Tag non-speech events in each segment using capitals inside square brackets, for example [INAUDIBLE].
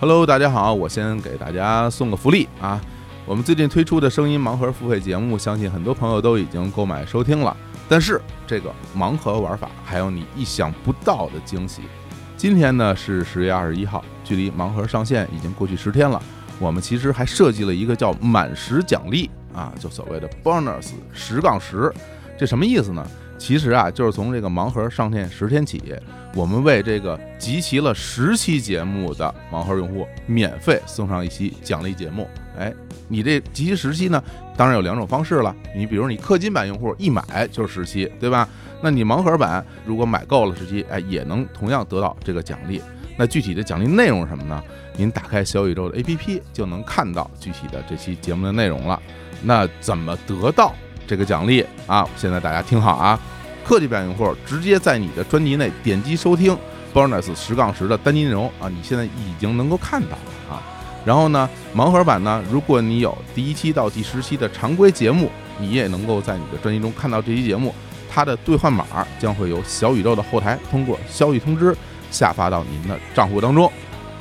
Hello，大家好，我先给大家送个福利啊！我们最近推出的声音盲盒付费节目，相信很多朋友都已经购买收听了。但是这个盲盒玩法还有你意想不到的惊喜。今天呢是十月二十一号，距离盲盒上线已经过去十天了。我们其实还设计了一个叫“满十奖励”啊，就所谓的 bonus 十杠十，这什么意思呢？其实啊，就是从这个盲盒上线十天起，我们为这个集齐了十期节目的盲盒用户免费送上一期奖励节目。哎，你这集齐十期呢，当然有两种方式了。你比如你氪金版用户一买就是十期，对吧？那你盲盒版如果买够了十期，哎，也能同样得到这个奖励。那具体的奖励内容是什么呢？您打开小宇宙的 APP 就能看到具体的这期节目的内容了。那怎么得到这个奖励啊？现在大家听好啊！科技版用户直接在你的专辑内点击收听 bonus 十杠十的单集内容啊，你现在已经能够看到了啊。然后呢，盲盒版呢，如果你有第一期到第十期的常规节目，你也能够在你的专辑中看到这期节目，它的兑换码将会由小宇宙的后台通过消息通知下发到您的账户当中。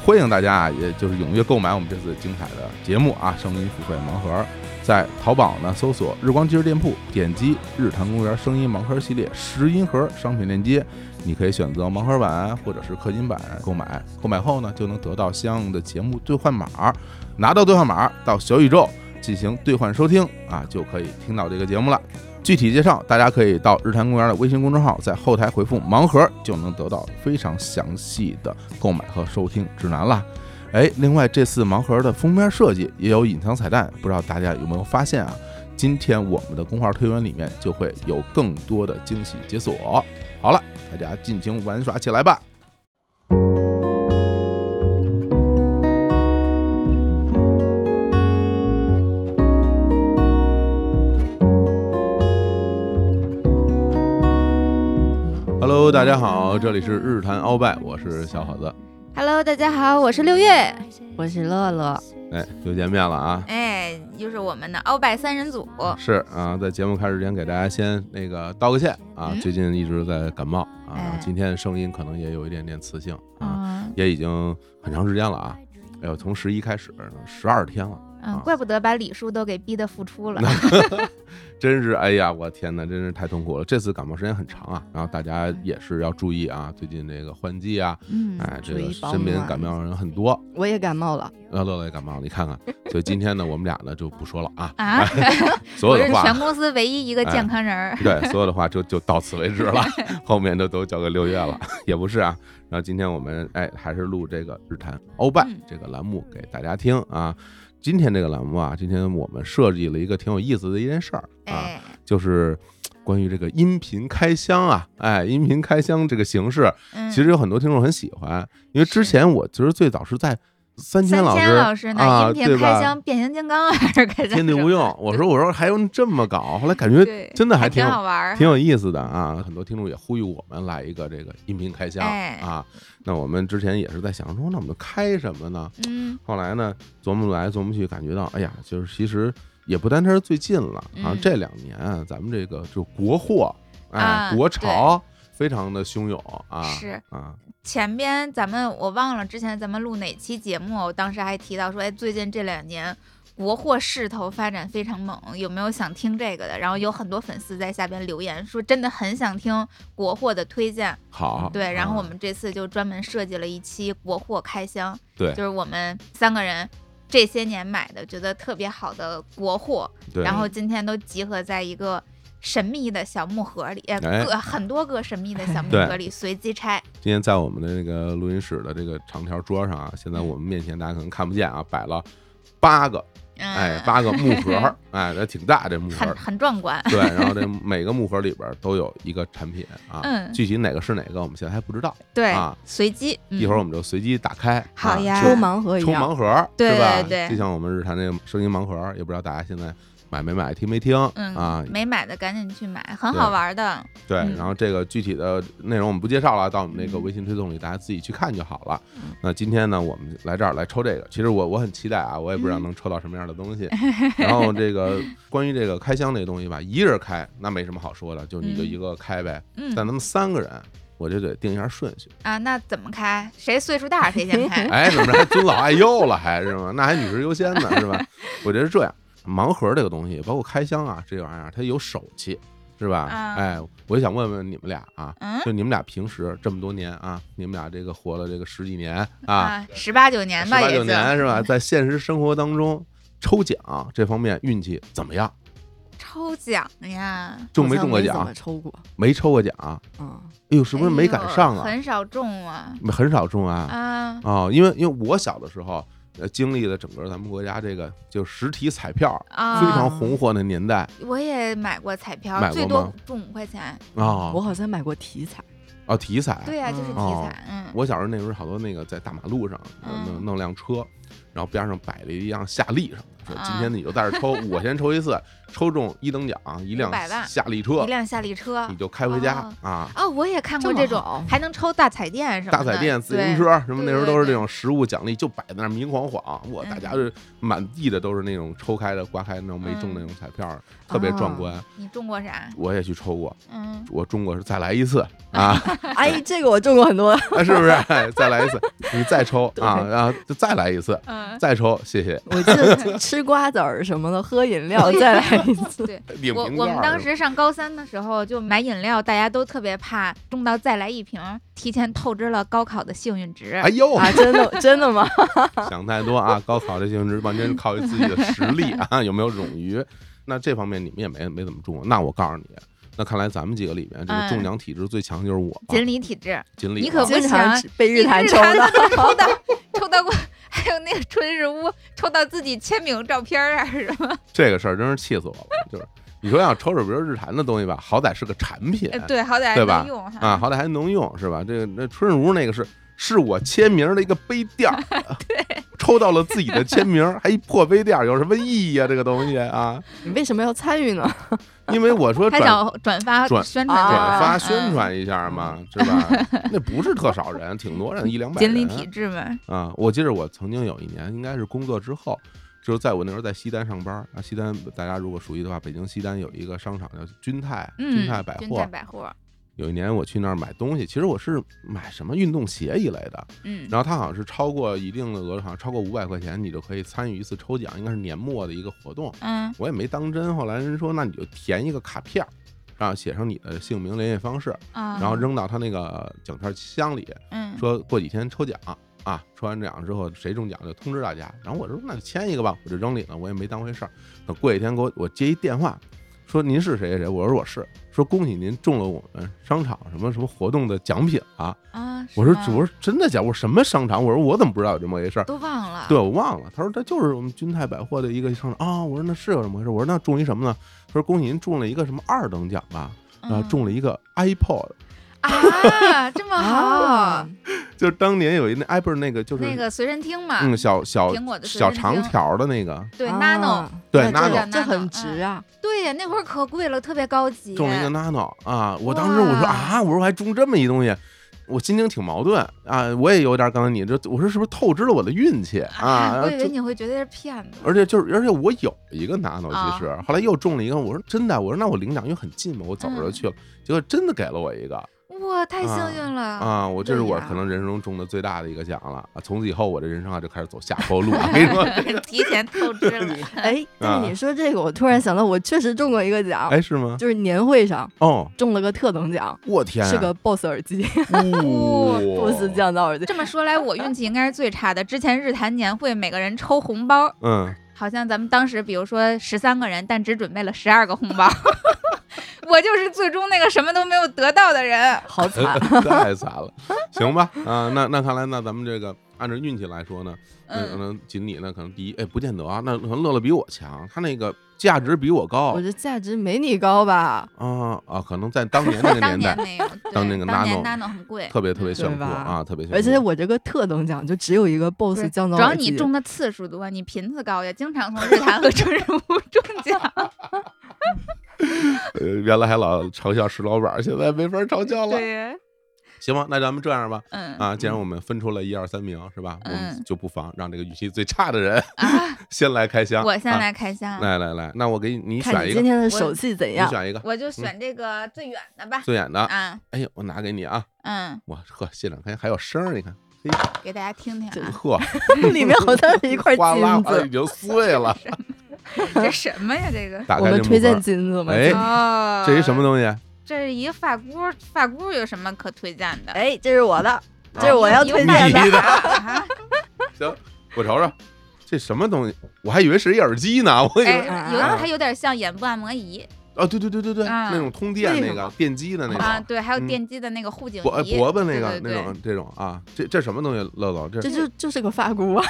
欢迎大家啊，也就是踊跃购买我们这次精彩的节目啊，声音付费盲盒。在淘宝呢搜索“日光机器店铺”，点击“日坛公园声音盲盒系列十音盒”商品链接，你可以选择盲盒版或者是氪金版购买。购买后呢，就能得到相应的节目兑换码，拿到兑换码到小宇宙进行兑换收听啊，就可以听到这个节目了。具体介绍，大家可以到日坛公园的微信公众号，在后台回复“盲盒”，就能得到非常详细的购买和收听指南啦。哎，另外这次盲盒的封面设计也有隐藏彩蛋，不知道大家有没有发现啊？今天我们的公号推文里面就会有更多的惊喜解锁。好了，大家尽情玩耍起来吧！Hello，大家好，这里是日坛鳌拜，我是小伙子。 Hello，大家好，我是六月，我是乐乐，哎，又见面了啊！哎，又是我们的鳌拜三人组。是啊，在节目开始之前，给大家先那个道个歉啊，嗯最近一直在感冒啊，然后哎今天声音可能也有一点点磁性啊，嗯也已经很长时间了啊。哎呦，从十一开始，十二天了，嗯，怪不得把李叔都给逼得复 [LAUGHS] 出了。真是哎呀，我天哪，真是太痛苦了。这次感冒时间很长啊，然后大家也是要注意啊，最近这个换季啊，嗯哎，这注个意啊保身边暖感冒的人很多，我也感冒了，呃，乐乐也感冒了，你看看。所以今天呢，我们俩呢就不说了啊，啊，所 [LAUGHS] 我有是的话全公司唯一一个健康人 [LAUGHS] 儿。对，所有的话就就到此为止 [LAUGHS] 了，后面的都交给六月了， [LAUGHS] 也不是啊。然后今天我们哎还是录这个日谈欧拜嗯这个栏目给大家听啊。今天这个栏目啊，今天我们设计了一个挺有意思的一件事儿啊，哎，就是关于这个音频开箱啊，哎，音频开箱这个形式，嗯，其实有很多听众很喜欢，因为之前我其实最早是在三千三老千师老师那啊音频对吧开箱变形金刚还是开箱天地无用，我说我说还用这么搞，后来感觉对，真的还还挺挺有好玩儿。挺有意思的啊！很多听众也呼吁我们来一个这个音频开箱哎啊。那我们之前也是在想说，那我们开什么呢？嗯，后来呢，琢磨来琢磨去，感觉到，哎呀，就是其实也不单单是最近了啊，嗯这两年啊咱们这个就国货哎、啊国潮非常的汹涌啊，是啊，前边咱们我忘了之前咱们录哪期节目，我当时还提到说，哎，最近这两年国货势头发展非常猛，有没有想听这个的？然后有很多粉丝在下边留言说，真的很想听国货的推荐。好嗯对，然后啊我们这次就专门设计了一期国货开箱，对就是我们三个人。这些年买的觉得特别好的国货，对然后今天都集合在一个神秘的小木盒里，呃哎各很多个神秘的 [LAUGHS] 小木对盒里随机拆。今天在我们的那个录音室的这个长条桌上啊，现在我们面前大家可能看不见啊，摆了八个嗯、哎八个木 [LAUGHS] 盒儿哎，这挺大这木盒很儿。很壮观。对，然后这每个木盒里边都有一个产品啊，嗯具体哪个是哪个，我们现在还不知道。 [LAUGHS] 对，啊随机。嗯一会儿我们就随机打开，好啊呀抽抽盲盒一抽样，盲盒，对是吧？对对就像我们日常那个声音盲盒，也不知道大家现在买没买，听没听嗯啊？没买的赶紧去买，很对好玩的。对，嗯然后这个具体的内容我们不介绍了，到我们嗯那个微信推送里大家自己去看就好了。那今天呢，我们来这儿来抽这个，其实我我很期待啊，我也不嗯知道能抽到什么样的东西。然后这个关于这个开箱这东西吧，一人开那没什么好说的，就你就嗯一个开呗。嗯但咱们三个人，我就得定一下顺序。啊，那怎么开？谁岁数大谁先开？ [LAUGHS] 哎，怎么着还尊老爱幼了，还是吗？那还女士优先呢，是吧？我觉得是这样，盲盒这个东西，包括开箱啊，这玩意儿它有手气，是吧？啊哎，我就想问问你们俩啊，嗯就你们俩平时这么多年啊，你们俩这个活了这个十几年啊，啊，十八九年十吧，八也九就年是吧？在现实生活当中，抽奖这方面运气怎么样？抽奖呀，中没好像中过怎奖么？抽过，没抽过奖。哎嗯，呦，是不是哎没赶呦上啊？很少中啊，很少中啊。啊，哦，因为因为我小的时候，呃，经历了整个咱们国家这个就实体彩票非啊常红火的年代我也买过彩票，买过最多吗中五块钱。啊我好像买过 [LAUGHS] 体彩，啊，体彩。对呀、就是体哦彩，嗯，我小时候那时候好多那个在大马路上呃嗯弄弄辆车，然后边上摆了一辆夏利什么的，说今啊天你就在这抽，我先抽一次，抽中一等奖一辆500万夏利车一，辆夏利车你。就开回家哦啊。哦，我也看过这么这种好，还能抽大彩电什么大的。彩电、自对行，车什么，那对时候对都是这对嗯种实物奖励，就摆在那儿明晃晃，哇，大家就满地的都是那种抽开的、刮开的那种没中的那种彩票，特别哦壮观。你中过啥？我也去抽过，嗯，我中过是再来一次啊， [LAUGHS] 哎，这个我中过很 [LAUGHS] 多，是不是？ [LAUGHS] 哎再来一次，你再抽啊，对然后就再来一次，嗯，再抽，谢谢。我记得吃瓜子儿什么的，喝饮料再来一 [LAUGHS] 次。对，领我瓶我盖们儿当时上高三的时候就买饮料，大家都特别怕中到再来一瓶，提前透支了高考的幸运值。哎呦，啊，真的真的吗？ [LAUGHS] 想太多啊！高考这性质完全靠自己的实力啊，有没有冗余？ [LAUGHS] 那这方面你们也没没怎么中啊。那我告诉你，那看来咱们几个里面，这个嗯中奖体质最强就是我了，锦鲤体质，锦鲤啊。你可不经常想被日坛抽到，都抽到抽到过，还有那个春日屋抽到自己签名照片儿啊什么，这个事儿真是气死我了。就是你说要抽抽，比如日坛的东西吧，好歹是个产品啊呃对，好歹还对吧能用哈。 [LAUGHS] 啊，好歹还能用是吧？这个那春日屋那个是是我签名的一个杯垫 [LAUGHS] 儿，抽到了自己的签名，还一破杯垫儿，有什么意义啊？这个东西啊，你为什么要参与呢？因为我说还转想转发转宣传啊转发嗯宣传一下嘛，是吧？那不是特少人，挺多人，一 [LAUGHS] 两百锦鲤人体质嘛，啊。我记得我曾经有一年，应该是工作之后，就是在我那时候在西单上班啊。西单大家如果熟悉的话，北京西单有一个商场叫君泰，嗯，君泰百君泰货。百货，有一年我去那儿买东西，其实我是买什么运动鞋一类的，嗯然后它好像是超过一定的额度，好像超过五百块钱，你就可以参与一次抽奖，应该是年末的一个活动。嗯我也没当真，后来人说那你就填一个卡片儿，然后写上你的姓名、联系方式，啊，然后扔到他那个奖券箱里，嗯说过几天抽奖啊，抽完奖之后谁中奖就通知大家。然后我说那就签一个吧，我就扔里了，我也没当回事儿。等过几天给我我接一电话，说您是谁谁谁，我说我是，说恭喜您中了我们商场什么什么活动的奖品啊。啊，我说是吗我说真的假的？我说什么商场？我说我怎么不知道有这么回事儿？都忘了，对，我忘了。他说他就是我们君泰百货的一个商场啊。我说那是有这么回事儿？我说那中一什么呢？他说恭喜您中了一个什么二等奖吧？嗯，啊，中了一个 iPod。啊，这么好啊，，就是当年有一那 Apple 那个就是那个随身听嘛，嗯小小苹果的随小身长听，条的那个，对啊 nano，对那这 Nano 这很值啊！对呀，那会儿可贵了，特别高级，中了一个 Nano 啊！我当时我说哇啊，我说我还中这么一东西。我心情挺矛盾啊，我也有点刚才你这，我说是不是透支了我的运气啊？我以为就你会觉得是骗子，而且就是，而且我有一个 Nano，啊其实、后来又中了一个，我说真的，我说那我领奖，因为很近嘛，我走嗯着就去了，结果真的给了我一个哇，太幸运了，啊！我这是我啊对呀可能人生中中的最大的一个奖了啊！从此以后我这人生啊就开始走下坡路，我跟你 [LAUGHS] 说， [LAUGHS] 提前透支 [LAUGHS] 了，哎，但啊是你说这个，我突然想到，我确实中过一个奖，哎是吗？就是年会上哦，中了个特等奖，我天、啊，是个 BOSS 耳机哦，BOSS 降噪耳机。这么说来，我运气应该是最差的。之前日坛年会每个人抽红包，嗯，好像咱们当时比如说十三个人，但只准备了十二个红包， [LAUGHS] 我就是最终那个什么都没有得到的人。好哦惨！ [LAUGHS] 太惨了，行吧，啊，那那看来那咱们这个按照运气来说呢，那可嗯，能锦鲤呢可能第一，哎，不见得啊，那可能乐乐比我强，他那个价值比我高我这价值没你高吧？啊啊，可能在当年 [LAUGHS] 那个当年年代那个，对当那个当 nano- 年 nano 很贵，特别特别嗯炫酷对吧啊，特别炫酷，而且我这个特等奖就只有一个不 BOSS 是降噪主要耳机。你中的次数多，你频次高呀，经常从日坛和春日屋中奖。呃原来还老嘲笑石老板，现在没法嘲笑了。对，行吧，那咱们这样吧，嗯啊，既然我们分出了一二三名，是吧？我们嗯就不妨让这个语气最差的人啊， [LAUGHS] 先来开箱。我先啊，来开箱，来来来，那我给你，你看选你一个今，天的我手气怎你样？选一个我就选这个最远的吧。最远的。啊，哎呦，我拿给你啊！嗯，我呵，现场看还有声儿，你看，嘿，给大家听听啊，呵，里面好像 [LAUGHS] 是一块哗啦金哗啦已子。经 [LAUGHS] 碎了。这什么呀？这个打我开们这推木盒荐儿，金子吗？哎哦，这是什么？东西？这是一个发箍，发箍有什么可推荐的？哎，这是我的，这是啊我要你推又买荐的。你了的啊 [LAUGHS] 行，我瞅瞅，这什么东西？我还以为是一耳机呢，我以哎，为有嗯的还有点像眼部按摩仪啊，对对对对对，啊那种通电为那什个么电机的那啊，种，对，还有嗯电击的那个护颈脖哎仪，脖子那个对那对种这种啊，这这什么东西？乐乐，这这就就是个发箍啊！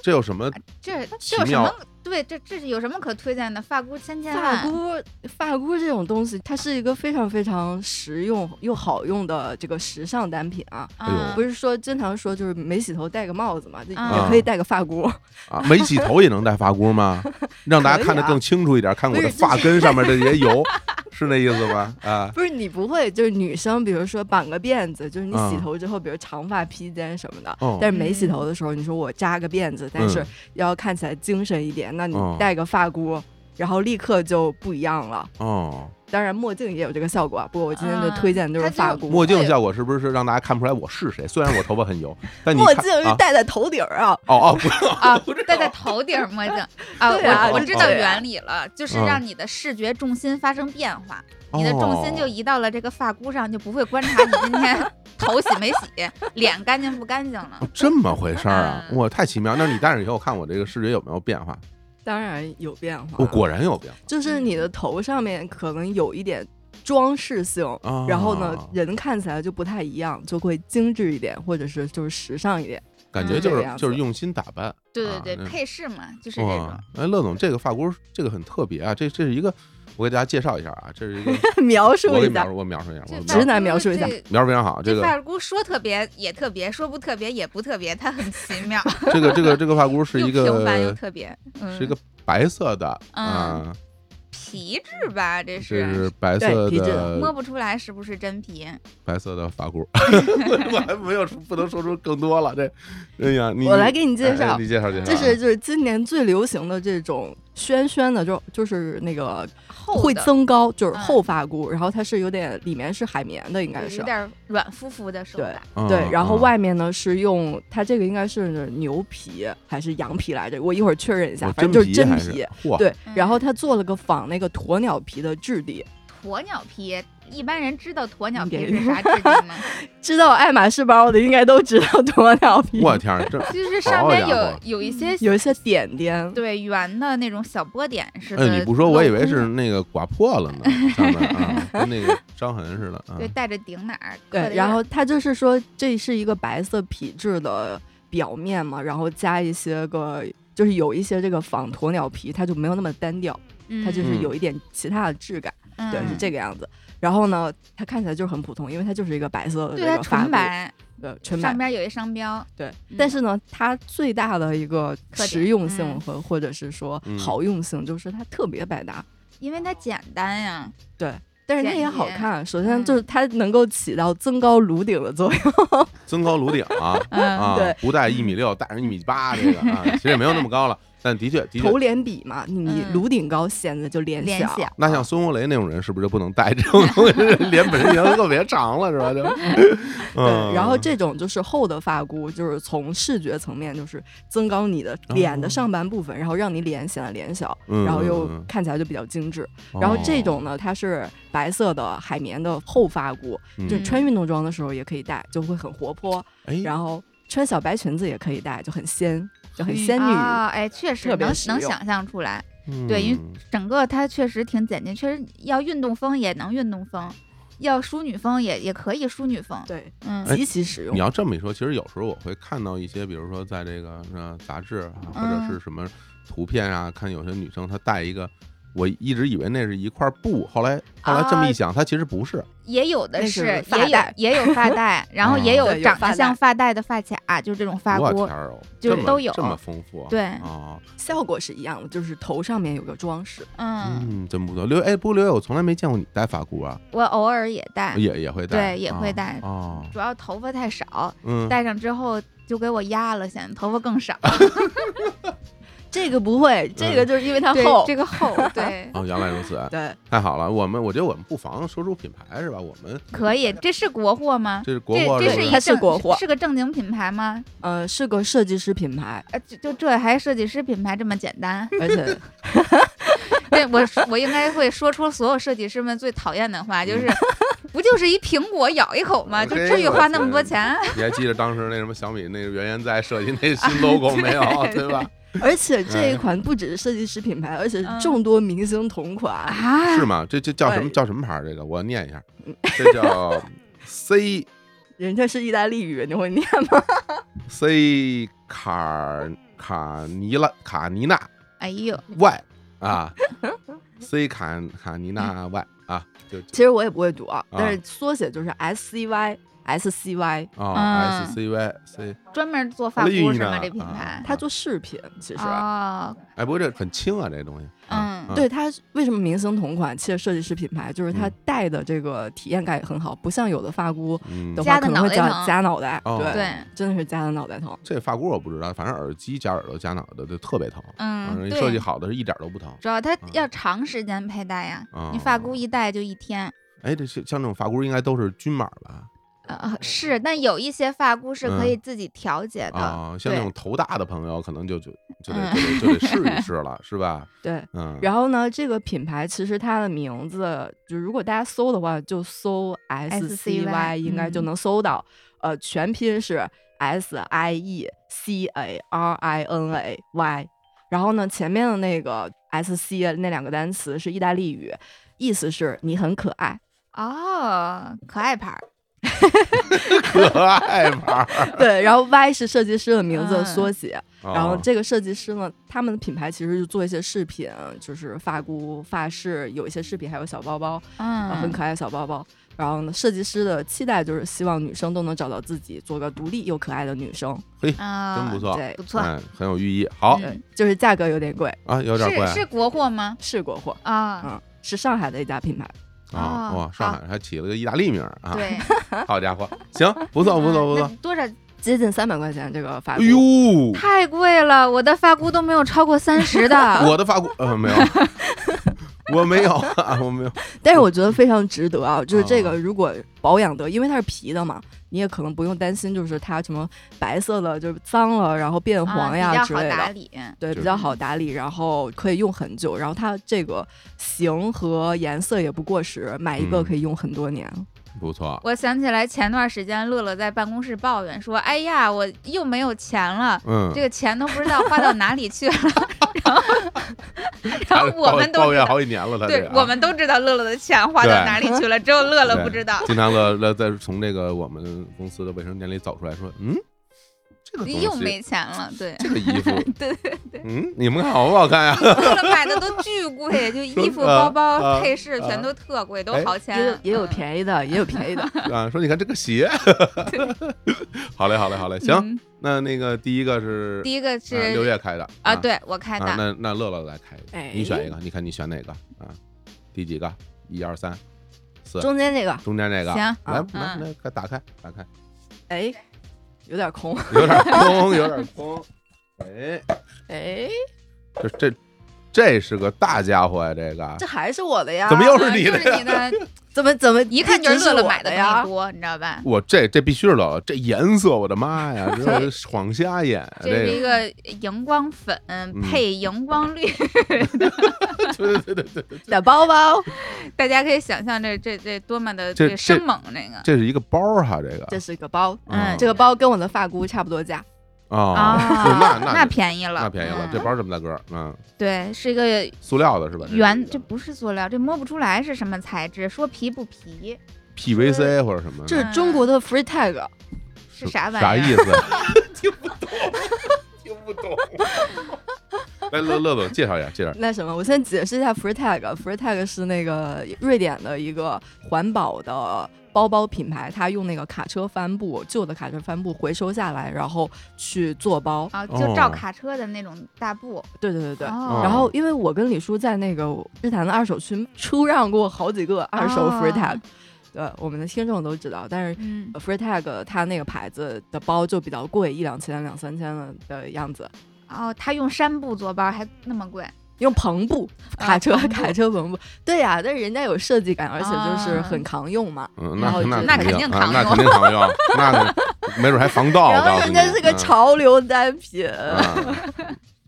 这有什么？这奇这有什妙么？对，这这是有什么可推荐的？发箍千千啊发万，箍，发箍这种东西，它是一个非常非常实用又好用的这个时尚单品啊。哎呦啊不是说经常说就是没洗头戴个帽子嘛，就啊也可以戴个发箍。啊，没洗头也能戴发箍吗？让大家可以看得啊更清楚一点，看我不的是发根上面这些油， [LAUGHS] 是那意思吧？啊，不是你不会，就是女生，比如说绑个辫子，就是你啊洗头之后，比如长发披肩什么的。哦，嗯但是没洗头的时候，你说我扎个辫子，但是要看起来精神一点，那你哦戴个发箍，然后立刻就不一样了。哦，当然墨镜也有这个效果啊，不过我今天就啊推荐就是它就发箍。墨镜效果是不是让大家看不出来我是谁？虽然我头发很油，但你墨看镜是啊戴在头顶儿啊，哦哦，不是啊不知，戴在道头顶儿墨 [LAUGHS] 镜啊，对啊我我这知道对啊原理了，就是嗯让你的视觉重心发生变化，你的重心就哦移到了这个发箍上，就不会观察你今天 [LAUGHS] 头洗没洗，脸干净不干净了。哦这么回事儿啊！嗯哇，太奇妙！那你戴上以后，看我这个视觉有没有变化？当然有变化。我果然有变化。就是你的头上面可能有一点装饰性，啊然后呢，人看起来就不太一样，就会精致一点，或者是就是时尚一点。 [LAUGHS] 感嗯觉这就个是样子就是用心打扮。对啊对对，那配饰嘛，就是这种哇。哎，乐总，这个发箍这个很特别啊，这这是一个，我给大家介绍一下啊，这是一 [LAUGHS] 个，描述我给一描下，述，我描述一下，我这描直述男描发述箍一下这描述非常好。这这个发箍说特别也特别，说不特别也不特别，它很奇妙，这个这个这个发箍 [LAUGHS] 是又一平凡又个特别，嗯，是一个白色的嗯啊，皮质吧，这这是是呃白色啊对皮质摸的不出来是不是真皮。白色的发 [LAUGHS] 箍，我还没有不能说出更多了。这，哎呀，你我来给你介哎绍哎你介绍介绍啊，这是就是今年最流行的这种轩轩的，就就是那个厚会的增高，就嗯是厚发箍，然后它是有点里面是海绵的，应该是有。点软乎乎的手感，嗯对，然后嗯外面呢是用它这个应该是牛皮还是羊皮来着？我一会儿确认一下，我反正就是哦真还皮。，嚯，对，嗯然后它做了个仿那个鸵鸟皮的质地，鸵鸟皮。一般人知道鸵鸟你皮别是 [LAUGHS] 啥质地吗？知道爱马仕包的应该都知道鸵鸟皮，我天儿，这就是上面好家伙有有一些有一些点点，对圆的那种小波点似的镂空的。哎，你不说我以为啊是那个刮破了呢，上面啊，跟那个伤痕似的啊对，带着顶哪儿刻的印儿对，然后它就是说这是一个白色皮质的表面嘛，然后加一些个。就是有一些这个仿鸵鸟皮，它就没有那么单调，它就是嗯有一点其他的质感，嗯对，是嗯这个样子。然后呢，它看起来就是很普通，因为它就是一个白色的这对它个发纯箍，白，对，纯白上，边有一商标。对嗯，但是呢，它最大的一个特点实用性嗯和或者是说嗯好用性，就是它特别百搭，因为它简单呀，但是它简也好洁嗯看。首先就是它能够起到增高颅顶的作用，增高颅顶啊嗯，啊对，不带一米六，带上一米八这个啊，其实也没有那么高了，但的确的确头，脸比嘛，你你嗯颅顶高显得就脸脸小。小那像孙红雷那种人是不是就不能戴这种东西？脸本身已经特别长了是吧？就，嗯对，然后这种就是厚的发箍，就是从视觉层面就是增高你的脸的上半部分，然后让你脸显得脸小，哦嗯然后又嗯哦看起来就比较精致。然后这种呢，它是白色的海绵的厚发箍，嗯就穿运动装的时候也可以戴，就会很活泼。哎，然后穿小白裙子也可以戴，就很仙，就很仙女。啊，哎，确实特别能实能用想象出来，嗯对因为整个它确实挺简洁，确实要运动风也能运动风，要淑女风也也可以淑女风。对，嗯，哎极其实用你。要这么一说，其实有时候我会看到一些，比如说在这个呃杂志啊，或者嗯是什么图片啊，看有些女生她带一个，我一直以为那是一块布，后来后来这么一啊想，她其实不是。也有的那是是，发也有带也有发带，然后嗯也有对有长发得带像发带的发卡，就是这种发我箍天，儿哦，就这么都有这么丰富啊，对啊，效果是一样的，就是头上面有个装饰。嗯，嗯，真不错。刘哎，不过刘烨，我从来没见过你戴发箍啊，我偶尔也戴，也也会戴，对也会戴哦，哦主要头发太少，嗯，戴上之后就给我压了，显得头发更少，这个不会，嗯这个就是因为它对厚。这个厚， [LAUGHS] 对，哦，原来如此，对，太好了。我们我觉得我们不妨说出品牌是吧？我们可以，这是国货吗？这是 [LAUGHS] 国这货，不这是一它正是国货是个正经品牌吗？呃，是个设计师品牌，呃，就就这还设计师品牌这么简单？ [LAUGHS] [LAUGHS] 而且对我我应该会说出所有设计师们最讨厌的话，就是嗯 [LAUGHS] 不就是一苹果咬一口吗？就这至于个花那么多是钱？你还记得当时那什么小米那个袁元在设计那新 logo 没有？对吧？而且这一款不只是设计师品牌，而且嗯是众多明星同款。啊是吗？这这叫什么对叫什么牌儿？这个我念一下，这叫 C 人家是意大利语，你会念吗？ [LAUGHS] C 卡尔卡尼拉卡尼娜哎呦， Y 啊，C 卡卡尼娜 Y 啊，就其实我也不会读啊，啊但是缩写就是 S C Y S C Y，啊嗯，S C Y C，专门做发哎呦箍是吗？呢这品啊牌？它做饰品，其实、哦，哎，不过这很轻啊，这东西，啊嗯，对它为什么明星同款，其实设计师品牌就是它嗯戴的这个体验感也很好，不像有的发箍嗯嗯，的话夹得可能会脑袋叫疼夹脑袋，哦对，对，真的是夹的脑袋疼。这发箍我不知道，反正耳机夹耳朵夹脑袋就特别疼，反嗯，正对，设计好的是一点都不疼。主要它嗯要长时间佩戴呀，你哦发箍一戴就一天。哎，这像像这种发箍应该都是均码吧？呃，是，但有一些发箍是可以自己调节的，啊，嗯像那哎对嗯种头大的朋友可能就就就得就得就得试 [LAUGHS] 一试了，是吧？对，嗯，然后呢，这个品牌其实它的名字，就如果大家搜的话，就搜 S C SCY Y，应该就嗯能搜到。呃，全拼是 S I E C A R I N A Y。然后呢，前面的那个 S C 那两个单词是意大利语，意思是你很可爱。哦，可爱牌儿，可爱 [LAUGHS] 牌儿，对，然后 Y 是设计师的名字的嗯缩写。然后哦这个设计师呢，他们的品牌其实就做一些饰品，就是发箍、发饰，有一些饰品，还有小包包。啊，很嗯，可爱的小包包。然后呢，设计师的期待就是希望女生都能找到自己，做个独立又可爱的女生。啊，真不错，对不错哎，很有寓意。好嗯就是价格有点贵，啊，有点贵是是国货吗？是国货，啊，嗯，是上海的一家品牌。啊，哦哇，上海还起了个意大利名儿啊，对，好家伙，行， [LAUGHS] 不错不错不 [LAUGHS] 那错，多少？接近三百块钱这个发哎箍，呦，太贵了，我的发箍都没有超过三十 [LAUGHS] 的。啊我的发箍呃没有，我没有啊，我没有，但是我觉得非常值得啊！就是这哦个，如果保养得，因为它是皮的嘛，你也可能不用担心，就是它什么白色的，就是脏了，然后变黄呀啊、比之较好类打的。理。嗯对，就比是较好打理，然后可以用很久，然后它这个型和颜色也不过时，买一个嗯可以用很多年。不错，我想起来前段时间乐乐在办公室抱怨说：“哎呀，我又没有钱了。”嗯这，个钱都不知道花到哪里 [LAUGHS] 去了，然后，然后我抱们都抱知怨道，好几年了，他这对个，啊我们都知道乐乐的钱花到哪里去了，只有乐乐不知道。经常乐乐在从这个我们公司的卫生间里走出来说，嗯，这个 [LAUGHS] 东又西，没钱了，对，这个衣服，对对 [LAUGHS] 对，嗯，你们看好不好看呀？ [LAUGHS] 乐乐买的都巨贵，就衣服、说啊包包、啊配饰啊全都特贵，都哎好钱，也有也有嗯便宜的，也有便宜的。啊，说你看这个 [LAUGHS] 鞋，好嘞好嘞好嘞，行，嗯那那个第一个是第一个啊刘是烨开的啊，对我开啊，的，那那乐乐来开一个，哎你选一个，你看你选哪个啊？第几个？一二三四，中间这个，中间这个，行来嗯来来，快打开打开，哎，有点空，有点空，有点空， [LAUGHS] 哎，哎，这这这是个大家伙呀，啊这个这还是我的呀？怎么又啊是你就的是呀？[LAUGHS] 你的，怎么怎么一看就是直是乐乐我买的东呀西？多，你知道吧？我这这必须是乐乐，这颜色，我的妈 [LAUGHS] 呀，这是晃瞎眼，啊这是这一个，嗯个荧光粉配荧光绿，对对对对对，的包包，嗯大家可以想象这这这多么的这这生猛那个这是一个包儿哈，这个这是个包，嗯嗯这个包跟我的发箍差不多价。啊，啊那，那那便宜了，那便宜了，嗯这包这么大个儿，嗯，对是一个塑料的是吧？这是一圆，个这不是塑料，这摸不出来是什么材质，说皮不皮 PVC 或者什么的，这嗯是中国的 free tag，是啥玩意儿？啥意 [LAUGHS] 思？听不懂，听不懂。 [LAUGHS] 来，乐乐总介绍一下，介绍一下。那什么，我先解释一下 free tag。free tag 是那个瑞典的一个环保的包包品牌，它用那个卡车帆布，旧的卡车帆布回收下来，然后去做包。啊，就照哦卡车的那种大布。对对对对。哦然后，因为我跟李叔在那个日坛的二手区出让过好几个二手哦 free tag，、对我们的听众都知道，但是嗯，呃 free tag 它那个牌子的包就比较贵，一两千、两三千的的样子。哦，他用山布做包还那么贵，用篷布卡车、啊篷布卡车篷布，对呀、但是人家有设计感，而且就是啊很抗用嘛。嗯，然那后就那那哦肯定啊扛那用肯定扛用，那肯 [LAUGHS] 没准还防盗。然我告后诉人你家是个潮流单品，嗯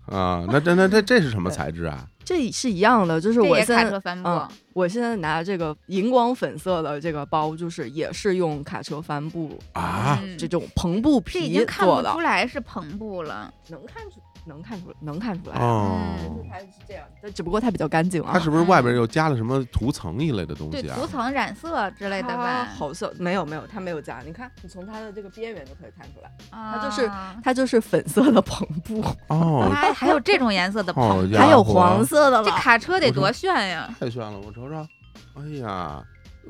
啊啊，那这那这这是什么材质啊？这是一样的。就是这我也现卡在车帆布。嗯，我现在拿这个荧光粉色的这个包，就是也是用卡车帆布啊，嗯这种篷布这已皮经看不做的出，来是篷布了，能看出能看出能看出来。 [LAUGHS] 嗯哦，它是这样，但只不过它比较干净啊。它是不是外边又加了什么涂层一类的东对，西啊涂？层染色之类的它吧？好像没有没有，它没有加。你看，你从它的这个边缘就可以看出来，它就是它就是粉色的篷 [LAUGHS] 布，哦，还还有这种颜色的好篷布，家还有伙黄色的这啊了。卡车得我说多炫呀！太炫了，我瞅瞅，哎呀。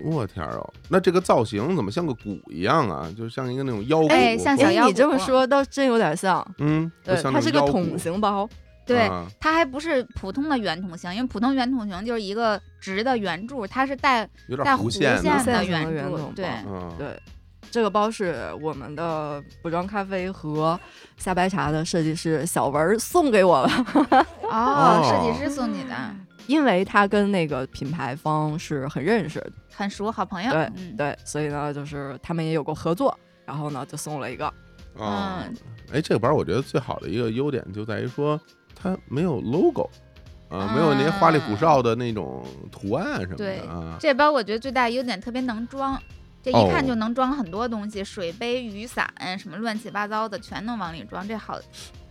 我天儿哦，那这个造型怎么像个鼓一样啊？就是像一个那种腰鼓，哎像小哎腰你这鼓么说倒真有点像，嗯，就对，像它那是种个腰鼓桶形包，对，啊它还不是普通的圆筒形，因为普通圆筒形就是一个直的圆柱，它是带有带点弧线弧线的，的圆圆柱筒对，包嗯，对，这个包是我们的补妆咖啡和夏白茶的设计师小文儿送给我了， [LAUGHS] 哦，设哦计师送你的，因为他跟那个品牌方是很认识，很熟，好朋友。对嗯，对，所以呢，就是他们也有过合作，然后呢就送了一个，啊，嗯哎，这个板儿我觉得最好的一个优点就在于说它没有 logo，啊，没有那些花里胡哨的那种图案什么对的啊。这包我觉得最大优点特别能装，这一哦看就能装很多东西，水杯、雨伞什么乱七八糟的全能往里装，这好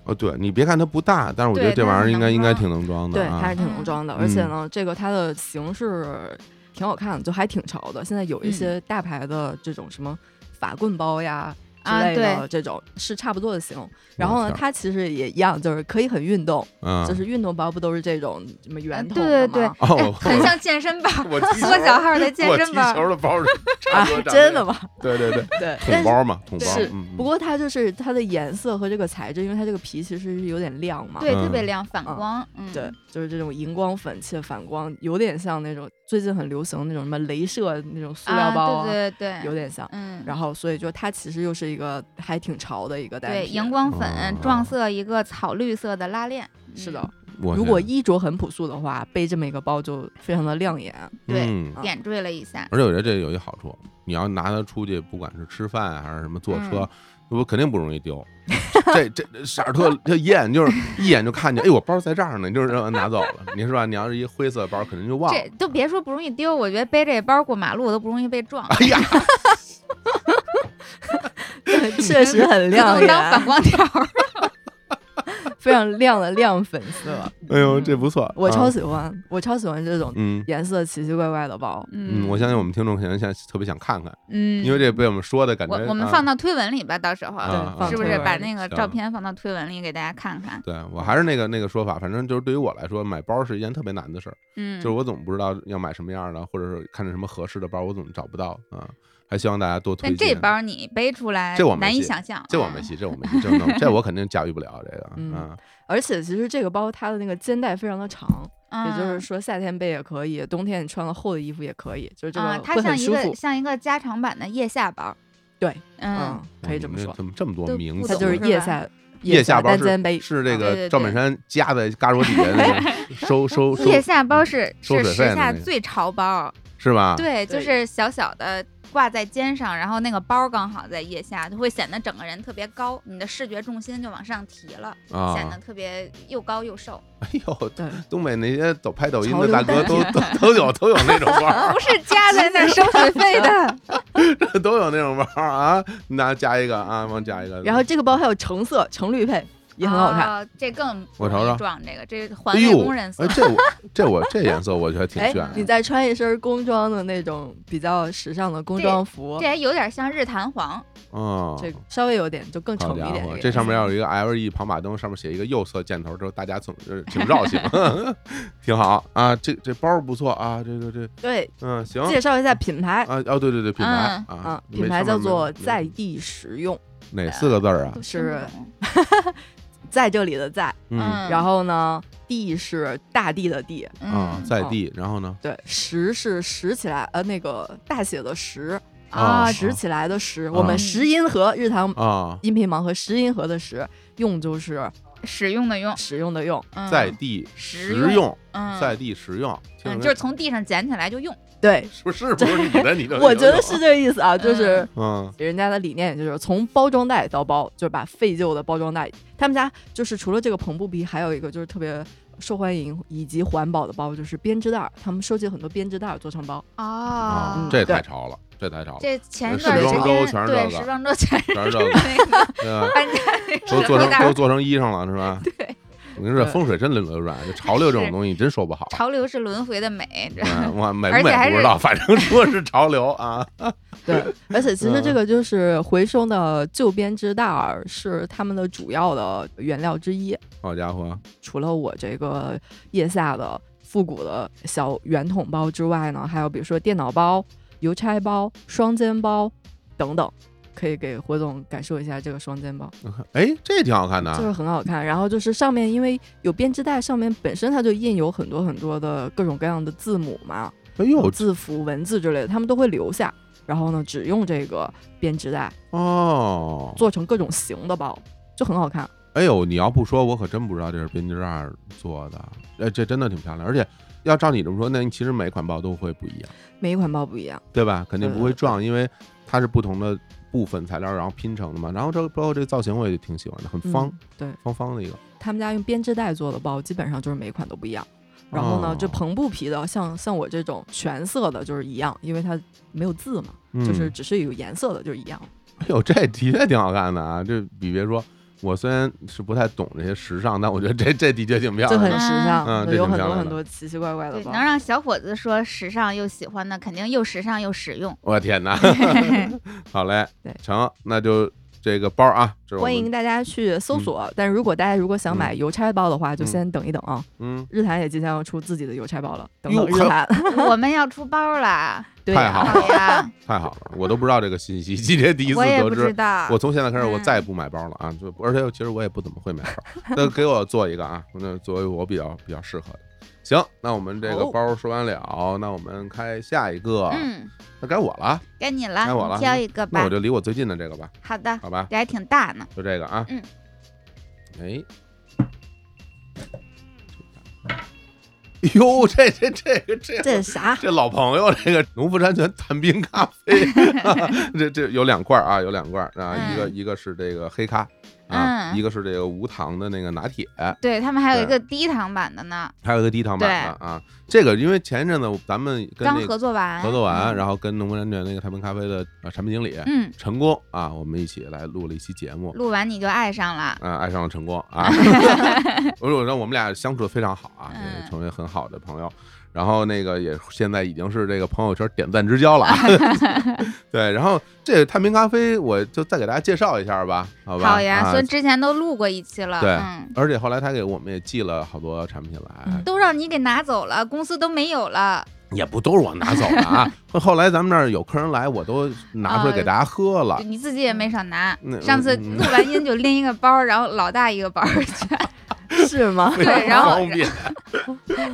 哦，对你别看它不大，但是我觉得对这玩意它儿是应该能应该装挺能装对，的它啊是。挺能装的，而且嗯呢，这个它的形式挺好看的，就还挺潮的。现在嗯有一些大牌的这种什么法棍包呀。之啊类的对这种是差不多的型，然后我呢，天它其实也一样，就是可以很运动，嗯，就是运动包不都是这种什么圆嗯筒对的对吗？啊哦，我哎很像健身包， [LAUGHS] 我踢球缩小号的健我身踢包。球的包儿是差啊不多，长真这的样？吗？ [LAUGHS] 对对对，对，但桶是包嘛，桶包对儿。是嗯不过它就是它的颜色和这个材质，因为它这个皮其实是有点亮嘛，对，嗯特别亮，反光。嗯，对，就是这种荧光粉且反光，有点像那种最近很流行的那种什么镭射那种塑料包啊，对对对，有点像。嗯，然后，所以就它其实又是一个还挺潮的一个单品。对荧光粉哦撞色一个草绿色的拉链。嗯是的，，我如天果衣着很朴素的话，背这么一个包就非常的亮眼。 [LAUGHS] 对嗯啊点缀了一下。而且我觉得这有一好处，你要拿它出去，不管是吃饭啊还是什么坐嗯车，我肯定不容易丢。这这这色儿特特艳，就是一眼就看见，哎，我包在这儿呢，就是让人拿走了，你是吧？你要是一灰色包，肯定就哦忘了这。都别说不容易丢，我觉得背这包过马路都不容易被撞，哎呀，确实 [LAUGHS] 很自亮动当反眼，光条 [LAUGHS] 儿。嗯非常亮的亮粉 [LAUGHS] 色，哎呦，这不错，我啊超喜欢，我超喜欢这种嗯。颜色奇奇怪怪的包。嗯，我相信我们听众肯定现在特别想看看，嗯，因为这被我们说的感觉。我我们啊放到推文里吧，到时候、啊对放是不推是文把里那个行照片放到推文里给大家看看？对我还是那个那个说法，反正就是对于我来说，买包是一件特别难的事儿，嗯，就是我总不知道要买什么样的，或者是看着什么合适的包，我总找不到啊。还希望大家多推但荐。这包你背出来，这我没难以戏想象，啊这我没戏，这我没戏，这 [LAUGHS] 我弄这我肯定驾驭不了这个。嗯啊而且其实这个包它的那个肩带非常的长，嗯，也就是嗯说夏天背也可以，冬天你穿了厚的衣服也可以，就是这啊，个它会像很一舒服个。像一个加长版的腋下包，对，嗯，可以这么嗯说，怎么这么多都名不词？它懂就是是腋吧下腋下包单是肩背，是这啊对个对赵本对山夹在胳膊底下那 [LAUGHS] 个收收收嗯腋下包是收是水时费的那下个最潮包，是吧？对，就对是小小的。挂在肩上，然后那个包刚好在腋下，就会显得整个人特别高，你的视觉重心就往上提了，显得啊，特别又高又瘦。哎呦，对，东北那些走拍抖音潮的流大哥单都都都有都有那种包儿 [LAUGHS] 不，是加在那儿收学费的， [LAUGHS] 都有那种包儿啊！那加一个啊，往加一个。 [LAUGHS] 然后这个包还有橙色、橙绿配，也很好看。啊这更不我容瞅易瞅撞这个，这环哎卫呦工人，色哎，这我这我这颜色我觉得挺啊哎炫的你再穿一身工装的那种比较时尚的工这装服这，还有点像日坛黄，啊。这稍微有点就更好丑一家点伙，个这上面颜要色有一个 LED 跑马灯，上面写一个右侧箭头，之后大家总呃请绕行， [LAUGHS] 挺好啊。这这包不错啊，这个这对嗯行介绍一下品牌啊哦对对对，品牌啊啊，，没品牌上叫面没做没在地实用，哪四个字儿啊都？是听不懂在这里的在，嗯嗯，然后呢，地是大地的地，啊，嗯在哦地，然后呢？对，石是拾起来，呃，那个大写的石啊拾起来的石，我啊们石音和日常啊，音频盲盒石音盒的石，用就是使用的用，使用的用，嗯在地实实用，嗯，在地实用，听嗯，着就是从地上捡起来就用，[LAUGHS] 对，是不是不是你的？ [LAUGHS] 你的我觉得是这个意 [LAUGHS] 思啊，就是。嗯人家的理念就是从包装袋到包，就是把废旧的包装袋。他们家就是除了这个篷布皮，还有一个就是特别受欢迎以及环保的包，就是编织袋儿。他们收集很多编织袋儿做成包，啊哦，这对太潮了，这太潮了，这前一时段时装周间全是这对个时装周全是全是这个，那个对 [LAUGHS] 吧？搬家 [LAUGHS] 都做成那都个，做成衣裳了是吧？对，我跟你说，对风水真流转，这潮流这种是东西真说不 [LAUGHS] 好。潮流是轮回的美，这嗯，我美而不且还美是不知道，反正说是潮流啊。 [LAUGHS] 对，而且其实嗯这个就是回收的旧编织袋儿是他们的主要的原料之一。好家伙，除了我这个腋下的复古的小圆筒包之外呢，还有比如说电脑包、邮差包、双肩包等等，可以给火总感受一下这个双肩包。哎，这挺好看的就啊是很好看。然后就是上面因为有编织袋，上面本身它就印有很多很多的各种各样的字母嘛，哎呦字符、文字之类的，他们都会留下。然后呢，只用这个编织袋哦，做成各种型的包，就很好看。哎呦，你要不说，我可真不知道这是编织袋做的。哎，这真的挺漂亮，而且要照你这么说，那其实每款包都会不一样，每一款包不一样，对吧？肯定不会对对撞，因为它是不同的部分材料然后拼成的嘛。然后这个包括这个造型我也挺喜欢的，很方嗯。对方方的一个。他们家用编织袋做的包，基本上就是每一款都不一样。然后呢，哦这篷布皮的，像像我这种全色的，就是一样，因为它没有字嘛，就是嗯只是有颜色的，就是一样。 [LAUGHS] 哎呦，这的确挺好看的啊！这比别说，我虽然是不太懂这些时尚，但我觉得这这的确挺漂就亮很的。时尚，嗯这有挺很漂多亮很的多奇奇怪怪的对包。能让小伙子说时尚又喜欢的，肯定又时尚又实用。 [LAUGHS] 我天哪！好嘞对，成，那就这个包啊，这是我欢们迎大家去搜索。但如果大家如果想买邮差包的话，就先等一等啊。嗯嗯，日坛也即将要出自己的邮差包了，等哟等日坛。我们要出包啦， [LAUGHS] 对太好啊，了好呀，太好了，我都不知道这个信息，今 [LAUGHS] 天第一次我也得不知知。道我。从现在开始，我嗯再也不买包了啊！就而且其实我也不怎么会买包，那给我做一个啊，那作为我比较比较适合的。行，那我们这个好包说完了，那我们开下一个，哦嗯，那该我了啊，该你了，该我了你挑一个那吧我。就离我最近的这个吧，好的，好吧？这还挺大呢。就这个啊。嗯。哎。哟，这这这个 [LAUGHS] 这这是啥？这老朋友，这个农夫山泉探冰咖啡，啊 [LAUGHS] 这这有两罐儿啊，有两罐儿啊，嗯一个一个是这个黑咖啊，嗯一个是这个无糖的那个拿铁，对他们还有一对个低糖版的呢，还有一个低糖版的啊。这个因为前一阵子咱们跟刚那合个作完，合作完，嗯然后跟农夫山泉那个探冰咖啡的呃产品经理嗯，陈工啊，我们一起来录了一期节目，录完你就爱上了。啊，爱上了晨光 [LAUGHS] 啊！我说，我让我们俩相处的非常好啊，嗯也成为很好的朋友。然后那个也现在已经是这个朋友圈点赞之交了啊。 [LAUGHS] 对，然后这探明咖啡，我就再给大家介绍一下吧，好吧？好呀，啊所以之前都录过一期了，对嗯，而且后来他给我们也寄了好多产品来，嗯都让你给拿走了，公司都没有了。也不都是我拿走的 [LAUGHS] 啊。后后来咱们那儿有客人来，我都拿呃出来给大家喝了。你自己也没少拿那。上次啊嗯录完音就拎一个包，然后老大一个包儿去是吗？ [LAUGHS] 非常对然后方便，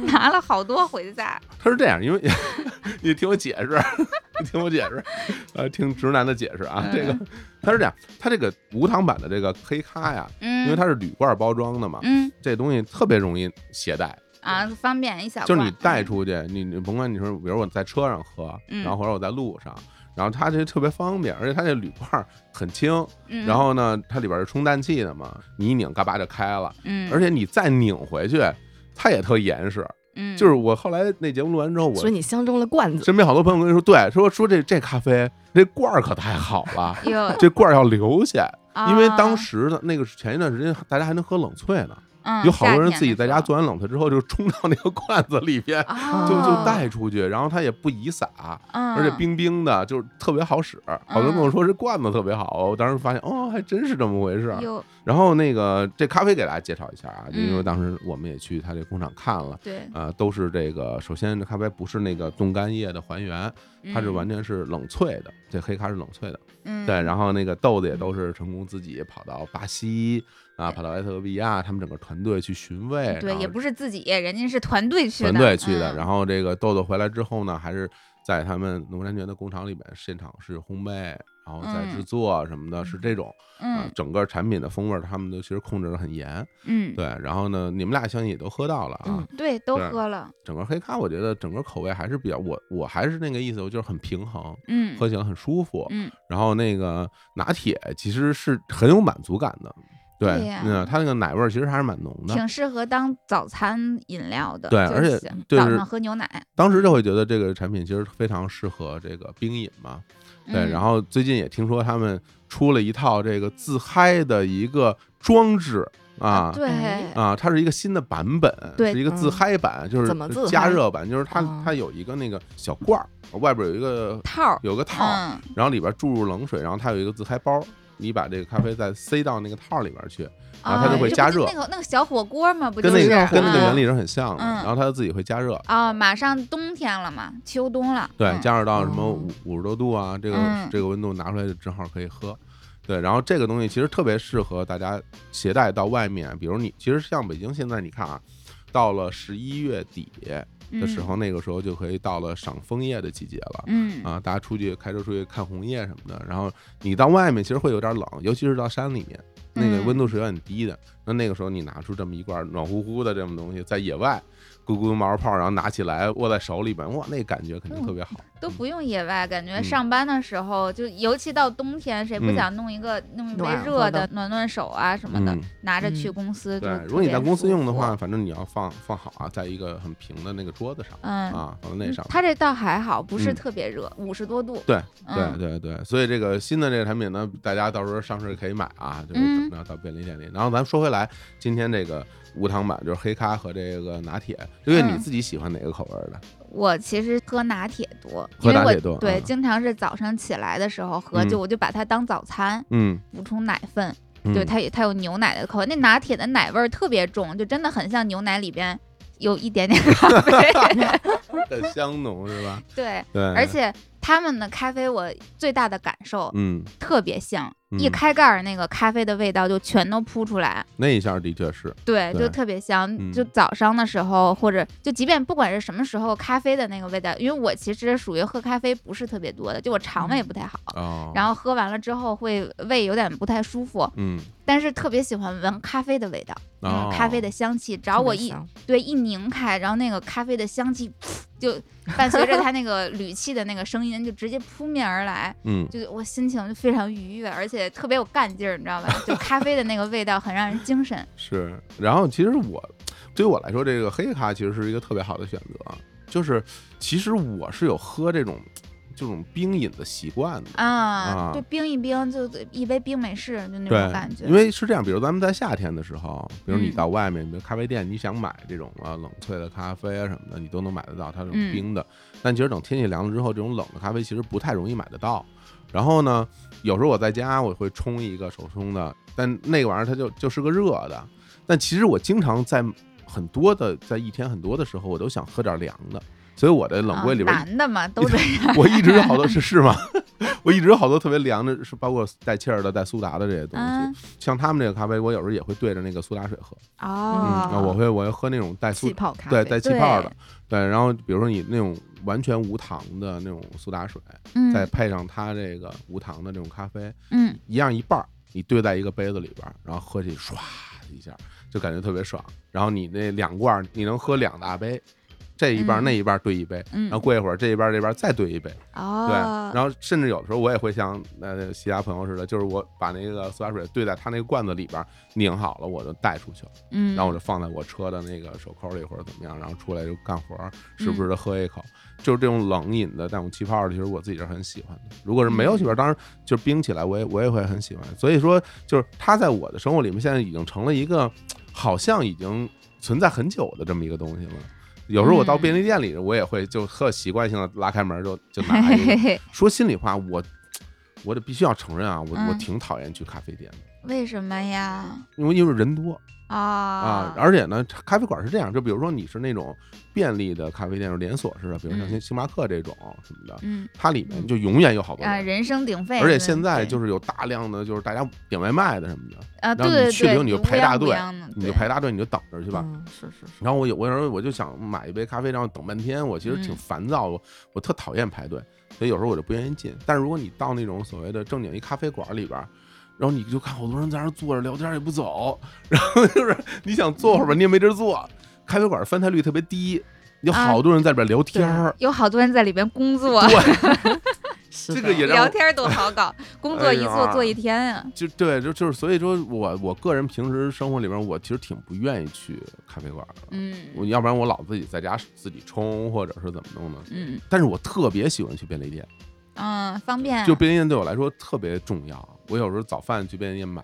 拿了好多回家。他是这样，因为 [LAUGHS] 你听我解释， [LAUGHS] 你听我解释，呃，听直男的解释啊，嗯这个他是这样，他这个无糖版的这个黑咖呀，嗯，因为它是铝罐包装的嘛，嗯这东西特别容易携带，啊，方便一小就是罐你带出去，你你甭管你说，比如我在车上喝，嗯然后或者我在路上。然后它这特别方便，而且它这铝罐很轻，嗯然后呢，它里边是充氮气的嘛，你一拧，嘎巴就开了，嗯，而且你再拧回去，它也特严实。嗯就是我后来那节目录完之后，我所以你相中了罐子，身边好多朋友 [LAUGHS] 跟我说，对，说说这这咖啡这罐儿可太好了，哟这罐儿要留下。 [LAUGHS] 因为当啊时的那个前一段时间大家还能喝冷萃呢，嗯有好多人自己在家，夏做完冷萃之后就冲到那个罐子里 [LAUGHS] 边，天的时就候就哦带出去，然后它也不移洒，嗯、而且冰冰的，就是特别好使。好多人跟我说这罐子特别好，我当时发现哦，还真是这么回事。有然后那个这咖啡给大家介绍一下啊，嗯因为当时我们也去他这工厂看了。对，呃，都是这个。首先，这咖啡不是那个冻干液的还原，它是完全是冷萃的。这黑咖是冷萃的，嗯对。然后那个豆子也都是成功自己跑到巴西啊，对跑到埃塞俄比亚，他们整个团队去寻味。嗯对，哎然也后不是自己，人家是团队去的，团队去的。嗯、然后后这个豆豆回来之后呢，还是在他们农山泉的工厂里面现场是烘焙，然后再制嗯作什么的，是这种啊嗯，整个产品的风味儿他们都其实控制的很严。嗯，对，然后呢，你们俩相信也都喝到了啊嗯。对，都对喝了，整个黑咖我觉得整个口味还是比较，我我还是那个意思，我就是很平衡，嗯，喝起来很舒服。嗯然后那个拿铁其实是很有满足感的。对对，呀嗯，它那个奶味儿其实还是蛮浓的，挺适合当早餐饮料的，对就而且行就早是上喝牛奶，当时就会觉得这个产品其实非常适合这个冰饮嘛。对，嗯然后最近也听说他们出了一套这个自嗨的一个装置啊。对哎，啊，它是一个新的版本，对是一个自嗯嗨版，就是怎么自加嗨热版，就是它哦它有一个那个小罐儿，外边有一个套儿，有个套儿，嗯，然后里边注入冷水，然后它有一个自嗨包，你把这个咖啡再塞到那个套儿里边去，然后它啊就会这不加就热那个那个小火锅嘛，不跟就那是个跟那个嗯原理是很像的，嗯然后它就自己会加热，啊，马上冬天了嘛，秋冬了，对，嗯加热到什么哦五五十多度啊，这个、嗯这个温度拿出来就正好可以喝。对，然后这个东西其实特别适合大家携带到外面，比如你其实像北京现在你看啊，到了十一月底的时，候，那个时候就可以到了赏枫叶的季节了。嗯嗯啊，大家出去开车出去看红叶什么的，然后你到外面其实会有点冷，尤其是到山里面，那个嗯温度是有点低的。那那个时候你拿出这么一罐暖乎乎的这种东西，在野外咕咕冒着泡，然后拿起来握在手里边，哇，那感觉肯嗯定特别好。都不用野外，感觉嗯上班的时候，就尤其到冬天，谁不嗯想弄一个弄一杯暖和热的的暖暖手啊什么的嗯，，拿着去嗯公司就对，特如果你别在公司舒用的服话，，反正你要放放好啊，在一个很平的那个桌子上嗯，啊，放在那嗯上面。它这倒还好，不是嗯特别热，五十多度，对嗯对对对，所以这个新的这个产品呢，大家到时候上市可以买啊，就是嗯怎么样到便利店里。然后咱们说回来，今天这个无糖版就是黑咖和这个拿铁，六月嗯你自己喜欢哪个口味儿的？我其实喝拿铁多，喝因为拿我铁多对，嗯经常是早上起来的时候喝，就嗯我就把它当早餐嗯，补充奶分。嗯对，它也它有牛奶的口味，那拿铁的奶味儿特别重，就真的很像牛奶里边有 [LAUGHS] 一点点咖啡。很香浓是吧？对，对，而且他们的咖啡我最大的感受嗯，特别香，一嗯开盖儿那个咖啡的味道就全都扑出来。那一下的确是，对，对就特别香。嗯就早上的时候，或者就即便不管是什么时候，咖啡的那个味道，因为我其实属于喝咖啡不是特别多的，就我肠胃不太好，哦，然后后喝完了之后会胃有点不太舒服，嗯，但是特别喜欢闻咖啡的味道，哦嗯，咖啡的香气，只要我一特别香对一拧开，然后那个咖啡的香气就伴随着它 [LAUGHS] 那个铝气的那个声音，就直接扑面而来。嗯，就我心情就非常愉悦，而且特别有干劲儿，你知道吧？就咖啡的那个味道很让人精神。是。然后其实我对于我来说，这个黑咖其实是一个特别好的选择，就是其实我是有喝这种这种冰饮的习惯的。啊，啊就冰一冰，就一杯冰美式，就那对种感觉。因为是这样，比如咱们在夏天的时候，比如你嗯到外面，比如咖啡店，你想买这种啊冷萃的咖啡啊什么的，你都能买得到，它这种嗯冰的。但其实等天气凉了之后，这种冷的咖啡其实不太容易买得到。然后呢，有时候我在家我会冲一个手冲的，但那个玩意儿它就就是个热的。但其实我经常在很多的在一天很多的时候，我都想喝点凉的，所以我的冷柜里边 [LAUGHS] 啊、男的嘛都这样。我一直有好多是是吗？ [LAUGHS] 我一直有好多特别凉的，是包括带气儿的、带苏打的这些东西。嗯像他们这个咖啡，我有时候也会兑着那个苏打水喝。嗯，哦，啊我会我会喝那种带苏气泡咖对啡，带气泡的，对。然后比如说你那种完全无糖的那种苏打水，嗯再配上它这个无糖的这种咖啡，嗯，一样一半儿，你兑在一个杯子里边儿，然后喝起唰一下，就感觉特别爽。然后你那两罐儿，你能喝两大杯，这一半儿嗯那一半儿兑一杯，嗯然后过一会儿这一半儿这边儿再兑一杯，对。哦，然后甚至有时候我也会像呃其他朋友似的，就是我把那个苏打水兑在他那个罐子里边儿拧好了，我就带出去了，嗯，然后我就放在我车的那个手扣里或者怎么样，然后出来就干活儿，时不时的喝一口。就是这种冷饮的带有气泡的，其实我自己是很喜欢的。如果是没有气泡，当然就是冰起来，我也我也会很喜欢。所以说，就是它在我的生活里面现在已经成了一个好像已经存在很久的这么一个东西了。有时候我到嗯便利店里，我也会就特习惯性的拉开门就就拿一个。嘿，说心里话，我我得必须要承认啊，我我嗯挺讨厌去咖啡店的， [LAUGHS] 为什么呀？因为因为人多啊啊，而且呢，咖啡馆是这样，就比如说你是那种便利的咖啡店，就是连锁式的，比如像嗯星星巴克这种什么的，嗯它里面就永远有好多啊，人。人声鼎沸。而且现在对就是有大量的，就是大家点外卖的什么的，啊，然后你对对去了以对，后你就排大队乌泱乌泱的你就对排大队，你就等着去吧。嗯，是是是，然后我有，我有时候我就想买一杯咖啡，然后等半天，我其实挺嗯烦躁，我我特讨厌排队，所以有时候我就不愿意进。但是如果你到那种所谓的正经一咖啡馆里边儿，然后你就看好多人在那儿坐着聊天也不走， [LAUGHS] 然后就是你想坐会儿吧，你也没地儿坐，咖啡馆翻台率特别低，有啊好多人在里边聊天儿，有好多人在里边工作， [LAUGHS] 对，是这的个也让聊我天多好搞，工作哎一坐呀坐一天啊。就对，就就是所以说我我个人平时生活里边儿，我其实挺不愿意去咖啡馆儿的，我嗯要不然我老自己在家自己冲，或者是怎么弄呢？嗯但是我特别喜欢去便利店。嗯，方便啊。就便利店对我来说特别重要。我有时候早饭去便利店买，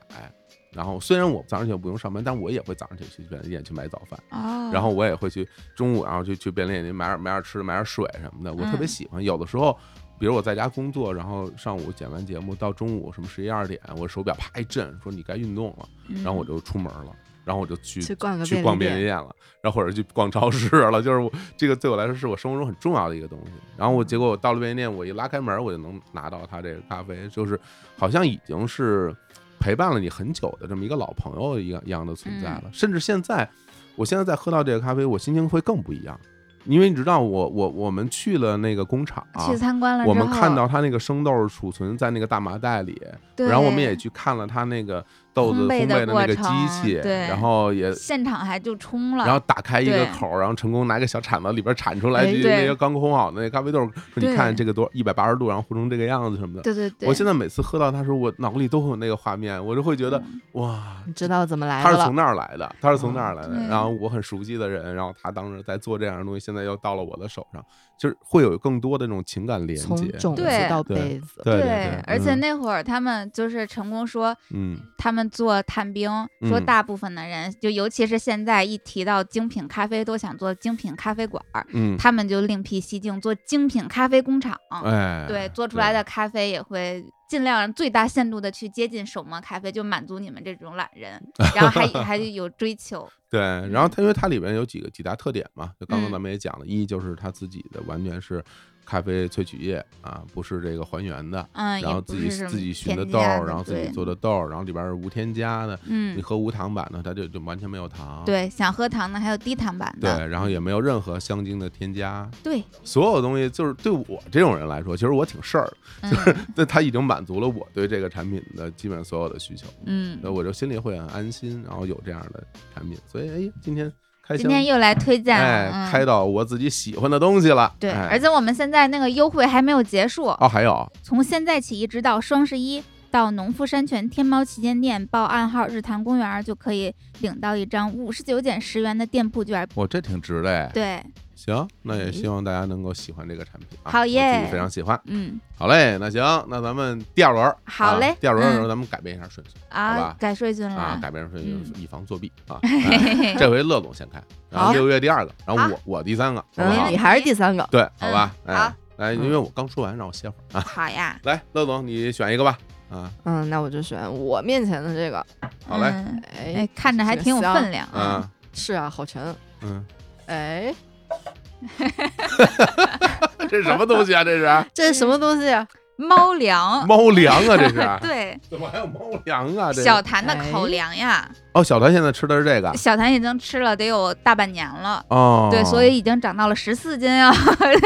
然后虽然我早上起来不用上班，但我也会早上起来去便利店去买早饭，哦，然后我也会去中午，然后就去便利店买点买点吃的，买点水什么的。我特别嗯喜欢，有的时候。比如我在家工作，然后上午剪完节目到中午什么十一二点，我手表啪一震，说你该运动了，嗯，然后我就出门了，然后我就去去逛个去逛便便利利店，店了，然后或者去逛超市了， [LAUGHS] 就是我这个对我来说是我生活中很重要的一个东西。然嗯后我结果我到了便利店，我一拉开门，我就能拿到他这个咖啡，就是好像已经是陪伴了你很久的这么一个老朋友一样一样的存在了。嗯甚至现在，我现在再喝到这个咖啡，我心情会更不一样，因为你知道我，我我们去了那个工厂、啊去参观了之后，我们看到他那个生豆储存在那个大麻袋里，对，然后我们也去看了他那个豆子烘烘焙焙的的那过个机程器，对然后也现场还就冲了，然后打开一个对口儿，然后成功拿个小铲子里边铲出来哎就对那个刚烘好的那咖啡豆，说你对看这个多一百八十度，然后糊成这个样子什么的。对对对，我现在每次喝到它时候，我脑子里都会有那个画面，我就会觉得嗯哇，你知道怎么来他的是了从。那儿来的，他是从那儿来的。对然后我很熟悉的人，然后他当时在做这样的东西，现在又到了我的手上，就是会有更多的那种情感连从接。种子对到对杯子，对而且嗯那会儿他们就是成功说，嗯他们做探冰，说嗯大部分的人，就尤其是现在一提到精品咖啡，都想做精品咖啡馆儿，嗯，他们就另辟蹊径做精品咖啡工厂，哎，对，做出来的咖啡也会。尽量最大限度的去接近手磨咖啡，就满足你们这种懒 [LAUGHS] 人，然后还还有追求，对，然后它因为它里面有几个几大特点嘛，就刚刚嗯咱们也讲了，一就是它自己的完全是咖啡萃取液啊，不是这个还原的，嗯，然也后不自己是什么自己寻的添豆加儿，然后自己对做的豆儿，然后里边是无添加的，你嗯，喝无糖版的，它就就完全没有糖，对，嗯想喝糖的还有低糖版对的，然后也没有任何香精的添加， [LAUGHS] 对，所有东西就是对我这种人来说，其实我挺事儿的，嗯但它已经满足了我对这个产品的基本上所有的需求，嗯那，我就心里会很安心，然后有这样的产品，所以哎，今天开今箱。天又来推荐了，哎，嗯开到我自己喜欢的东西了。对，哎而且我们现在那个优惠还没有结束，哦，还有，从现在起一直到双十一，到农夫山泉天猫旗舰店报暗号“日坛公园儿”就可以领到一张五十九减十元的店铺券。我这挺值的哎。对，行，那也希望大家能够喜欢这个产品啊。好耶我自己非常喜欢。嗯好嘞，那行，那咱们第二轮儿，好嘞啊第二轮儿的时候嗯咱们改变一下顺序好啊吧，改税菌啊了，，改变顺序嗯以防作弊 [LAUGHS] 啊。嘿哎嘿嘿这回乐总先开，然后好六月第二个，然后好我我第三个，好不没好嗯，问你题？还是第三个，对，好吧。嗯哎好，来，因为我刚说完，让我歇会儿啊。好呀，来，乐总，你选一个吧。啊，嗯，那我就选我面前的这个， [LAUGHS] 好嘞，嗯哎哎，，看着还挺有分量啊。啊，是啊，好沉，嗯， [LAUGHS] 哎，这是什么东西啊？这是这是什嗯么东西啊？猫粮，猫粮啊？这是对，怎么还有猫粮啊？这是小谭的口粮呀，哦，小谭现在吃的是这个啊小谭已经吃了得有大半年了。哦，对，所以已经长到了十四斤啊！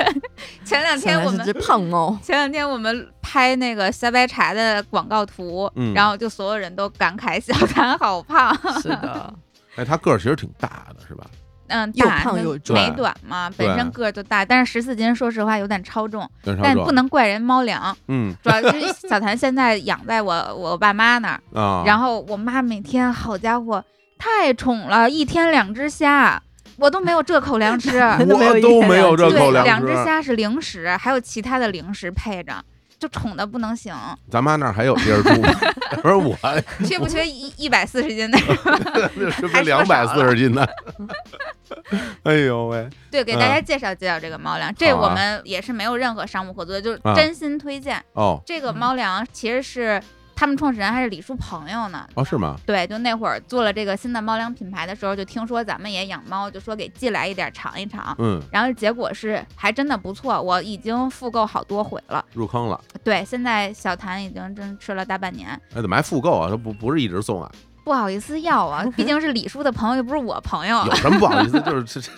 [LAUGHS] 前两天我看来们是只胖 [LAUGHS] 猫，前两天我们拍那个瞎掰柴的广告图，嗯然后就所有人都感慨小谭好胖。 [LAUGHS] 是的， [LAUGHS] 哎，他个儿其实挺大的，是吧？嗯，又大胖那又壮美短嘛，本身对个儿就大，但是十四斤说实话有点超重，但但不能怪人猫粮，嗯主要就是小谭现在养在我我爸妈那儿，啊， [LAUGHS] 然后后我妈每天好家伙太宠了，一天两只虾，我都没有这口粮吃，真的没有我一都天没两有只这口对，粮两吃只虾是零食，还有其他的零食配着，就宠的不能行，咱妈那儿还有地儿 [LAUGHS] 住吗，不是我，缺不缺一一百四十斤的？这不还两说百少四十 [LAUGHS] 斤呢？哎呦喂，对，给大家介绍介绍这个猫粮，这好啊我们也是没有任何商务合作，就是啊真心推荐。哦这个嗯猫粮其实是他们创始人还是李叔朋友呢。哦是吗？对，就那会儿做了这个新的猫粮品牌的时候，就听说咱们也养猫，就说给寄来一点尝一尝。嗯，然后结果是还真的不错，我已经复购好多回了。入坑了，对，现在小谭已经真吃了大半年，哎，怎么还复购啊？这不不是一直送啊？不好意思 [LAUGHS] 要啊，毕竟是李叔的朋友，又不是我朋友有。什么不好意思？就是 [LAUGHS] 这这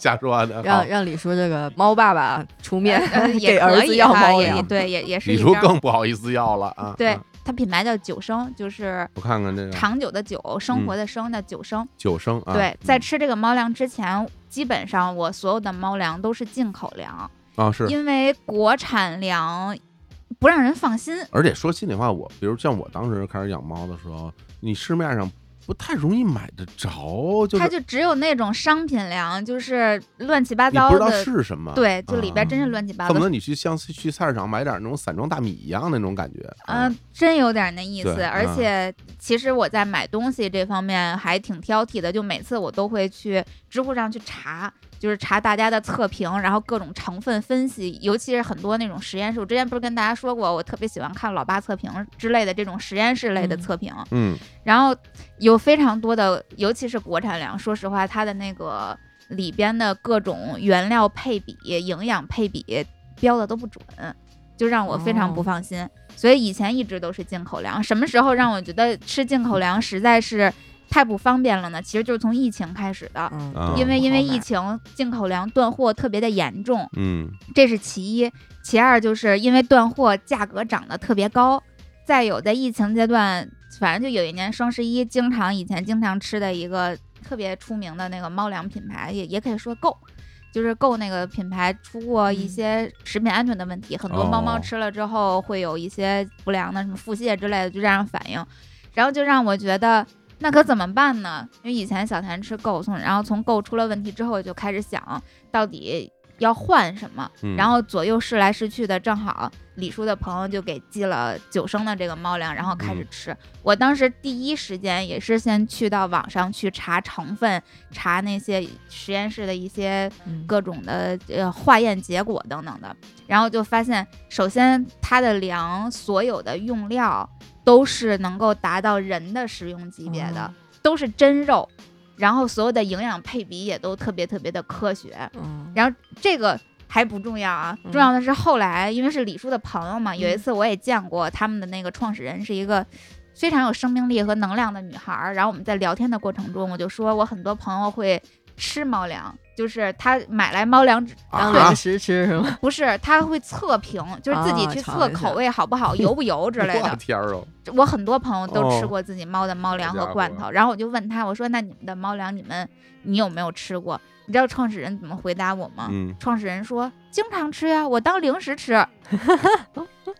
瞎说的。好让让李叔这个猫爸爸出面 [LAUGHS] 呃给 [LAUGHS] 也儿可子以要哈，猫也也粮，对，也也是李一叔招。更不好意思要了啊。对啊，它品牌叫九生，就是我看看这个长久的久，生活的生，叫九生。九生嗯啊。对，在嗯吃这个猫粮之前，基本上我所有的猫粮都是进口粮，啊是，因为国产粮不让人放心。而且说心里话，我比如像我当时开始养猫的时候，你市面上不太容易买得着，就是它就只有那种商品粮，就是乱七八你糟不知道的，是什么。。对，就里边啊真是乱七八糟恨不。得你去像去菜市场买点那种散装大米一样那种感觉，啊嗯、真有点那意思对。而嗯且，其实我在买东西这方面还挺挑剔的，就每次我都会去知乎上去查，就是查大家的测评，然后各种成分分析，尤其是很多那种实验室。我之前不是跟大家说过，我特别喜欢看老爸测评之类的这种实验室类的嗯测评，嗯，然后有非常多的，尤其是国产粮，说实话，它的那个里边的各种原料配比、营养配比标的都不准，就让我非常不哦放心。所以以前一直都是进口粮，什么时候让我觉得吃进口粮实在是太不方便了呢？其实就是从疫情开始的。嗯啊对因为不因好为买疫情，进口粮断货特别的严重，嗯这是其一。其二就是因为断货，价格涨得特别高。再有在疫情阶段，反正就有一年双十一，经常以前经常吃的一个特别出名的那个猫粮品牌，也也可以说够。就是够那个品牌出过一嗯些食品安全的问题，很多猫猫哦吃了之后会有一些不良的什么腹泻之类的，就这样反应，然后就让我觉得那可怎么办呢？因为以前小谭吃够从，然后从够出了问题之后，我就开始想到底要换什么，嗯，然后左右试来试去的，正好李叔的朋友就给寄了九升的这个猫粮，然后开始嗯吃。我当时第一时间也是先去到网上去查成分，查那些实验室的一些嗯各种的呃化验结果等等的，然后就发现，首先它的粮所有的用料都是能够达到人的食用级别的，哦都是真肉，然后所有的营养配比也都特别特别的科学。嗯然后这个还不重要啊，嗯重要的是后来，因为是李叔的朋友嘛，有一嗯次我也见过他们的那个创始人是一个。非常有生命力和能量的女孩儿，然后我们在聊天的过程中，我就说我很多朋友会吃猫粮，就是他买来猫粮之，当啊 [LAUGHS] 零食吃是吗？不是他会测评，就是自己啊去尝测一下口味好不 [LAUGHS] 好、油不油之类我的。天儿哦，我很多朋友都吃哦过自己猫的猫粮好和家罐伙头，然后我就问他，我说那你们的猫粮你们你有没有吃过？你知道创始人怎么回答我吗？嗯，创始人说：“经常吃呀，我当零食吃。”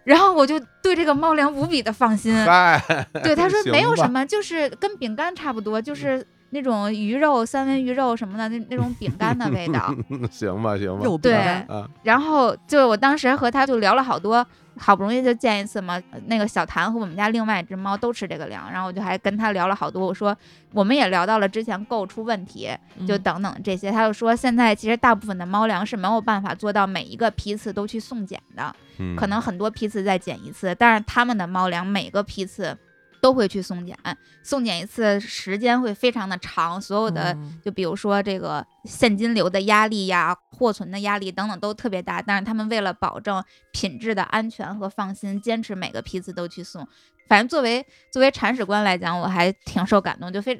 然后我就对这个猫粮无比的 [LAUGHS] 放心。嗨，对，他说行没有吧嗯什么，就是跟饼干差不多，就是那种鱼肉、三文鱼肉什么的那那种饼干的味 [LAUGHS] 道。行吧行吧，肉饼对干啊，然后就我当时和他就聊了好多，好不容易就见一次嘛。呃那个小谭和我们家另外一只猫都吃这个粮，然后我就还跟他聊了好多。我说我们也聊到了之前购出问题，嗯就等等这些。他就说，现在其实大部分的猫粮是没有办法做到每一个批次都去送检的，嗯可能很多批次再检一次，但是他们的猫粮每个批次都会去送检，送检一次时间会非常的长，所有的。嗯就比如说这个现金流的压力呀、货存的压力等等都特别大，但是他们为了保证品质的安全和放心，坚持每个批次都去送。反正作为作为铲屎官来讲，我还挺受感动，就非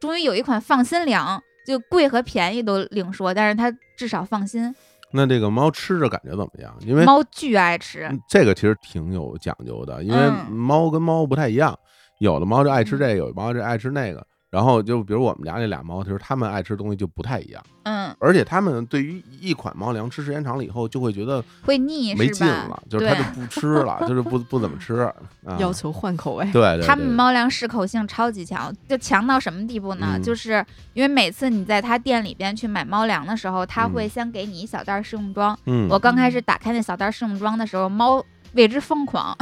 终于有一款放心粮，就贵和便宜都另说，但是它至少放心。那这个猫吃着感觉怎么样？因为猫巨爱吃，嗯这个其实挺有讲究的，因为嗯猫跟猫不太一样，有的猫就爱吃嗯这个，有的猫就爱吃那个。然后就比如我们家那俩猫，就是它们爱吃东西就不太一样，嗯，而且它们对于一款猫粮吃时间长了以后，就会觉得会腻没是劲吧？了，就是它对就不吃了，就是不不怎么吃啊。要求换口味。对对对，它们对猫粮适口性超级强，就强到什么地步呢？嗯就是因为每次你在它店里边去买猫粮的时候，它嗯会先给你一小袋儿试用装。嗯，我刚开始打开那小袋儿试用装的时候，猫为之疯狂。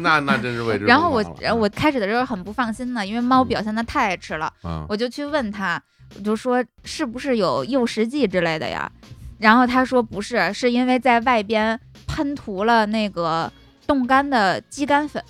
那那真是 [LAUGHS] 未知。然后我呃然我开始的时候很不放心呢，因为猫嗯表现的太爱吃了，啊，我就去问他，我就说是不是有诱食剂之类的呀？然后他说不是，是因为在外边喷涂了那个冻干的鸡肝粉，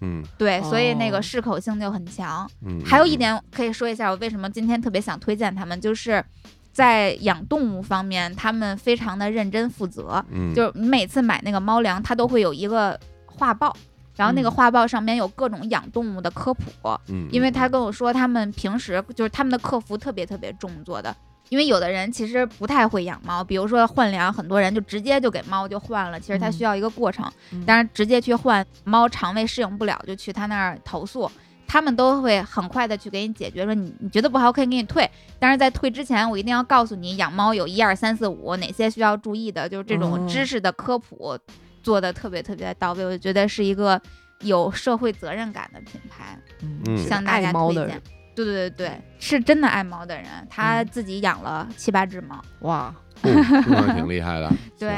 嗯对，所以那哦个适口性就很强。嗯，还有一嗯，点可以说一下，我为什么今天特别想推荐他们，就是在养动物方面，他们非常的认真负责。嗯，就是你每次买那个猫粮，它都会有一个画报，然后那个嗯画报上面有各种养动物的科普。嗯，因为他跟我说，他们平时就是他们的客服特别特别重做的。因为有的人其实不太会养猫，比如说换粮，很多人就直接就给猫就换了，其实它嗯需要一个过程。嗯但是直接去换，猫肠胃适应不了，就去他那儿投诉，他们都会很快的去给你解决，说你你觉得不好可以给你退，但是在退之前，我一定要告诉你养猫有一二三四五哪些需要注意的，就是这种哦知识的科普做的特别特别到位，我觉得是一个有社会责任感的品牌。嗯向大爱家猫推的荐。对对对对，是真的爱猫的人，他嗯自己养了七八只猫。哇，嗯嗯挺厉害的，对，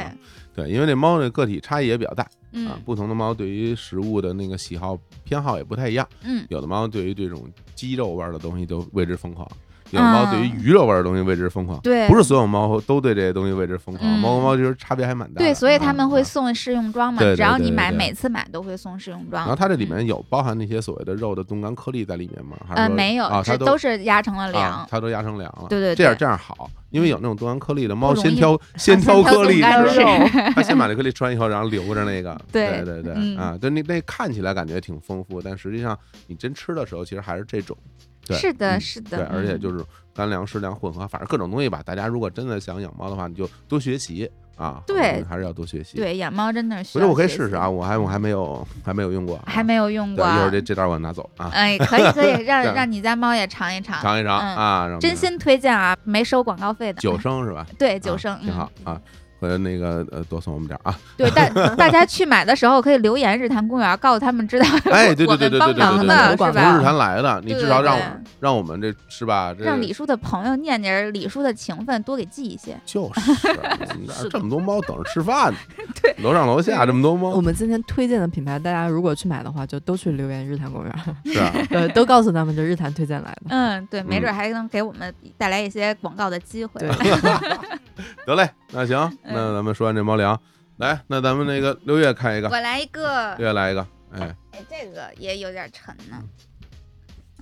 对，因为这猫的个体差异也比较大啊嗯，不同的猫对于食物的那个喜好偏好也不太一样，嗯，有的猫对于这种鸡肉味儿的东西就为之疯狂，有的猫对于鱼肉味儿的东西为之疯狂，嗯对，不是所有猫都对这些东西为之疯狂，嗯猫和猫其实差别还蛮大的。对，所以啊他们会啊送试用装嘛对，对只要对你对买，对每次买都会送试用装。然后它这里面有包含那些所谓的肉的冻干颗粒在里面吗？还是呃说没有啊，，它这都都是压成了啊 [LAUGHS] 粮，。它都压成粮了。对对这样对这样好，因为有那种冻干颗粒的猫，不容易先 [LAUGHS] 挑先挑先挑颗粒冻干吃肉， [LAUGHS] 它先把这颗粒吃完以后，然后留着那个。对对对嗯啊，就那那看起来感觉挺丰富，但实际上你真吃的时候，其实还是这种。对是的，嗯是的。对，而且嗯就是干粮、湿粮混合，反正各种东西吧。大家如果真的想养猫的话，你就多学习啊。对好东西还是要多学习。，对养猫真的是。我觉得我可以试试啊，，我还我还没有还没有用过啊，还没有用对过。一会儿这这袋儿我拿走啊，哎，可以可以， [LAUGHS] 让对让你家猫也尝一尝，尝一尝嗯啊，让真我们心推荐啊，没收广告费的。九升是吧？ [LAUGHS] 对啊九升，挺嗯好啊。回头那个呃，多送我们点儿啊！对，大大家去买的时候可以留言日坛公园，告诉他们知道哎，对我对对们对对对帮对忙对的对，是从广吧？日坛来的，你对至少对让对我让我们这是吧？这让李叔的朋友念念李叔的情分，多给记一些。 [LAUGHS] 就是我们这儿这么多猫等着吃饭呢，对，楼上楼下这么多我猫，们今天推荐的品牌，大家如果去买的话，就都去留言日坛公园，是啊，对，都告诉他们这日坛推荐来的。嗯，对，没准嗯还能给我们带来一些广告的机会。对，啊 [LAUGHS] 得嘞，那行，嗯那咱们说完这猫粮，来，那咱们那个六月看一个，我来一个，六月来一个，哎，哎，这个也有点沉呢，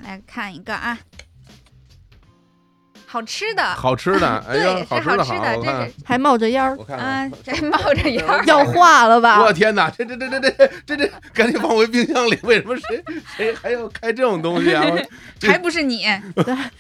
来看一个啊，好吃的，好吃的，哎啊 [LAUGHS] 对，呦，是吃的好，吃我这看是还冒着烟儿，我看啊看，，这冒着 [LAUGHS] 烟儿，要化了啊吧？我天哪，这这这这这这这，赶紧放回冰箱里！为什么谁谁还要开这种东西啊？我这还不 [LAUGHS] 是你，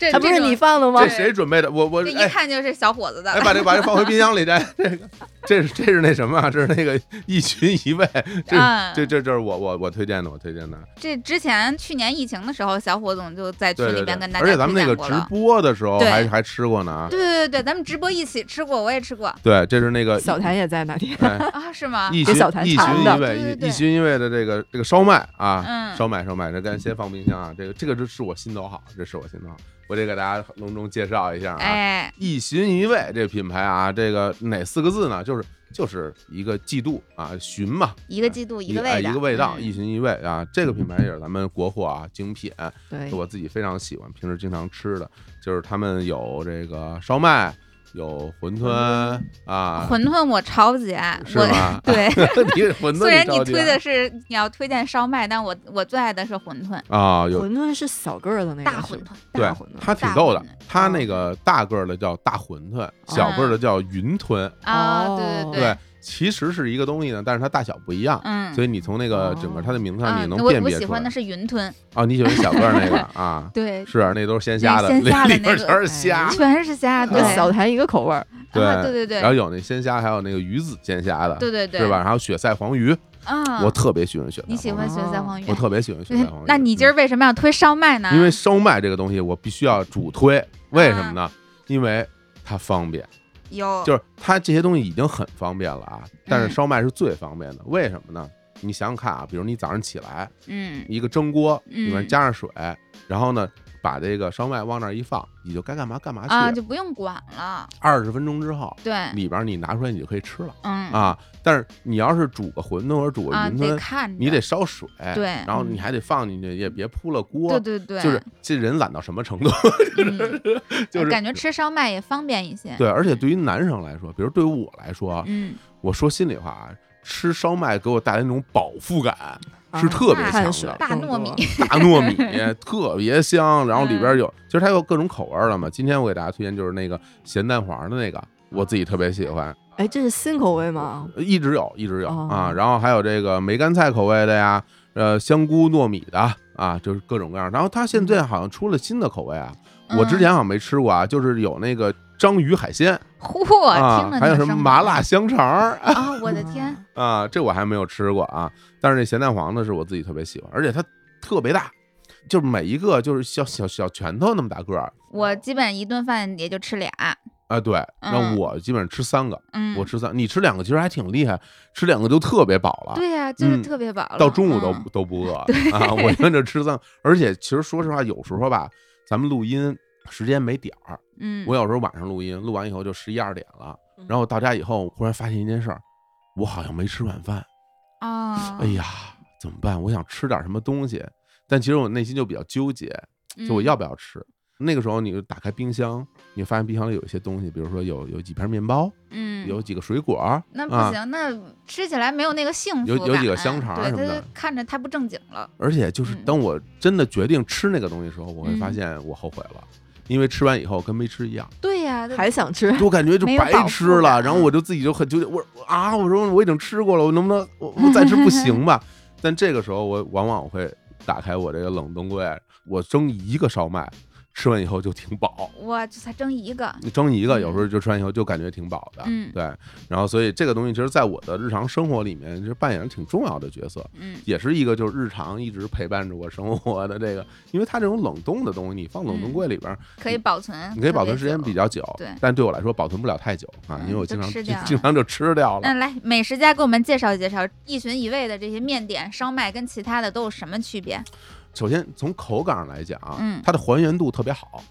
这还不这是种你放 [LAUGHS] 的吗这？谁准备的？我我这一哎看就是小伙子的哎，。把这把这放回冰箱里，这这个这是这是那什么啊？这是那个一群一位，这嗯，这这这是我我我推荐的，我推荐的。这之前去年疫情的时候，小火总就在群对里对对边跟，大家而且咱们那推个荐过直了。播的时候对还还吃过呢啊。对对对对，咱们直播一起吃过，我也吃过对，这是那个小谭也在那里，哎 [LAUGHS] 啊，是吗？一群小谭一馋群的一对对位一对一群一位的这个这个烧麦啊，嗯烧麦烧麦，这赶紧先放冰箱啊，这个这个这是我心头好，这是我心头好，我得给大家隆重介绍一下啊，哎，一寻一味这品牌啊，这个哪四个字呢？就是就是一个季度啊，寻嘛，一个季度一个个哎味道，一个味道，嗯一寻一味啊，这个品牌也是咱们国货啊，精品，对是，我自己非常喜欢，平时经常吃的，就是他们有这个烧麦，有馄饨啊，馄饨我超级爱，是我吗？对。 [LAUGHS] 你馄饨虽然你你着急推啊的是你要推荐烧麦，但我我最爱的是馄饨，啊，有馄饨是小个儿的那个大是馄吧，饨。对大馄饨，它挺大逗馄的饨，嗯它那个大个儿的叫大馄饨，小个儿的叫云吞，啊，哦对对，其实是一个东西呢，但是它大小不一样。嗯，所以你从那个整个它的名字上，啊你能我辨我别喜出欢来的是云 [LAUGHS] 吞，啊！你喜欢小个儿那个啊？对，是那都是鲜虾的，那里鲜虾的里边那个全是虾哎，全是虾，对，跟 [LAUGHS] 小啊谭一个口味儿，对对对然后对，有那鲜虾，还有那个鱼子鲜虾的，对对对，是吧？？然后雪菜黄鱼嗯，我特别喜欢选你蛋喜黄欢面，学哦三黄我园？特别喜欢选蛋黄面。哎嗯那你今儿为嗯什么要推烧麦呢？因为烧麦这个东西，我必须要主推，为嗯什么呢？因为它方便，有就是它这些东西已经很方便了啊，但嗯是烧麦是最方便的，为什么呢？你想想看啊，比如你早上起来，嗯一个蒸锅里面嗯加上水，然后呢，把这个烧麦往那儿一放，你就该干嘛干嘛啊，去。就不用管了。二十分钟之后，对，里边你拿出来你就可以吃了嗯啊。但是你要是煮个馄饨或者煮个啊，云得吞，看着，你得烧水，对嗯然后你还得放进去，也别铺了锅对。对对，就是这人懒到什么程度？ [LAUGHS] 嗯就是感觉吃烧麦也方便一些。对，而且对于男生来说，比如对于我来说，啊嗯，我说心里话啊，吃烧麦给我带来那种饱腹感是特别强那啊碳水的，大更糯 [LAUGHS] 多米大糯 [LAUGHS] 米特别香，然后里嗯边有，其实它有各种口味儿了嘛。今天我给大家推荐就是那个咸蛋黄的那个，我自己特别喜欢，呃哎，这是新口味吗？一直有，一直有哦啊。然后还有这个梅干菜口味的呀，呃，香菇糯米的啊，就是各种各样。然后它现在嗯好像出了新的口味啊，我之前好像没吃过啊，就是有那个章鱼海鲜嚯，啊听着，还有那什么声麻音辣香肠儿 [LAUGHS] 啊！我的天，啊，啊，这我还没有吃过啊。但是这咸蛋黄呢，是我自己特别喜欢，而且它特别大，就是每一个就是小小小拳头那么大个儿我基本一顿饭也就吃俩。啊。对，那嗯我基本上吃三个，嗯，我吃三，你吃两个其实还挺厉害，吃两个就特别饱了。对呀，就是嗯特别饱了，到中午都嗯不都不饿啊！我跟着吃三，而且其实说实话，有时候吧，咱们录音时间没点儿，嗯，我有时候晚上录音，录完以后就十一二点了，嗯然后到家以后忽然发现一件事儿，我好像没吃晚饭，啊，哎呀，怎么办？我想吃点什么东西，但其实我内心就比较纠结，就我嗯要不要吃。那个时候你就打开冰箱，你发现冰箱里有一些东西，比如说有有几片面包，嗯有几个水果儿，那不啊行，那吃起来没有那个幸福有有几个感啊香肠对，什么它的看着太不正经了。而且就是嗯当我真的决定吃那个东西的时候，我会发嗯现我后悔了，因为吃完以后跟没吃一样，对呀，它嗯还 [LAUGHS] [LAUGHS] 想吃，就感觉就没有白饱腹吃了。感然后我就自己就很纠结，我说啊，我说我已经吃过了，我能不能我我再吃 [LAUGHS] 不行吧？但这个时候我往往会打开我这个冷冻柜，我蒸一个烧麦，吃完以后就挺饱。哇，这才蒸一个，你蒸一个，有时候嗯就吃完以后就感觉挺饱的，嗯对。然后所以这个东西其实在我的日常生活里面，就是扮演了挺重要的角色。嗯，也是一个就是日常一直陪伴着我生活的这个，因为它这种冷冻的东西，你放冷嗯冻柜里边儿，可以保存，嗯你可以嗯特保别存时间久比。较久，对但对我来说保存不了太久啊，嗯因为我就经常吃经掉嗯经常就吃掉了那。来，美食家给我们介绍介绍一寻一味的这些面点、烧麦跟其他的都有什么区别？首先从口感上来讲啊，嗯它的还原度特别好，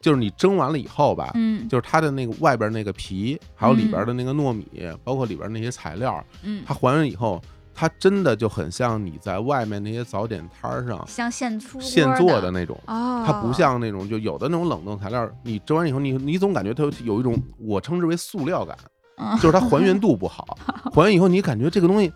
就是你蒸完了以后吧，嗯就是它的那个外边那个皮，还有里边嗯的那个糯米，包括里边那些材料，嗯，它还原以后，它真的就很像你在外面那些早点摊儿上像现出锅现做的那种。哦，它不像那种就有的那种冷冻材料，你蒸完以后你，你总感觉它有有一种我称之为塑料感，嗯就是它还原度不 [LAUGHS] 好。还原以后，你感觉这个东西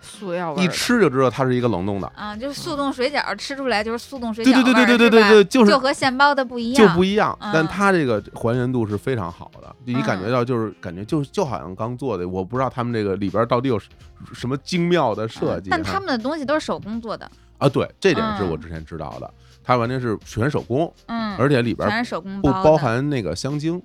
塑料味一儿的。吃就知道它是一个冷冻的，啊，就是速冻水饺吃出来就是速冻水对饺对对味儿对对是对吧对，就是就和现包的不一就样，不一样。但嗯它这个还原度是非常好的，就你感觉嗯到就是感觉就就好像刚做的，我不知道他们这个里边到底有什什么精妙的设计哈。嗯但他们的东西都是手工做的，啊，对，这点是我嗯之前知道的，它完全是全手工，嗯，而且里边全是手工不包包的含那个香精。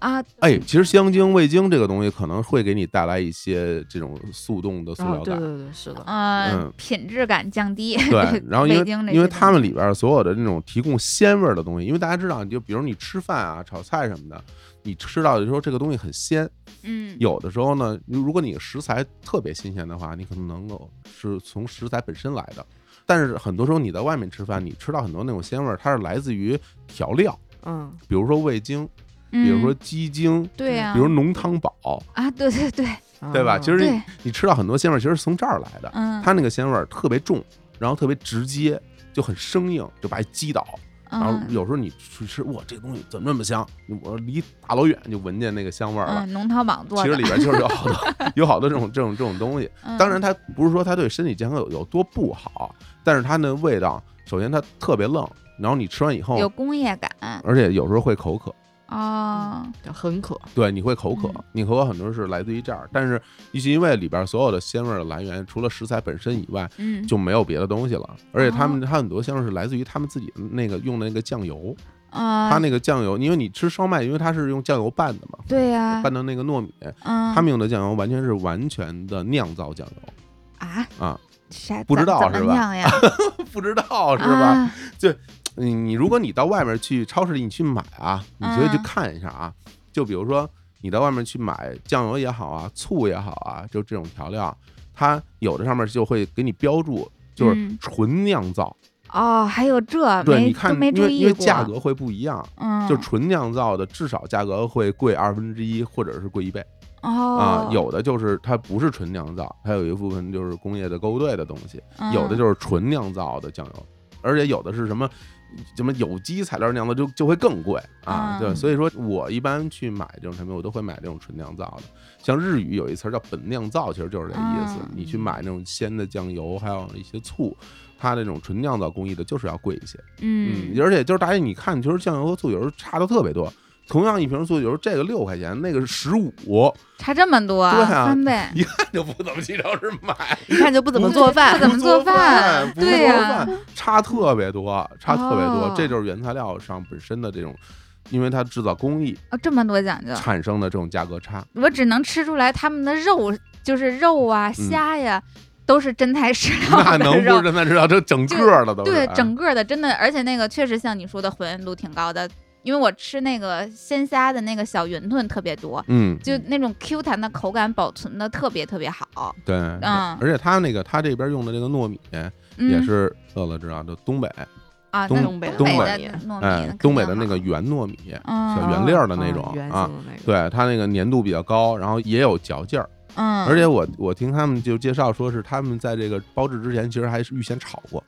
啊，哎，其实香精、味精这个东西可能会给你带来一些这种速冻的塑啊料，对感，对对，是的，嗯嗯，品质感降低。对。然后因 [LAUGHS] 味精这为些因为东他们西里边所有的那种提供鲜味儿的东西，因为大家知道，你就比如你吃饭啊、炒菜什么的，你吃到的时候这个东西很鲜，嗯，有的时候呢，如果你食材特别新鲜的话，你可能能够是从食材本身来的。但是很多时候你在外面吃饭，你吃到很多那种鲜味儿，它是来自于调料，嗯，比如说味精，比比如说鸡精，嗯对呀，比如浓汤宝，啊，对对对对吧？啊其实对，你吃到很多鲜味儿，其实是从这儿来的。嗯，它那个鲜味儿特别重，然后特别直接，就很生硬，就把你击倒。然后嗯有时候你去吃，哇，这东西怎么这么香？我离大老远就闻见那个香味儿了。嗯，浓汤宝做其实的里，边就是有好 [LAUGHS] 多 [LAUGHS] 有好多这种这种这种东西。嗯当然，它不是说它对身体健康有有多不好，但是它那味道，首先它特别愣，然后你吃完以有后，工业感而且有时候会口渴。哦，很渴，对，你会口渴嗯，你口渴很多是来自于这儿，但是一是因为里边所有的鲜味儿的来源，除了食材本身以外，嗯，就没有别的东西了。而且他哦们它很多香是来自于他们自己那个用的那个酱油，啊，它那个酱油，因为你吃烧麦，因为它是用酱油拌的嘛，对呀，拌的那个糯米，啊嗯，他们用的酱油完全是完全的酿造酱油，啊啊，啥不知道怎么是吧酿呀？ [LAUGHS] 不知道 [LAUGHS] 是吧？啊你你如果你到外面去超市里你去买啊，你就去嗯看一下啊。就比如说你到外面去买酱油也好啊，醋也好啊，就这种调料，它有的上面就会给你标注，就是嗯纯酿造。哦，还有这对，没你都看，没因注为因意为过，价格会不一样，嗯，就纯酿造的至少价格会贵二分之一，或者是贵一倍哦啊。有的就是它不是纯酿造，它有一部分就是工业的勾兑的东西。有的嗯就是纯酿造的酱油，而且有的是什么什么有机材料酿造就就会更贵啊。嗯对，所以说我一般去买这种产品，我都会买这种纯酿造的。像日语有一词儿叫本酿造，其实就是这意思嗯。你去买那种鲜的酱油，还有一些醋。它那种纯酿造工艺的，就是要贵一些，嗯而且就是大家你看，其实酱油和醋有时候差的特别多。同样一瓶醋，有时候这个六块钱，那个是十五，差这么多，对啊 [LAUGHS] 翻倍，一看就不怎么去超市买。一看就不怎么不做饭不。怎么做饭饭？不做对呀饭，，差特别多，差特别多哦，这就是原材料上本身的这种，因为它制造工艺哦，这么多讲究，产生的这种价格 [LAUGHS] 差。我只能吃出来他们的肉，就是肉啊、虾呀，都是真材实嗯那料能的不肉。是咱知道这整个的都是啊对，整个的真的，而且那个确实像你说的还原度挺高的，因为我吃那个鲜虾的那个小云吞特别多，嗯，就那种 Q 弹的口感保存的特别特别好。对，嗯而且它那个它这边用的这个糯米嗯、也是乐乐知道，就东北啊，东那东北东东北北的糯米，哎肯，东北定的那个圆糯米，好小嗯圆粒儿的那哦种圆啊形的那种对它那个粘度比较高，然后也有嚼劲儿，嗯，而且我我听他们就介绍说是他们在这个包制之前其实还是预先炒过。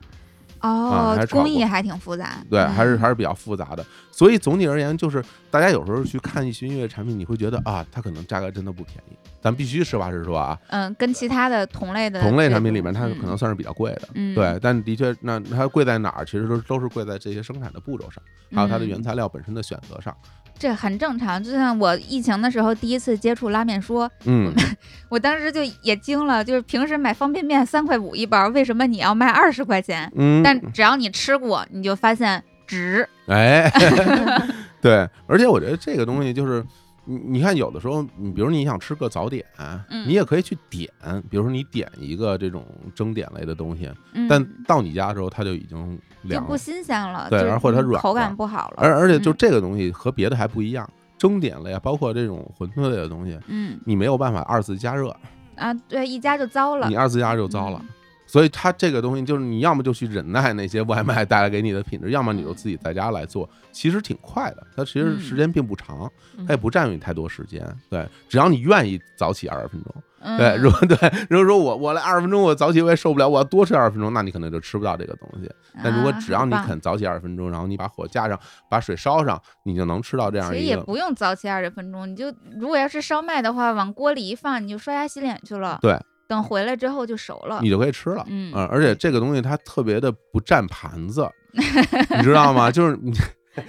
哦啊还，炒工过艺还挺复杂。对，还是嗯还是比较复杂的。所以总体而言，就是大家有时候去看一些音乐产品，你会觉得啊，它可能价格真的不便宜。咱必须实话实说啊，嗯，跟其他的同类的同类产品这里种面它可能嗯算是比较贵的，嗯对。但的确，那它贵在哪儿？其实都都是贵在这些生产的步骤上，还有它的原材料本身的选择上。嗯这很正常。就像我疫情的时候第一次接触拉面说，嗯，我当时就也惊了，就是平时买方便面三块五一包，为什么你要卖二十块钱？嗯，但只要你吃过，你就发现值。 [LAUGHS] 哎，对，而且我觉得这个东西就是。你你看，有的时候，你比如你想吃个早点，嗯你也可以去点，比如说你点一个这种蒸点类的东西，嗯，但到你家的时候，它就已经就凉不了。新鲜了，对就嗯而或者它软口了感不好了。而而且就嗯这个东西和别的还不一样，蒸点类啊，包括这种馄饨类的东西，嗯你没有办法二次加热，啊，对，一加就糟了你。二次加热就糟了。嗯所以它这个东西就是你要么就去忍耐那些外卖带来给你的品质，要么你就自己在家来做，其实挺快的。它其实嗯时间并不长，嗯它也不占用你太多时间。对，只要你愿意早起二十分钟。嗯对，如果 [LAUGHS] 对，如果说我我来二十分钟我早起我也受不了，我要多睡二十分钟，那你可能就吃不到这个东西。但如果啊只要好你棒肯早起二十分钟，然后你把火架上，把水烧上，你就能吃到这样其实一也个。不用早起二十分钟，你就如果要是烧麦的话，往锅里一放，你就刷牙洗脸去了。对，等回来之后就熟了你。就可以吃了，嗯而且这个东西它特别的不占盘子，你知道吗？ [LAUGHS] 就是 [LAUGHS] 你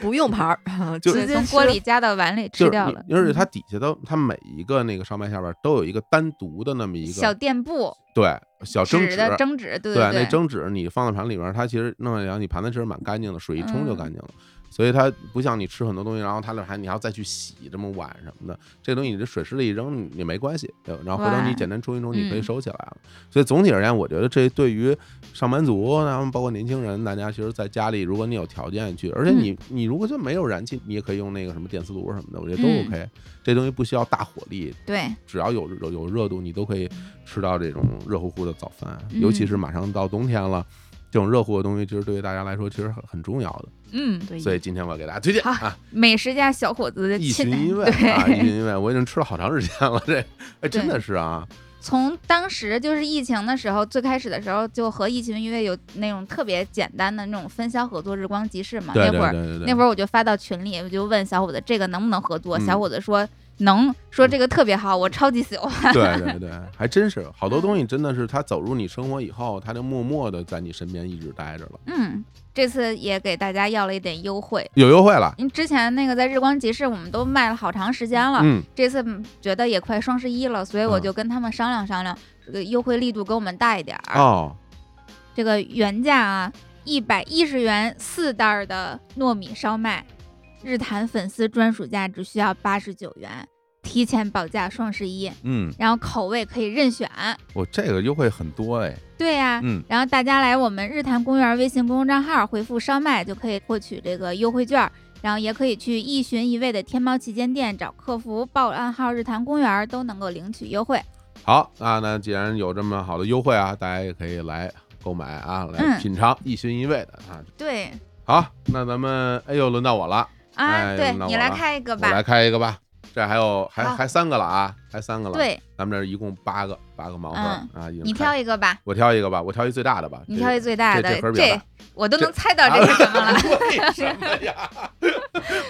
不用盘儿，就对直接从吃锅里加到碗里就吃是掉你了，。而且嗯它底下都，它每一个那个烧麦下边都有一个单独的那么一小个店铺对小蒸纸的蒸纸，对对，啊对，那蒸纸你放在盘里边儿，它其实弄下来，你盘子其实蛮干净的，水一冲就嗯干净了。所以它不像你吃很多东西，然后它那还你还要再去洗这么碗什么的，这东西你这水湿里一扔也没关系，对然后回头哇你简单冲一冲，你可以嗯收起来了。所以总体而言，我觉得这对于上班族，然后包括年轻人，大家其实在家里，如果你有条件去，而且嗯你、你如果就没有燃气，你也可以用那个什么电磁炉什么的，我觉得都嗯 OK、这东西不需要大火力，对，只要有有有热度，你都可以吃到这种热乎乎的早饭，嗯尤其是马上到冬天了。这种热乎的东西，其实对于大家来说，其实很很重要的。嗯，对所以今天我要给大家推荐好啊，美食家小伙子的一亲寻一 [LAUGHS] 味啊，一对，寻一味，我已经吃了好长时间了。这，哎，真的是啊，从当时就是疫情的时候，最开始的时候就和一群一位有那种特别简单的那种分销合作日光集市嘛，对啊那对会儿对对对，那会儿儿我就发到群里，我就问小伙子这个能不能合作，嗯小伙子说能，说这个特别好，我超级喜欢。对对对，还真是好多东嗯西，真的是它走入你生活以后，它就默默的在你身边一直待着了。嗯， [LAUGHS] 这次也给大家要了一点优惠，有优惠了，因为之前那个在日光集市我们都卖了好长时间了，嗯，这次嗯觉得也快双十一了，所以我嗯就跟他们商量商量，这个优惠力度给我们大一点儿。哦，这个原价啊，一百一十元四袋儿的糯米烧麦，日坛粉丝专属价只需要八十九元。提前保价双十一，嗯，然后口味可以任选。我这个优惠很多哎，对呀、嗯然后大家来我们日坛公园微信公众账号回复“烧麦”就可以获取这个优惠券儿，然后也可以去一寻一味的天猫旗舰店找客服报暗号“日坛公园”都能够领取优惠。好，那那既然有这么好的优惠啊，大家也可以来购买啊，来嗯品尝一寻一味的啊。对好，那咱们哎呦，轮到我了，啊，哎对那你我来来开一个我吧来。开一个吧。这还有还好还三个了啊，还三个了。，对咱们这一共八个八个盲盒嗯啊，已经你开挑，一个吧，我挑一个吧，我挑一最大的吧。你这挑一最大这的这盒，比较这大我都这啊能猜到这是 [LAUGHS] 什么了。为什么呀？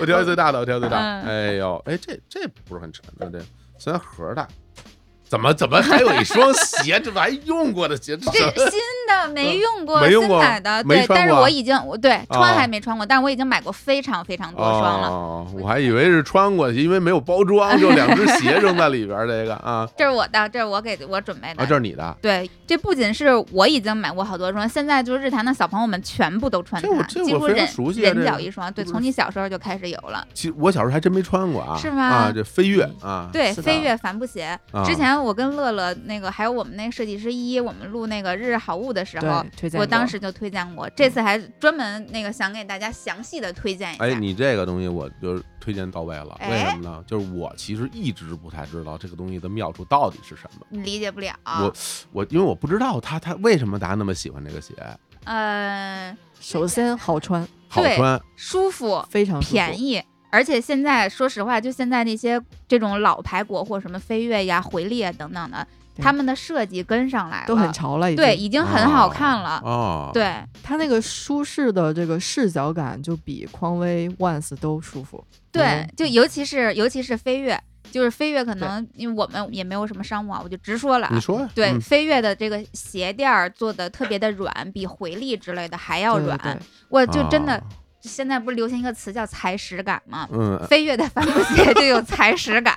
我挑一最大的，我挑一最大。嗯哎呦，哎，这这不是很沉的，这虽然盒儿大，怎么怎么还有一双鞋？这还用过的鞋？这这是新的没用过，没用新过买的，没对，穿但是过啊我已经我对穿哦还没穿过，但我已经买过非常非常多双了。哦，我还以为是穿过去，因为没有包 [LAUGHS] 装，就两只鞋扔在里边儿。这个啊这是我的，这是我给我准备的。啊，这是你的，对，这不仅是我已经买过好多双，现在就是日坛的小朋友们全部都穿这我它，这几我乎非常人熟悉啊这人脚个一双。对，不是啊从你小时候就开始有了。其实我小时候还真没穿过啊，是吗啊，这飞跃啊，对，是的飞跃帆布鞋。啊之前我跟乐乐那个，还有我们那个设计师依依，我们录那个日日好物的时候，对，推荐我过当时就推荐过，这次还专门那个想给大家详细的推荐一下。哎，你这个东西我就是推荐到位了，为哎什么呢？就是我其实一直不太知道这个东西的妙处到底是什么。你理解不了。我我因为我不知道他他为什么大家那么喜欢这个鞋，呃，首先好穿，好对穿，舒服，非常舒服哦便宜。而且现在说实话，就现在那些这种老牌国货，什么飞跃呀、回力啊等等的，对他们的设计跟上来了，都很潮了，已经。啊对，，已经很好看了。哦，哦，啊对，它那个舒适的这个视角感就比匡威、Once 都舒服。对嗯，就尤其是尤其是飞跃，就是飞跃可能因为我们也没有什么商务啊，我就直说了啊你。说呀对，嗯飞跃的这个鞋垫儿做的特别的软，比回力之类的还要对对软。对我就真的、哦现在不是流行一个词叫踩屎感吗？嗯，飞跃的帆布鞋就有踩 [LAUGHS] 屎感。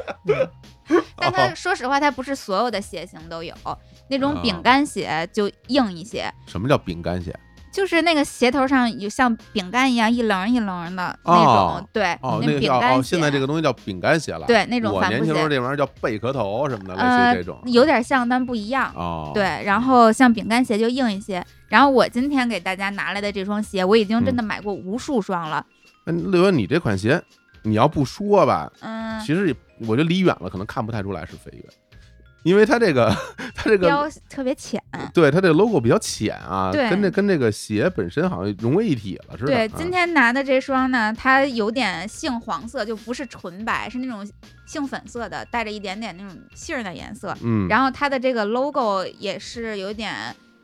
[LAUGHS] 嗯但它哦说实话，它不是所有的鞋型都有，那啊种饼干鞋就硬一些，什么叫饼干鞋？就是那个鞋头上有像饼干一样一棱一棱的那种，哦对，哦，那个饼叫干鞋。啊哦，现在这个东西叫饼干鞋了。对那种我帆年布轻时候鞋，这玩意儿叫贝壳头什么的，类似呃于这种。，啊有点像但不一样。哦，对，然后像饼干鞋就硬一些。然后我今天给大家拿来的这双鞋，我已经嗯真的买过无数双了。哎，六哥，你这款鞋，你要不说吧，嗯，其实也我觉得离远了可能看不太出来是飞跃，因为它这个它这个嗯标特别浅。对它这个 logo 比较浅啊，对跟这跟这个鞋本身好像融为一体了似的。对，啊今天拿的这双呢，它有点杏黄色，就不是纯白，是那种杏粉色的，带着一点点那种杏儿的颜色。嗯，然后它的这个 logo 也是有点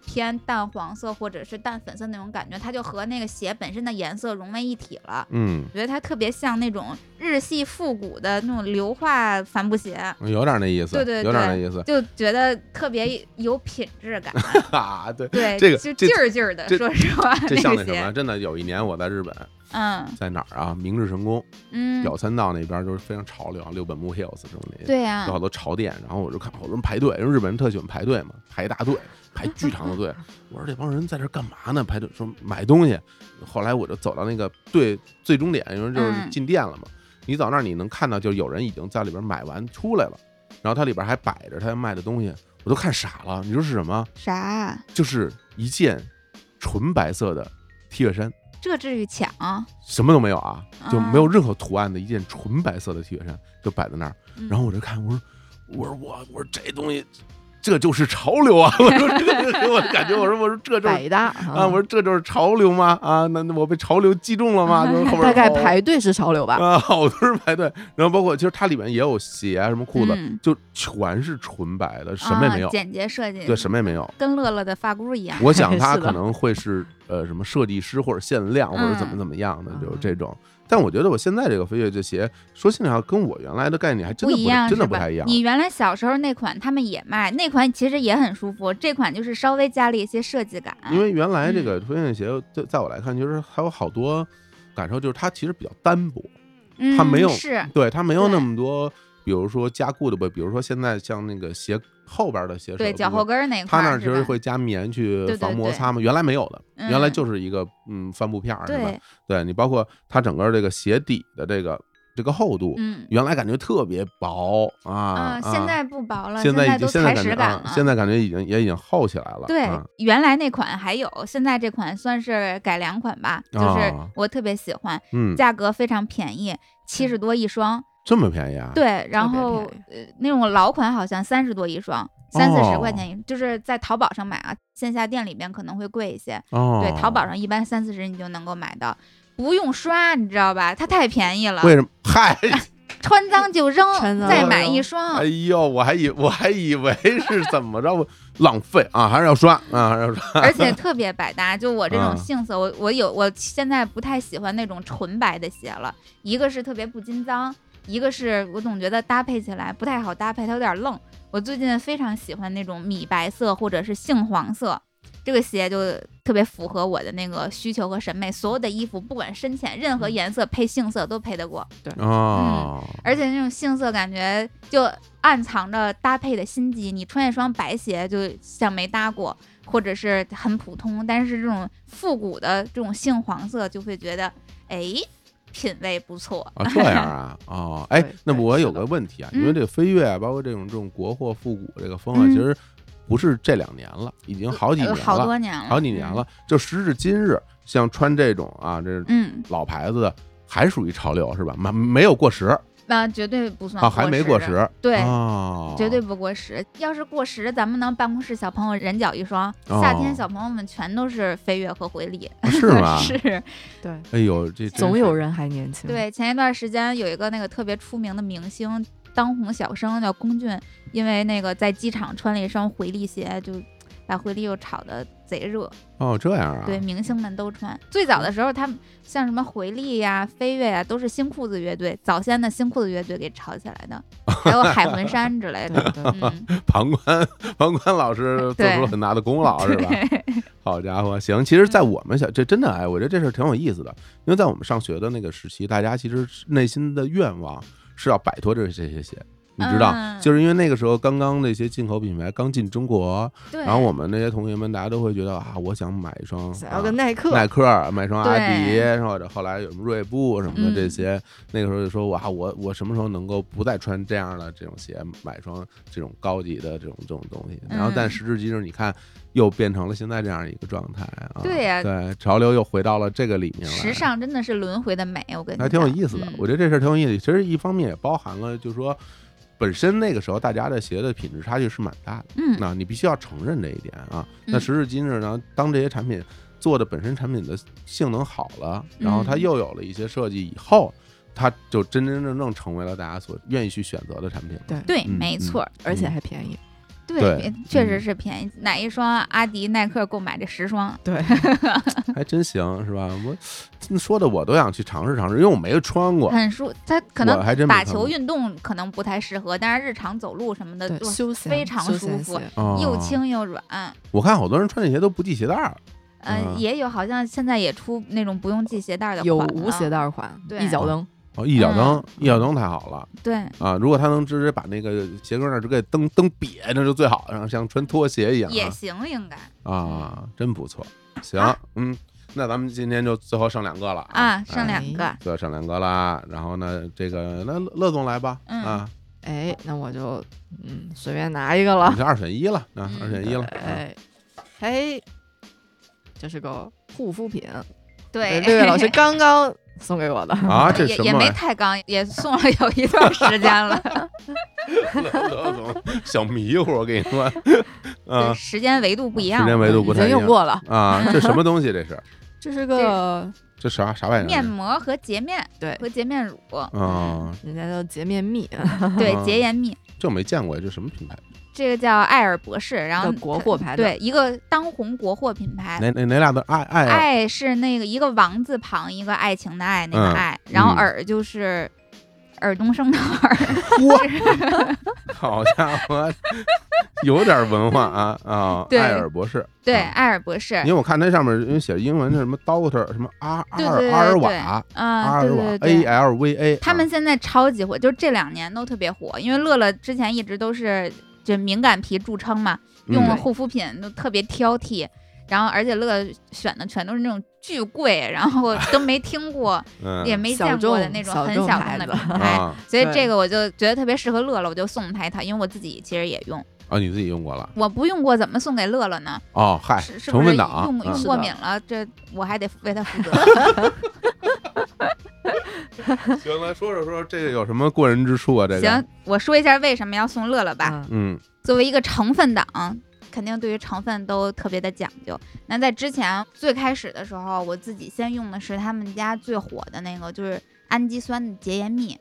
偏淡黄色或者是淡粉色那种感觉，它就和那个鞋本身的颜色融为一体了。嗯，我觉得它特别像那种日系复古的那种硫化帆布鞋，有点那意思，对对有点那对 [LAUGHS] 意思就觉得特别有品质 [LAUGHS] 感。啊，对。对，这个就这劲儿劲儿的，这说实话，这像个那什么，鞋，真的有一年我在日本，嗯在哪儿啊？明治神宫、嗯，表参道那边就是非常潮流，啊，六本木 Hills 这种那些对呀、有好多潮店，然后我就看好多人排队，因为日本人特喜欢排队嘛，排一大队，排巨长的队。我说这帮人在这儿干嘛呢？排队说买东西。后来我就走到那个队最终点，因为就是嗯进店了嘛。你走那儿你能看到，就有人已经在里边买完出来了，然后它里边还摆着他卖的东西，我都看傻了。你说是什么？啥？就是一件纯白色的 T 恤衫。这至于抢？什么都没有啊，就没有啊任何图案的一件纯白色的 T 恤衫就摆在那儿，嗯然后我就看，我说，我说我我说这东西，这就是潮流啊！我说这 [LAUGHS] 个给我的感觉，我说我说这就是百搭啊，我说这就是潮流吗？啊，那那我被潮流击中了吗？就是后边大概好排队是潮流吧，啊， [LAUGHS] 好多人排队，然后包括其实它里面也有鞋啊，什么裤子，嗯就全是纯白的，什么也没有啊、，简洁设计，对，什么也没有。跟乐乐的发箍一样。我想他是的可能会是呃什么设计师或者限量或者怎么嗯怎么样的，就是嗯这种。但我觉得我现在这个飞跃这鞋，说心里话，跟我原来的概念还真的一不太样，真的是不吧太一样。你原来小时候那款他们也卖，那款其实也很舒服，这款就是稍微加了一些设计感。因为原来这嗯个飞跃鞋，在在我来看，就是还有好多感受，就是它其实比较单薄，嗯它没有是，对它没有那对么多，比如说加固的吧，比如说现在像那个鞋后边的鞋手对脚后。跟儿那块它儿，那儿其实是吧会加棉去对对防摩对擦嘛，原来没有的，原来嗯就是一个嗯帆布片儿，是吧？对对你包括它整个这个鞋底的这个这个厚度，嗯原来感觉特别薄啊，现在不薄了，现在已都经现在材感觉实感了啊，。现在感觉已经也已经厚起来了。对啊，原来那款还有，现在这款算是改良款吧，就是啊我特别喜欢，嗯，价格非常便宜，七十多一双。这么便宜啊？，对，然特别后便呃那种老款好像三十多一双，三四哦十块钱一，就是在淘宝上买啊，线下店里边可能会贵一些。哦，对，淘宝上一般三四十你就能够买到。不用刷，你知道吧？它太便宜了，为什么？ [LAUGHS] 嗨，穿脏就扔，穿脏再就买扔一双哎。呦，我还以我还以为是怎么着，我 [LAUGHS] 浪费啊，还是要刷啊，还是要刷。而且特别百搭。就我这种嗯性子，我我有我现在不太喜欢那种纯白的鞋了，一个是特别不经脏，一个是我总觉得搭配起来不太好搭配，它有点愣。我最近非常喜欢那种米白色或者是杏黄色。这个鞋就特别符合我的那个需求和审美，所有的衣服不管深浅，任何颜色配杏色都配得过，哦，而且那种杏色感觉就暗藏着搭配的心机。你穿一双白鞋，就像没搭过，或者是很普通，但是这种复古的这种杏黄色，就会觉得，哎，品味不错。啊，这样啊，哦，哎对，那对我是有的个问题啊，嗯因为这个飞跃啊，包括这种这种国货复古这个风啊，嗯其实不是这两年了，已经好几呃年好了，多年了，好几年了。就时至今日，像穿这种啊，这嗯。嗯，老牌子的还属于潮流是吧？没没有过时那绝对不算啊，还没过时时，对。哦，绝对不过时，要是过时，咱们能办公室小朋友人脚一双。哦夏天小朋友们全都是飞跃和回力，啊是吗？ [LAUGHS] 是对，哎呦， [LAUGHS] 这真总是有人还年嗯轻。，对，前一段时间有一个那个特别出名的明星，当红小生叫龚俊，因为那个在机场穿了一双回力鞋，就把回力又炒得贼热。哦，这样啊，嗯对，明星们都穿。最早的时候，他们像什么回力呀、飞跃呀，都是新裤子乐队早先的新裤子乐队给炒起来的，还有海魂衫 [LAUGHS] 之类的。对嗯，旁观旁观老 [LAUGHS] 师做出了对很大的功 [LAUGHS] 劳，是吧？好家伙，行，其实，在嗯我们小这真的哎，我觉得这事儿挺有意思的，因为在我们上学的那个时期，大家其实内心的愿望是要摆脱这这些鞋。你知道，嗯就是因为那个时候刚刚那些进口品牌刚进中国，对。然后我们那些同学们，大家都会觉得啊，我想买一双想啊要个耐克，耐克儿，买双阿迪，对或者后来有什么锐步什么的嗯这些，那个时候就说哇，我我什么时候能够不再穿这样的这种鞋，买双这种高级的这种这种东西？然后，但嗯时至今日，你看又变成了现在这样一个状态啊！对呀对，潮流又回到了这个里面来，时尚真的是轮回的美，我跟你还挺有讲意思的嗯。我觉得这事儿挺有意思，其实一方面也包含了，就是说。本身那个时候，大家的鞋的品质差距是蛮大的， [LAUGHS] 嗯，啊那你必须要承认这一点啊。那嗯时至今日呢，当这些产品做的本身产品的性能好了，然后它嗯又有了一些设计以后，它就真真正正成为了大家所愿意去选择的产 [LAUGHS] 品了。对，对，嗯没嗯错儿。而且嗯还便宜。对确嗯实是便宜。哪一双阿迪、耐克购买这十双？对，还真行是吧？我嗯说的我都想去尝试尝试，因为我没穿过。很舒，它嗯可我能还真没打看球过运动可能不太适合，但是日常走路什么 [LAUGHS] 的，对，就休闲非常休舒闲服鞋哦又轻又软。我看好多人穿这鞋都不系鞋带儿，呃，嗯也有好像现在也出那种不用系鞋带的有款无了鞋带款，对一脚蹬，哦，一脚嗯蹬，一脚蹬太好了对，啊！如果他能直接把那个鞋跟那儿就给蹬蹬瘪，那就最好，然后像穿拖鞋一样、啊。也行，应该嗯啊，真不错。行啊，嗯，那咱们今天就最后剩两个了啊，剩哎两个，最后剩两个啦。然后呢，这个那乐乐总来吧，嗯啊，哎，那我就嗯随便拿一个了你。这二选一了，啊，嗯二选一了。啊哎，嘿，这是个护肤品，哎对，这位老师刚刚送给我的。啊，这也什也么玩没意太刚，也送了有一段时 [LAUGHS] 间了，儿？乐乐总小迷糊，我跟你 [LAUGHS] 说，对，啊，时间维度不一样时了，间维度不已太经一用样过了，啊。这什么东西？这是这是个这啥啥玩意面儿？膜和洁面对，和洁面乳，啊，人家叫洁面蜜，对啊，洁颜蜜，这我没见过，这什么品牌？这个叫爱尔博士，然后叫国它货牌的对，一个当红国货品牌，哪哪哪俩字？爱爱尔哎爱是那个一个王字旁，一个爱情的爱，那个嗯爱，然后嗯耳就是耳东升的耳，好家 [LAUGHS] 伙，有点文化啊啊！对爱尔博士，对，啊艾尔博士，因为我看它上面因为写着英文，那什么 Doctor 什么阿阿对尔对阿尔对对，瓦阿啊，尔对瓦哎 A 对对对。 L V A，他们现在超级火，就这两年都特别火，因为乐乐之前一直都是这敏感皮著称嘛，用嗯护肤品都特别挑剔，然后而且乐乐选的全都是那种巨贵，然后都没听过嗯，也没小见过的众那种小很众小牌众的子品牌，啊所以对这个我就觉得特别适合乐乐，我就送他一套，因为我自己其实也用，啊，你自己用过了我不用过怎么送给乐乐呢？哦，嗨，是是成不是分用党啊，用嗯是过的敏了？这我还得为 [LAUGHS] 他负责。行，来说说说这个有什么过人之处啊？这个，行，我说一下为什么要送乐乐吧。嗯嗯作为一个成分党，肯定对于成分都特别的讲究。那在之前最开始的时候，我自己先用的是他们家最火的那个，就是氨基酸的洁颜蜜。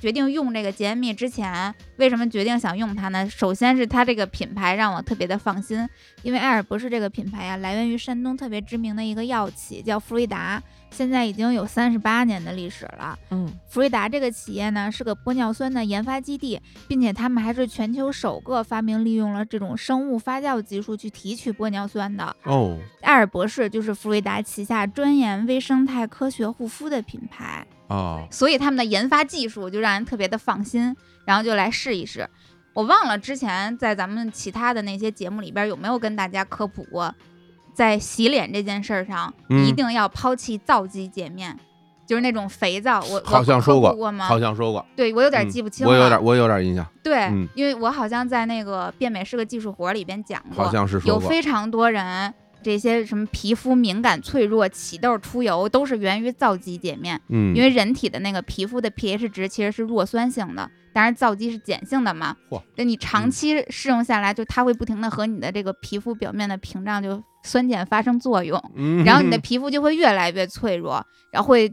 决定用这个洁颜蜜之前，为什么决定想用它呢？首先是它这个品牌让我特别的放心，因为爱尔博士这个品牌呀、啊来源于山东特别知名的一个药企，叫馥瑞达，现在已经有三十八年的历史了。嗯，福瑞达这个企业呢是个玻尿酸的研发基地，并且他们还是全球首个发明利用了这种生物发酵技术去提取玻尿酸的。哦，艾尔博士就是福瑞达旗下专研微生态科学护肤的品牌，哦，所以他们的研发技术就让人特别的放心，然后就来试一试。我忘了之前在咱们其他的那些节目里边有没有跟大家科普过，在洗脸这件事儿上，嗯一定要抛弃皂基洁面，就是那种肥皂。我我好像说科过普过吗？嗯好像说过，对我有点嗯记不清了，我有点，我有点印象，对、嗯因为我好像在那个变美是个技术活里边讲过，好像是说有过，非常多人这些什么皮肤敏感、脆弱、起痘、出油，都是源于皂基洁面，嗯，因为人体的那个皮肤的 pH 值其实是弱酸性的，当然皂基是碱性的嘛嚯，嗯那你长期试用下来，就它会不停的和你的这个皮肤表面的屏障就酸碱发生作用，嗯，然后你的皮肤就会越来越脆弱，然后会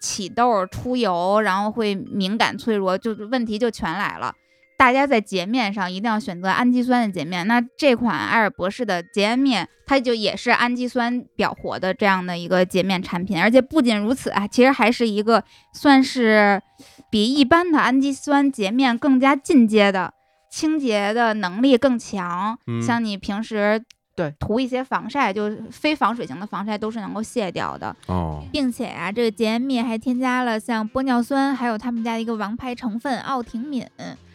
起痘、出油，然后会敏感、脆弱，就是问题就全来了。大家在洁面上一定要选择氨基酸的洁面。那这款艾尔博士的洁颜面，它就也是氨基酸表活的这样的一个洁面产品，而且不仅如此啊，其实还是一个算是比一般的氨基酸洁面更加进阶的。清洁的能力更强，嗯像你平时对涂一些防晒，就是非防水型的防晒都是能够卸掉的，哦，并且啊，这个洁颜蜜还添加了像玻尿酸，还有他们家的一个王牌成分奥婷敏。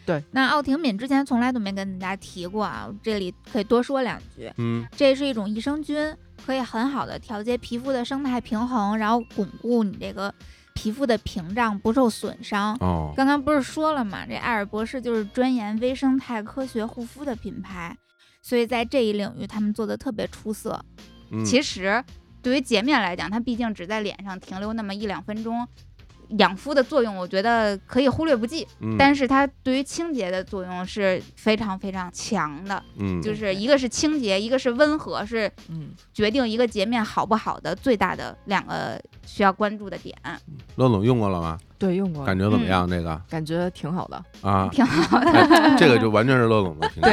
对，那奥婷敏之前从来都没跟大家提过啊，我这里可以多说两句。嗯这是一种益生菌，可以很好的调节皮肤的生态平衡，然后巩固你这个皮肤的屏障不受损伤。哦，刚刚不是说了嘛，这艾尔博士就是专研微生态科学护肤的品牌，所以在这一领域他们做的特别出色。其实实对于洁面来讲，它毕竟只在脸上停留那么一两分钟，养肤的作用我觉得可以忽略不计，嗯但是它对于清洁的作用是非常非常强的，嗯就嗯是一个是清洁，一个是温和，是嗯，决定一个洁面好不好的最大的两个需要关注的点，啊乐总用过了吗？对，用过，感觉怎么样？这个感觉挺好的， [LAUGHS] 啊，挺好的。哎这个就完全是乐总的 [LAUGHS] 评价。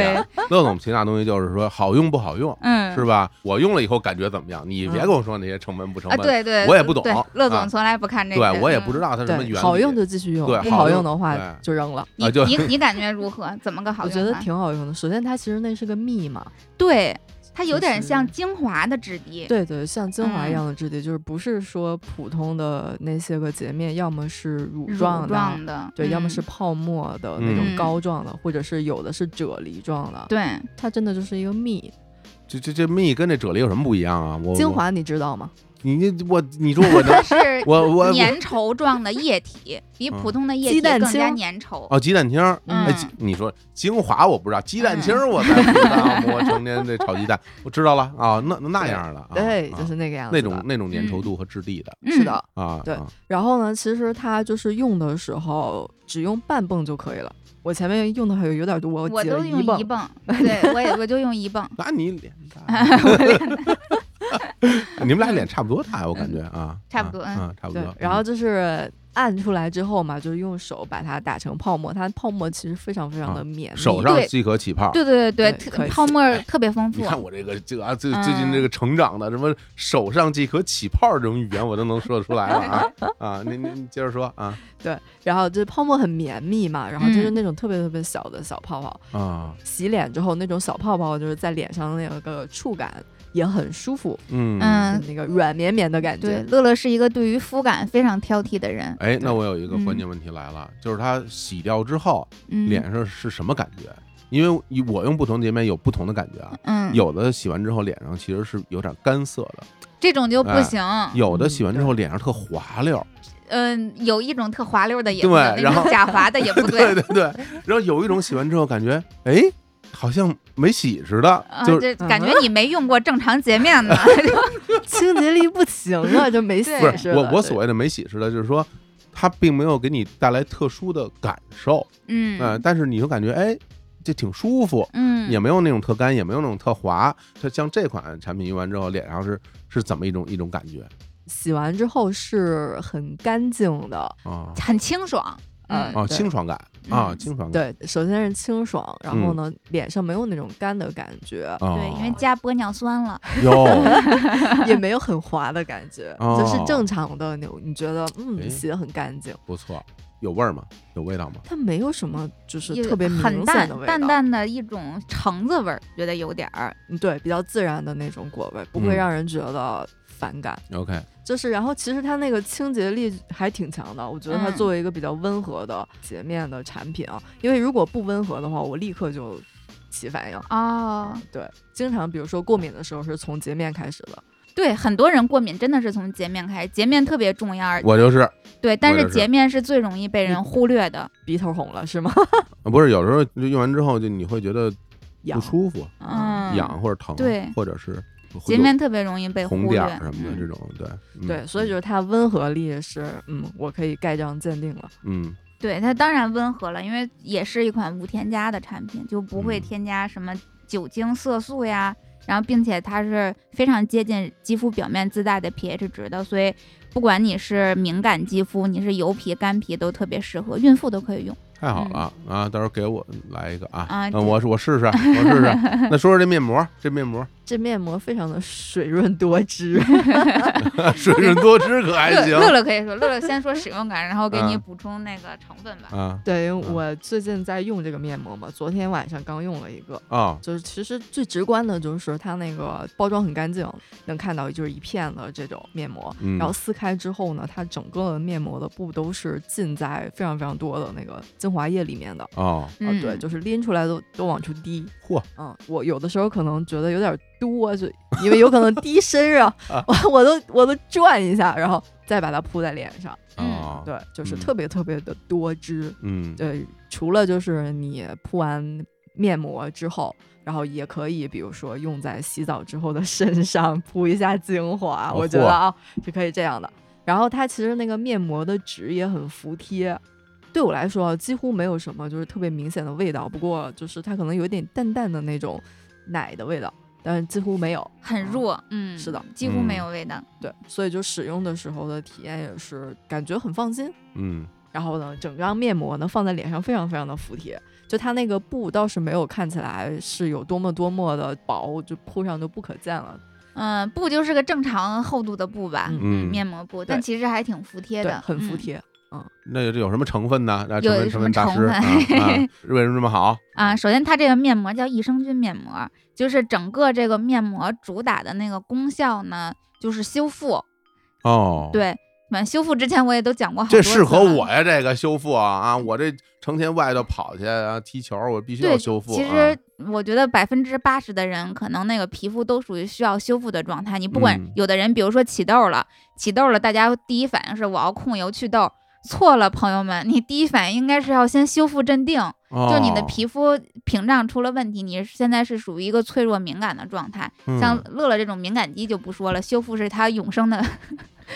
乐总评价东西就是说好用不好用，嗯，是吧？我用了以后感觉怎么样？嗯你别跟我说那些成本不成啊，本，对对，我也不懂对乐啊总从来不看这个，对我也不知道。道它什么原嗯对，理。好用就继续用对，不好好用用的话对就扔了。你啊就嗯你你感觉如何？怎么个好我用觉法？得挺好用的。首先，它其实那是个蜜嘛，对，它有就点是像精华的质地。对对，像精华一嗯样的质地，就是不是说普通的那些个洁面，要么是乳乳状的，状的，对，要么嗯是泡沫的那嗯种膏状的，或者是有的是啫喱状的。，对，它真的就是一个蜜。这这这蜜跟这啫喱有什么不一样啊？我精，我华你知道吗？你这我你说我 [LAUGHS] 它能是我我粘稠状的液 [LAUGHS] 体，比普通的液鸡体蛋更加清粘稠。哦，鸡蛋清儿。嗯哎，鸡你说精华我不知道，鸡嗯蛋清儿我才知道。我成天这炒鸡蛋，我知道了啊，那那样的，啊对，啊就是那个样子那的。种那种粘稠度和质地的是的。啊，对啊然后呢，其实它就是用的时候只用半泵就可以了。我前面用的还有有点多，嗯，我挤都了用泵一。 [LAUGHS] 泵，对我也我就用一泵。那你脸大， [LAUGHS] 我脸你们俩脸差不多大，我感觉啊，嗯差不多啊，啊差不对多。，然后就是按出来之后嘛，就是用手把它打成泡沫，它泡沫其实非常非常啊的绵密。手上对即可起泡。对对对对特可以哎泡沫儿特别丰你富。看我这个这个啊，最最嗯近这个成长的什么手上即可起泡这种语言，我都能说得出来了啊 [LAUGHS] 啊！您您接着说啊对，然后就是泡沫很绵密嘛，然后就是嗯那种特别特别小的小泡泡，啊洗脸之后那种小泡泡就是在脸上那个触感也很舒服，嗯嗯，那个软绵绵的感对，觉。乐乐是一个对于肤感非常挑剔的人。哎，那我有一个关键问题来了，就是它洗掉之后嗯，脸上是什么感觉？因为我用不同洁面有不同的感觉啊，嗯，有的洗完之后脸上其实是有点干涩的，这种就不哎行。有的洗完之后脸上特滑溜儿，嗯，有一种特滑溜的也不对那然种后假滑的也不 [LAUGHS] 对对对，然后有一种洗完之后感觉，哎，好像没洗似的，啊，就是这嗯感觉你没用过正常洁面 [LAUGHS] 呢，清洁力不行啊，就没洗对不似是的。我我所谓谓的没洗似的，就是说它并没有给你带来特殊的感受，嗯呃但是你就感觉哎，这挺舒服，嗯，也没有那种特干，也没有那种特滑。它像这款产品用完之后，脸上是是怎么一种一种感觉洗完之后是很干净的，啊？很清爽，嗯嗯哦，对清爽感啊，嗯清爽感对，首先是清爽，然后嗯呢，脸上没有那种干的感觉，啊，对，因为加玻尿酸了，哟，也没有很滑的感觉，哦就是正常的那种。你觉得诶嗯，洗得很干净，不错，有味儿吗？有味道吗？它没有什么就是有特别明很显淡的味道，淡淡的一种橙子味儿，觉得有点儿，嗯对，比较自然的那种果味，不会嗯让人觉得反感。 [LAUGHS] OK，就是，然后其实它那个清洁力还挺强的，我觉得它嗯作为一个比较温和的洁面的产品啊，因为如果不温和的话，我立刻就起反应。哦，对，经常比如说过敏的时候是从洁面开始的，对，很多人过敏真的是从洁面开始，洁面特别重要，我就是对，但我是就是洁面是最容易被人忽略的，鼻头红了是吗？呃不是有时候就用完之后就你会觉得痒不舒服、嗯嗯，痒或者疼，对或者是洁面特别容易被有红忽点略儿，什么的嗯这种，对嗯对，所以就是它温和力是，嗯，我可以盖章鉴定了。嗯对它当然温和了，因为也是一款无添加的产品，就不会嗯添加什么酒精、色素呀。然后，并且它是非常接近肌肤表面自带的 pH 值的，所以不管你是敏感肌肤，你是油皮、干皮都特别适合，孕妇都可以用。太好了、啊！到时候给我来一个啊，嗯啊对嗯、我我试试，我 [LAUGHS] 试试。那说说这面膜，这面膜这面膜非常的水润多汁， [LAUGHS] [LAUGHS] 水润多汁可还乐行乐乐可以说， [LAUGHS] 乐乐先说使用感，然后给你嗯补充那个成分吧。啊对，因为我最近在用这个面膜嘛，昨天晚上刚用了一个，哦就是其实最直观的就是它那个包装很干净，能看到就是一片的这种面膜，嗯然后撕开之后呢，它整个面膜的布都是浸在非常非常多的那个精华液里面的。哦，啊，对，嗯就是拎出来都都往出滴。嚯，嗯，我有的时候可能觉得有点多， [LAUGHS] 就因为有可能滴身上，啊我我都我都转一下，然后再把它铺在脸上。嗯哦，对，就是嗯特别特别的多汁。嗯对，呃除了就是你铺完面膜之后，然后也可以，比如说用在洗澡之后的 [LAUGHS] 身上铺一下精华，哦我觉嚯得啊是可以这样的。然后它其实那个面膜的质也很服帖，对我来说啊几乎没有什么就是特别明显的味道，不过就是它可能有点淡淡的那种奶的味道，但是几乎没有。很弱，嗯，是的，几乎嗯没有味道。对，所以就使用的时候的体验也是感觉很放心。嗯然后呢，整张面膜呢放在脸上非常非常的服帖，就它那个布倒是没有看起来是有多么多么的薄，就铺上就不可见了。嗯，布就是个正常厚度的布吧，嗯，嗯面膜布，但对其实还挺服帖对的，，很服嗯帖。那这有什么成分呢？啊，有成分什成么分大成师分啊啊，[LAUGHS] 为什么这么好？啊，首先它这个面膜叫益生菌面膜，就是整个这个面膜主打的那个功效呢，就是修复。哦，。对，反正修复之前我也都讲过好 [LAUGHS] 多这次适合了我呀，这个修复啊啊！我这成天外头跑去啊踢球，我必须要对，修复啊。其实我觉得百分之八十的人可能那个皮肤都属于需要修复的状态。你不管嗯有的人，比如说起痘了，起痘了，大家第一反应是我要控油祛痘。错了，朋友们，你第一反应应该是要先修复镇定，就你的哦皮肤屏障出了问题，你现在是属于一个脆弱敏感的状态。嗯嗯像乐乐这种敏感肌就不说了，修复是他永生的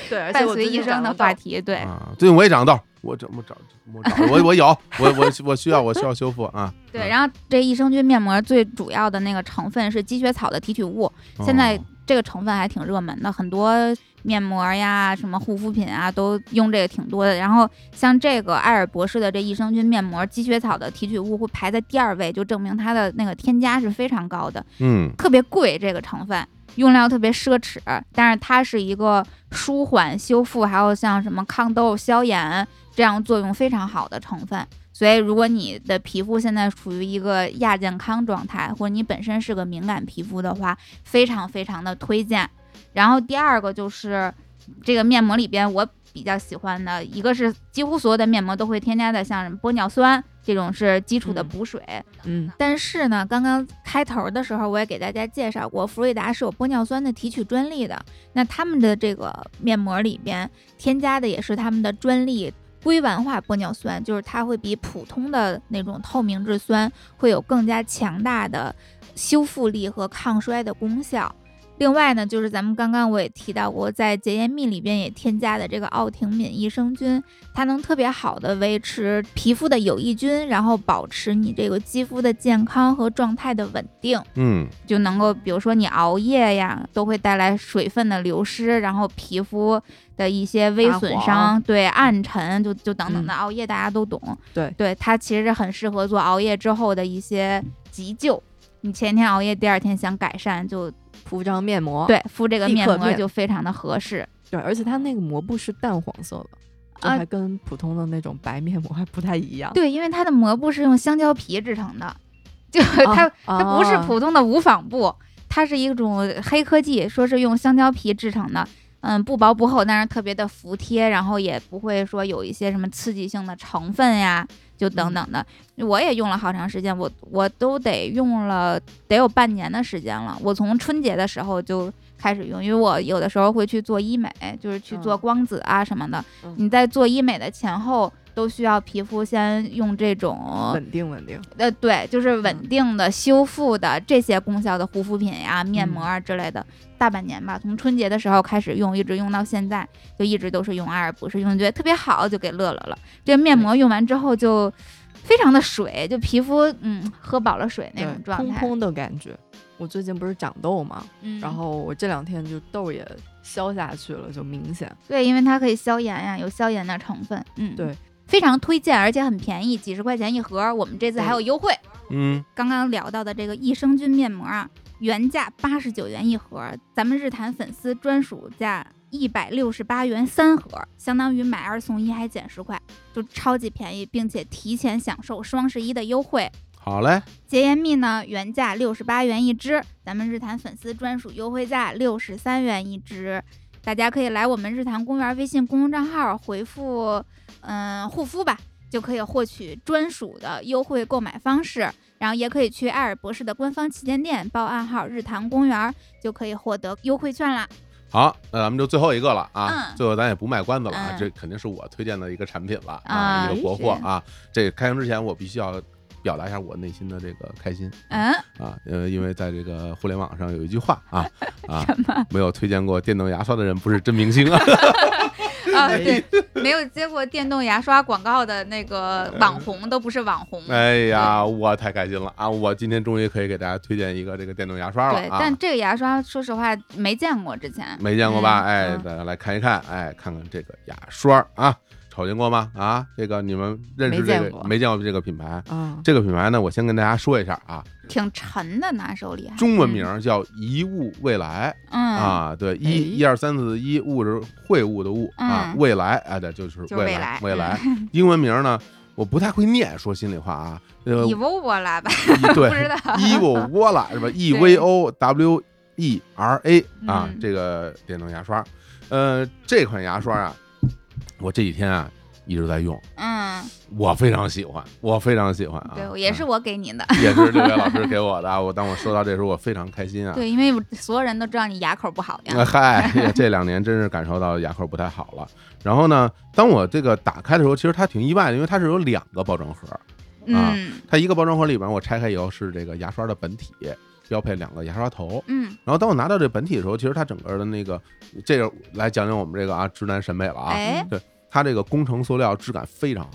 对，而且伴我随最近一生长的了话痘，嗯题。对，啊，最近我也长痘，我这我长我长我我有我我我需要我需要修复啊。 [LAUGHS] 对，嗯然后这益生菌面膜最主要的那个成分是积雪草的提取物，现在哦这个成分还挺热门的，很多面膜呀、什么护肤品啊都用这个挺多的。然后像这个艾尔博士的这益生菌面膜，积雪草的提取物会排在第二位，就证明它的那个添加是非常高的，嗯特别贵这个成分。用料特别奢侈，但是它是一个舒缓、修复，还有像什么抗痘、消炎这样作用非常好的成分。所以，如果你的皮肤现在处于一个亚健康状态，或者你本身是个敏感皮肤的话，非常非常的推荐。然后第二个就是这个面膜里边我比较喜欢的一个是几乎所有的面膜都会添加的像玻尿酸这种是基础的嗯补水，嗯但是呢，刚刚开头的时候我也给大家介绍过，芙瑞达是有玻尿酸的提取专利的。那他们的这个面膜里边添加的也是他们的专利硅烷化玻尿酸，就是它会比普通的那种透明质酸会有更加强大的修复力和抗衰的功效。另外呢，就是咱们刚刚我也提到过，在洁颜蜜里边也添加的这个奥婷敏益生菌，它能特别好的维持皮肤的有益菌，然后保持你这个肌肤的健康和状态的稳定，嗯，就能够比如说你熬夜呀，都会带来水分的流失，然后皮肤的一些微发损黄伤，对暗沉，就就等等的。嗯熬夜大家都懂，对对，它其实是很适合做熬夜之后的一些急救。你前一天熬夜，第二天想改善，就敷张面膜，对敷这个立面刻膜变就非常的合适。对，而且它那个膜布是淡黄色的，就啊还跟普通的那种白面膜还不太一样。对，因为它的膜布是用香蕉皮制成的，就啊，它、它不是啊普通的无纺布，它是一种黑科技，说是用香蕉皮制成的。嗯，不薄不厚，但是特别的服帖，然后也不会说有一些什么刺激性的成分呀，就嗯等等的。我也用了好长时间，我我都得用了得有半年的时间了。我从春节的时候就开始用，因为我有的时候会去做医美，就是去做嗯光子啊什么的。嗯你在做医美的前后都需要皮肤先用这种稳定稳定。呃，对，就是稳嗯定的、修复的这些功效的护肤品呀、面嗯膜啊之类的，大半年吧，从春节的时候开始用，一直用到现在，就一直都是用阿尔博士，用觉得特别好，就给乐乐了。这面膜用完之后就非常的水，就皮肤嗯喝饱了水那对种状通态，通的感觉。我最近不是长痘嘛，嗯，然后我这两天就痘也消下去了，就明显。对，因为它可以消炎呀、有消炎的成分，嗯，对，非常推荐，而且很便宜，几十块钱一盒，我们这次还有优惠。嗯，刚刚聊到的这个益生菌面膜啊，原价八十九元一盒，咱们日坛粉丝专属价一百六十八元三盒，相当于买二送一还减十块，就超级便宜，并且提前享受双十一的优惠。好嘞，洁颜蜜呢，原价六十八元一支，咱们日坛粉丝专属优惠价六十三元一支。大家可以来我们日坛公园微信公众账号回复“嗯护肤”吧，就可以获取专属的优惠购买方式。然后也可以去艾尔博士的官方旗舰店报暗号“日坛公园”，就可以获得优惠券啦。好，那咱们就最后一个了啊，嗯最后咱也不卖关子了啊，嗯这肯定是我推荐的一个产品了啊一个国货是啊。这开箱之前，我必须要表达一下我内心的这个开心 [LAUGHS] 嗯，啊，呃，因为在这个互联网上有一句话啊啊，没有推荐过电动牙刷的人不是真明星啊。啊， [LAUGHS] 对，没有接过电动牙刷广告的那个网红都不是网红。哎呀，我太开心了啊！我今天终于可以给大家推荐一个这个电动牙刷了对，啊但。这个牙刷说实话没见过，之前没见过吧？嗯哎，嗯大家来看一看，哎，看看这个牙刷儿啊，瞅见过吗？啊，这个你们认识这没见个过没见过这个品牌？啊，这个品牌呢，我先跟大家说一下啊，挺沉的，拿手里还。中文名儿叫一物未来嗯，啊，对，哎一一二三四的一物是会物的物啊，嗯未来啊，对，就是就是未未来来 [LAUGHS] 未来，英文名儿呢，我不太会念，说心里话啊，呃， e v o 啦吧，一不对 [LAUGHS] 知道。 ，Evo v o l a 是吧？E [LAUGHS] V O W E R A 啊，嗯这个电动牙刷，呃，这款牙刷啊，我这几天啊一直在用，嗯，我非常喜欢，我非常喜欢啊，对，也是啊我给你的。也是六位老师给我的啊，我当我收到这时候我非常开心啊。 [LAUGHS] 对，因为我所有人都知道你牙口不好呃 [LAUGHS] 呀。嗨，这这两年真是感受到牙口不太好了。然后呢，当我这个打开的时候，其实它挺意外的，因为它是有两个包装盒，啊嗯它一个包装盒里边我拆开以后是这个牙刷的本体，标配两个牙刷头。嗯，然后当我拿到这本体的时候，其实它整个的那个，这个来讲讲我们这个啊直男审美了啊，嗯哎，它这个工程塑料质感非常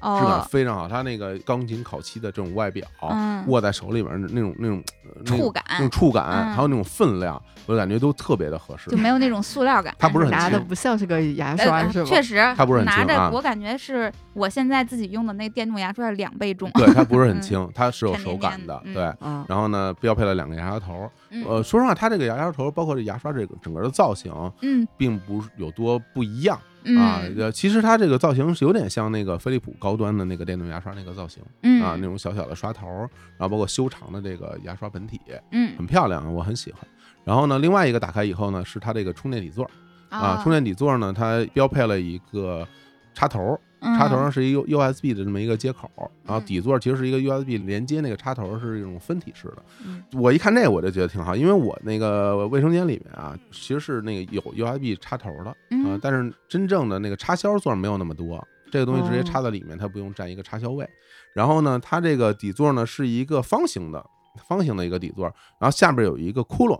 好，质感哦，非常好，它那个钢琴烤漆的这种外表，嗯，握在手里面那种那种呃那种触感那种触感，嗯还有那种分量，我感觉都特别的合适就。没有那种塑料感。它不是很拿的轻不像是个牙呃刷呃是吧？确实，它不是很拿轻啊着我感觉是我现在自己用的那电动牙刷的两倍 [LAUGHS] 重。对，它不是很轻，嗯它是有沉甸手感甸的的，嗯对。啊，然后呢，标配了两个牙刷头。嗯呃，说实话，它这个牙刷头，包括这牙刷这个整个的造型，嗯并不是有多不一样啊。嗯呃其实它这个造型是有点像那个飞利浦高端的那个电动牙刷那个造型。嗯啊，那种小小的刷头儿，然后包括修长的这个牙刷本体，嗯很漂亮，我很喜欢。然后呢，另外一个打开以后呢，是它这个充电底座儿，啊，充电底座呢，它标配了一个插头儿，哦插头上是一个 USB 的这么一个接口儿，然后嗯底座其实是一个 USB 连接那个插头儿是一种分体式的。嗯我一看这个我就觉得挺好，因为我那个卫生间里面啊，其实是那个有 USB 插头儿的啊、嗯但是真正的那个插销座儿没有那么多，这个东西直接哦插在里面，它不用占一个插销位。然后呢，它这个底座呢是一个方形的，方形的一个底座，然后下边有一个窟窿，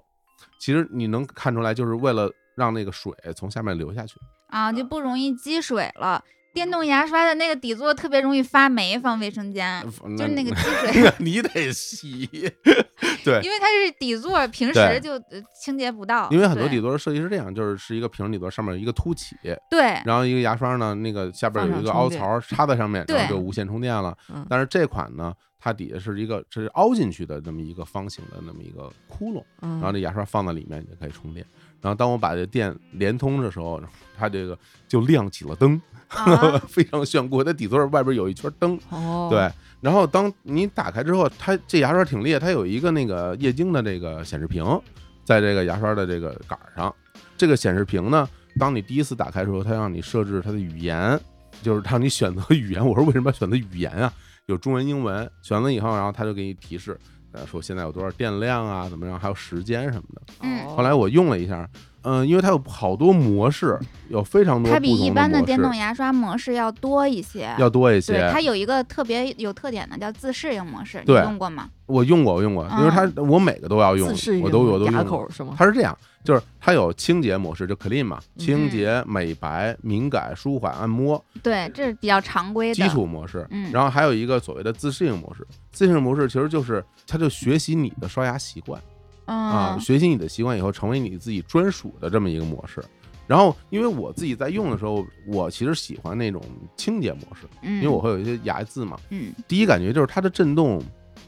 其实你能看出来，就是为了让那个水从下面流下去。啊，就不容易积水了。电嗯动牙刷的那个底座特别容易发霉，放卫生间嗯嗯就是 [LAUGHS] 那个积水，呃你得洗。因为它是底座，平对时就呃清洁不到。因为很多对底座的设计是这样，就是是一个平底座，上面有一个凸起， [LAUGHS] 对，然后一个牙刷呢，那个下边有一个凹槽插在上面，对然后就无线充电了嗯。但是这款呢，它底下是一个是凹进去的那么一个方形的那么一个窟窿，嗯然后这牙刷放在里面你就可以充电。然后当我把这电连通的时候，它这个就亮起了灯，啊 [LAUGHS] 非常炫酷。它底座外边有一圈灯，哦，对。然后当你打开之后，它这牙刷挺厉害，它有一个那个液晶的这个显示屏，在这个牙刷的这个杆儿上。这个显示屏呢，当你第一次打开的时候，它让你设置它的语言，就是让你选择语言。我说为什么要选择语言啊？有中文、英文，选了以后，然后它就给你提示，呃，说现在有多少电量啊，怎么样，还有时间什么的。嗯哦后来我用了一下，嗯、因为它有好多模式，有非常多它不比同一般的模电式动牙刷模式要多一些。要多一些。对，它有一个特别有特点的叫自适应模式，你对用过吗？我用过，我用过，因为它我每个都要用自适，应我都我都牙用过。口是吗？它是这样，就是它有清洁模式，就 clean 嘛，清洁、美白、敏感、舒缓、按摩对，这是比较常规的。基础模式，嗯然后还有一个所谓的自适应模式。自适应模式其实就是它就学习你的刷牙习惯啊，嗯学习你的习惯以后，成为你自己专属的这么一个模式。然后，因为我自己在用的时候，我其实喜欢那种清洁模式，嗯，因为我会有一些牙渍嘛。嗯第一感觉就是它的震动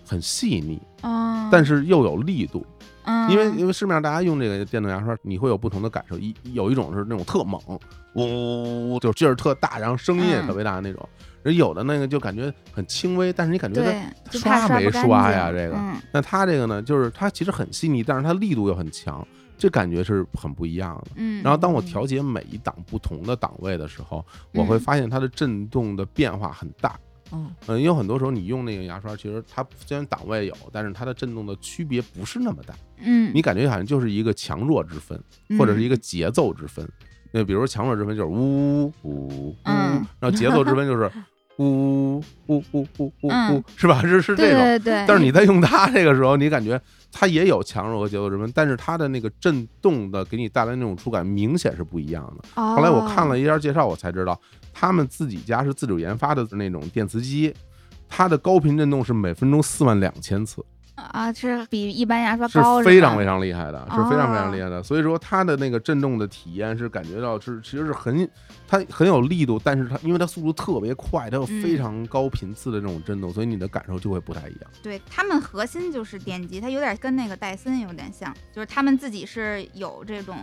很细腻，嗯，但是又有力度。嗯因为因为市面上大家用这个电动牙刷，你会有不同的感受。一有一种是那种特猛，呜呜呜呜，就劲儿特大，然后声音也嗯特别大那种。人有的那个就感觉很轻微，但是你感觉它对，它就刷怕刷没不干刷呀净这个嗯那它这个呢，就是它其实很细腻，但是它力度又很强，这感觉是很不一样的。嗯，然后当我嗯调节每一档不同的档位的时候，我会嗯发现它的震动的变化很大。嗯，嗯，因为很多时候你用那个牙刷，其实它虽然档位有，但是它的震动的区别不是那么大，嗯，你感觉好像就是一个强弱之分。或者是一个节奏之分。那比如说强弱之分就是呜呜呜呜，嗯然后节奏之分 [LAUGHS] 就是呜呜呜呜呜呜嗯呜，是吧？是是对这种。对对，但是你在用它这个时候，你感觉它也有强弱和节奏之分，但是它的那个震动的给你带来那种触感明显是不一样的。后后来我哦看了一下介绍，我才知道他们自己家是自主研发的那种电磁机，它的高频震动是每分钟四万两千次。啊，是比一般牙刷是高，非常非常常厉害的，是非常非常哦厉害的。所以说它的那个震动的体验是感觉到是其实是很它很有力度，但是它因为它速度特别快，它有非嗯常高频次的这种震动，所以你的感受就会不太一样。对他们核心就是电机，它有点跟那个戴森有点像，就是他们自己是有这种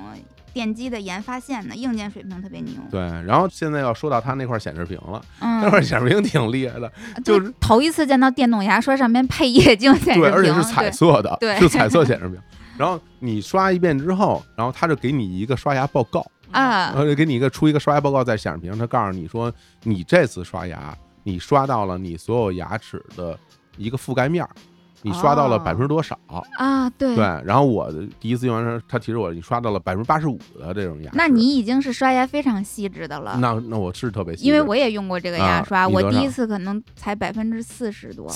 电机的研发线的，硬件水平特别牛。对，然后现在要说到它那块显示屏了，嗯，啊那块显示屏挺厉害的，就对是头一次见到电动牙刷上面配液晶显示屏， [LAUGHS] 对，而且是彩对色的，对是彩 [LAUGHS] 色显示屏。然后你刷一遍之后，然后它就给你一个刷牙报告，然啊，后就给你一个出一个刷牙报告在显示屏，它告诉你说你这次刷牙，你刷到了你所有牙齿的一个覆盖面儿，你刷到了哦百分之多少？啊，对对。然后我第一次用完时，它提示我你刷到了百分之八十五的这种牙齿。那你已经是刷牙非常细致的了，那那我是特别细致，因为我也用过这个牙啊刷，你我多第一少次可能才百分之四十多。 [LAUGHS]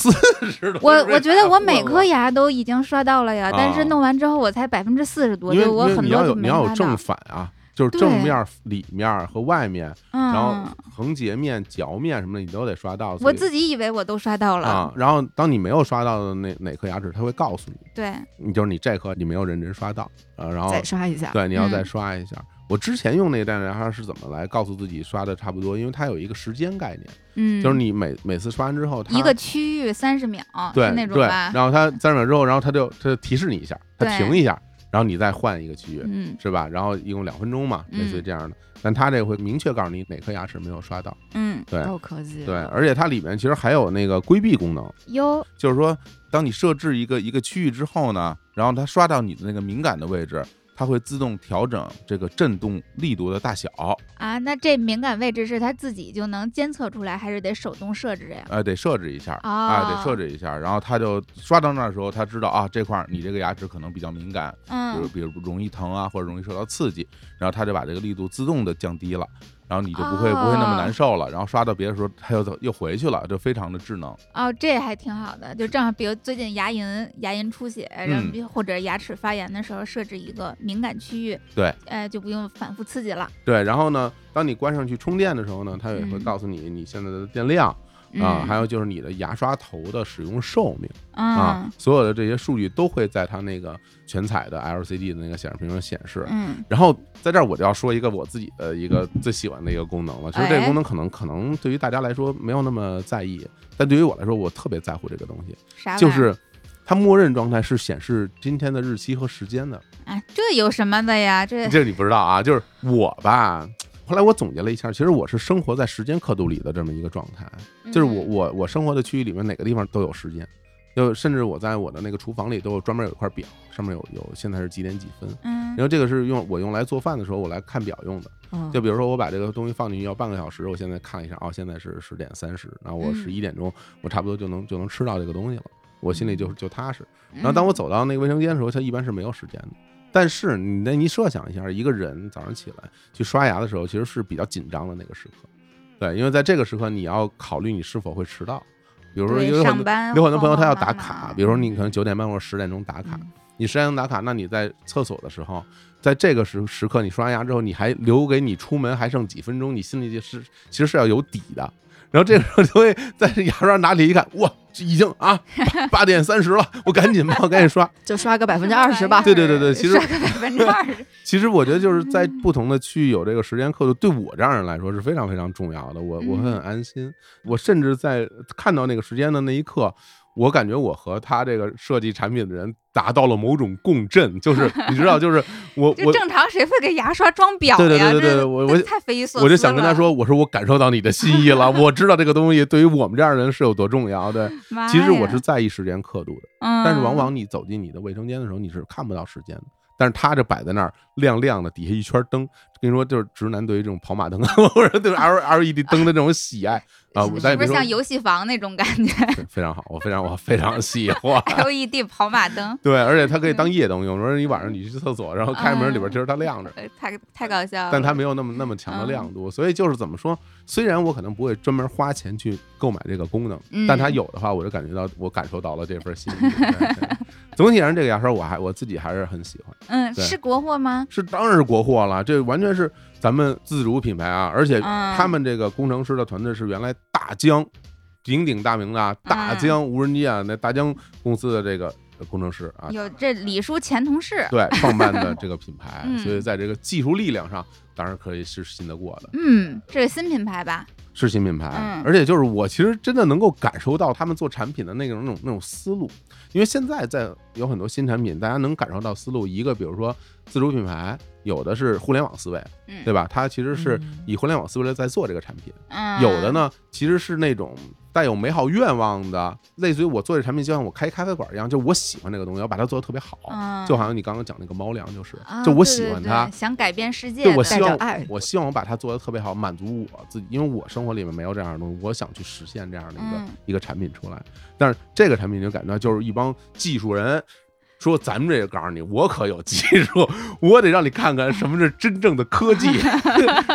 是的我就是我觉得我每太混颗了牙都已经刷到了呀，但啊是弄完之后我才百分之四十多，因为就我因为很你要多有就你没要刷有正到。反啊，就是对正面、里面和外面，然后嗯，横截面、嚼面什么的，你都得刷到。所我以自己以为我都刷到了啊，，然后当你没有刷到的那哪颗牙齿，它会告诉你。对，你就是你这颗你没有认真刷到啊，然后再刷一下，对你要再嗯刷一下。我之前用那个战牙刷是怎么来告诉自己刷的差不多？因为它有一个时间概念，嗯，就是你每每次刷完之后，它一个区域三十秒，对是那种对，吧然，后它三十秒之后，然后它就它就提示你一下，它对停一下，然后你再换一个区域，嗯是吧？然后一共两分钟嘛，类似于嗯这样的。但它这个会明确告诉你哪颗牙齿没有刷到，嗯，对高科技，对，而且它里面其实还有那个规避功能，哟，就是说，当你设置一个一个区域之后呢，然后它刷到你的那个敏感的位置，它会自动调整这个震动力度的大小，啊，那这敏感位置是它自己就能监测出来，还是得手动设置呀？呃，得设置一下，啊，得设置一下，然后它就刷到那儿的时候，它知道啊这块儿你这个牙齿可能比较敏感，比如嗯，比如容易疼啊，或者容易受到刺激，然后它就把这个力度自动的降低了，然后你就不会、不会那么难受了，然后刷到别的时候它又走又回去了，就非常的智能。哦，这还挺好的，就正好，比如最近牙龈牙龈出血，然后嗯比或者牙齿发炎的时候，设置一个敏感区域，对，啊呃，就不用反复刺激了。对，然后呢，当你关上去充电的时候呢，它也会嗯告诉你你现在的电量啊、嗯还有就是你的牙刷头的使用寿命。啊嗯，所有的这些数据都会在它那个全彩的 LCD 的那个显示屏上显示。嗯，然后在这儿我就要说一个我自己的一个最喜欢的一个功能了。其实这个哎功能可能可能对于大家来说没有那么在意，但对于我来说，我特别在乎这个东西，啥玩意儿就是它默认状态是显示今天的日期和时间的。哎，这有什么的呀？这这个你不知道啊，就是我吧。后来我总结了一下，其实我是生活在时间刻度里的这么一个状态，就是我嗯我我生活的区域里面哪个地方都有时间，就甚至我在我的那个厨房里都有专门有一块表，上面有有现在是几点几分，嗯然后这个是用我用来做饭的时候我来看表用的，嗯就比如说我把这个东西放进去要半个小时，我现在看了一下，哦，现在是十点三十，然后我嗯十一点钟我差不多就能就能吃到这个东西了，我心里嗯就就踏实。然然后当我走到那个卫生间的时候，它一般是没有时间的。但是你那你设想一下，一个人早上起来去刷牙的时候，其实是比较紧张的那个时刻，对，因为在这个时刻你要考虑你是否会迟到。比如说对有很上多班有很多朋友他要慌慌打忙卡，忙啊比如说你可能九点半或者十点钟打卡嗯，你十点钟打卡，那你在厕所的时候，在这个时时刻你刷完牙之后，你还留给你出门还剩几分钟，你心里就是其实是要有底的。然后这个时候就会在这牙刷拿起一看，哇，这已经啊八八点三十了，我赶紧吧，我赶紧刷。就刷个百分之二十吧。对对对对其实刷个百分之二十，其实我觉得哦就是在不同的区域有这个时间刻度，对我这样人来说是非常非常重要的。我我嗯会很安心，我甚至在看到那个时间的那一刻，我感觉我和他这个设计产品的人达到了某种共振，就是 [LAUGHS] 你知道，就是我就我正常谁会给牙刷装表呀？对对对对对这对我这我太匪夷所思我就想跟他了，说，我说我感受到你的心意了，我知道这个东西对于我们这样的人是有多重要。 [LAUGHS] 对，妈其实我哎呀是，在意时间刻度的。嗯但是往往你走进你的卫生间的时候，你是看不到时间的。但是它这摆在那儿亮亮的，底下一圈灯，跟你说，就是直男对于这种跑马灯啊 [LAUGHS] 或者对 L L E D 灯的这种喜爱啊，我咱是也不别是说像游戏房那种感觉 [LAUGHS] 对非常好，我非常我非常喜欢。 ？LED 跑马灯，对，而且它可以当夜灯用，说你晚上你去厕所，然后开门里边嗯嗯其实它亮着，呃太太搞笑了。但它没有那么那么强的亮度，所以就是怎么说，虽然我可能不会专门花钱去购买这个功能，嗯但它有的话，我就感觉到我感受到了这份心意。对对 [LAUGHS] 总体而言，这个牙刷我还我自己还是很喜欢。嗯，对是国货吗？是当然是国货了，这完全是咱们自主品牌啊！而且嗯他们这个工程师的团队是原来大疆鼎鼎大名的啊，哎大疆无人机啊，那大疆公司的这个工程师啊，有这李叔前同事，对创办的这个品牌， [LAUGHS] 嗯所以在这个技术力量上，当然可以是信得过的，嗯，这是新品牌吧？是新品牌。嗯而且就是我其实真的能够感受到他们做产品的那种那种那种思路，因为现在在有很多新产品，大家能感受到思路，一个比如说自主品牌，有的是互联网思维。嗯，对吧？它其实是嗯以互联网思维来在做这个产品，嗯，有的，呢其实是那种带有美好愿望的，类似于我做这产品就像我开咖啡馆一样，就我喜欢这个东西，我要把它做的特别好，嗯，就好像你刚刚讲那个猫粮就是啊，就我对喜对欢对它。想改变世界对，的，我希望带着爱我希望我把它做的特别好，满足我自己，因为我生活里面没有这样的东西，我想去实现这样的一个、嗯一个产品出来。但是这个产品你就感觉到就是一帮技术人。说咱们这个告诉你，我可有技术，我得让你看看什么是真正的科技， [LAUGHS]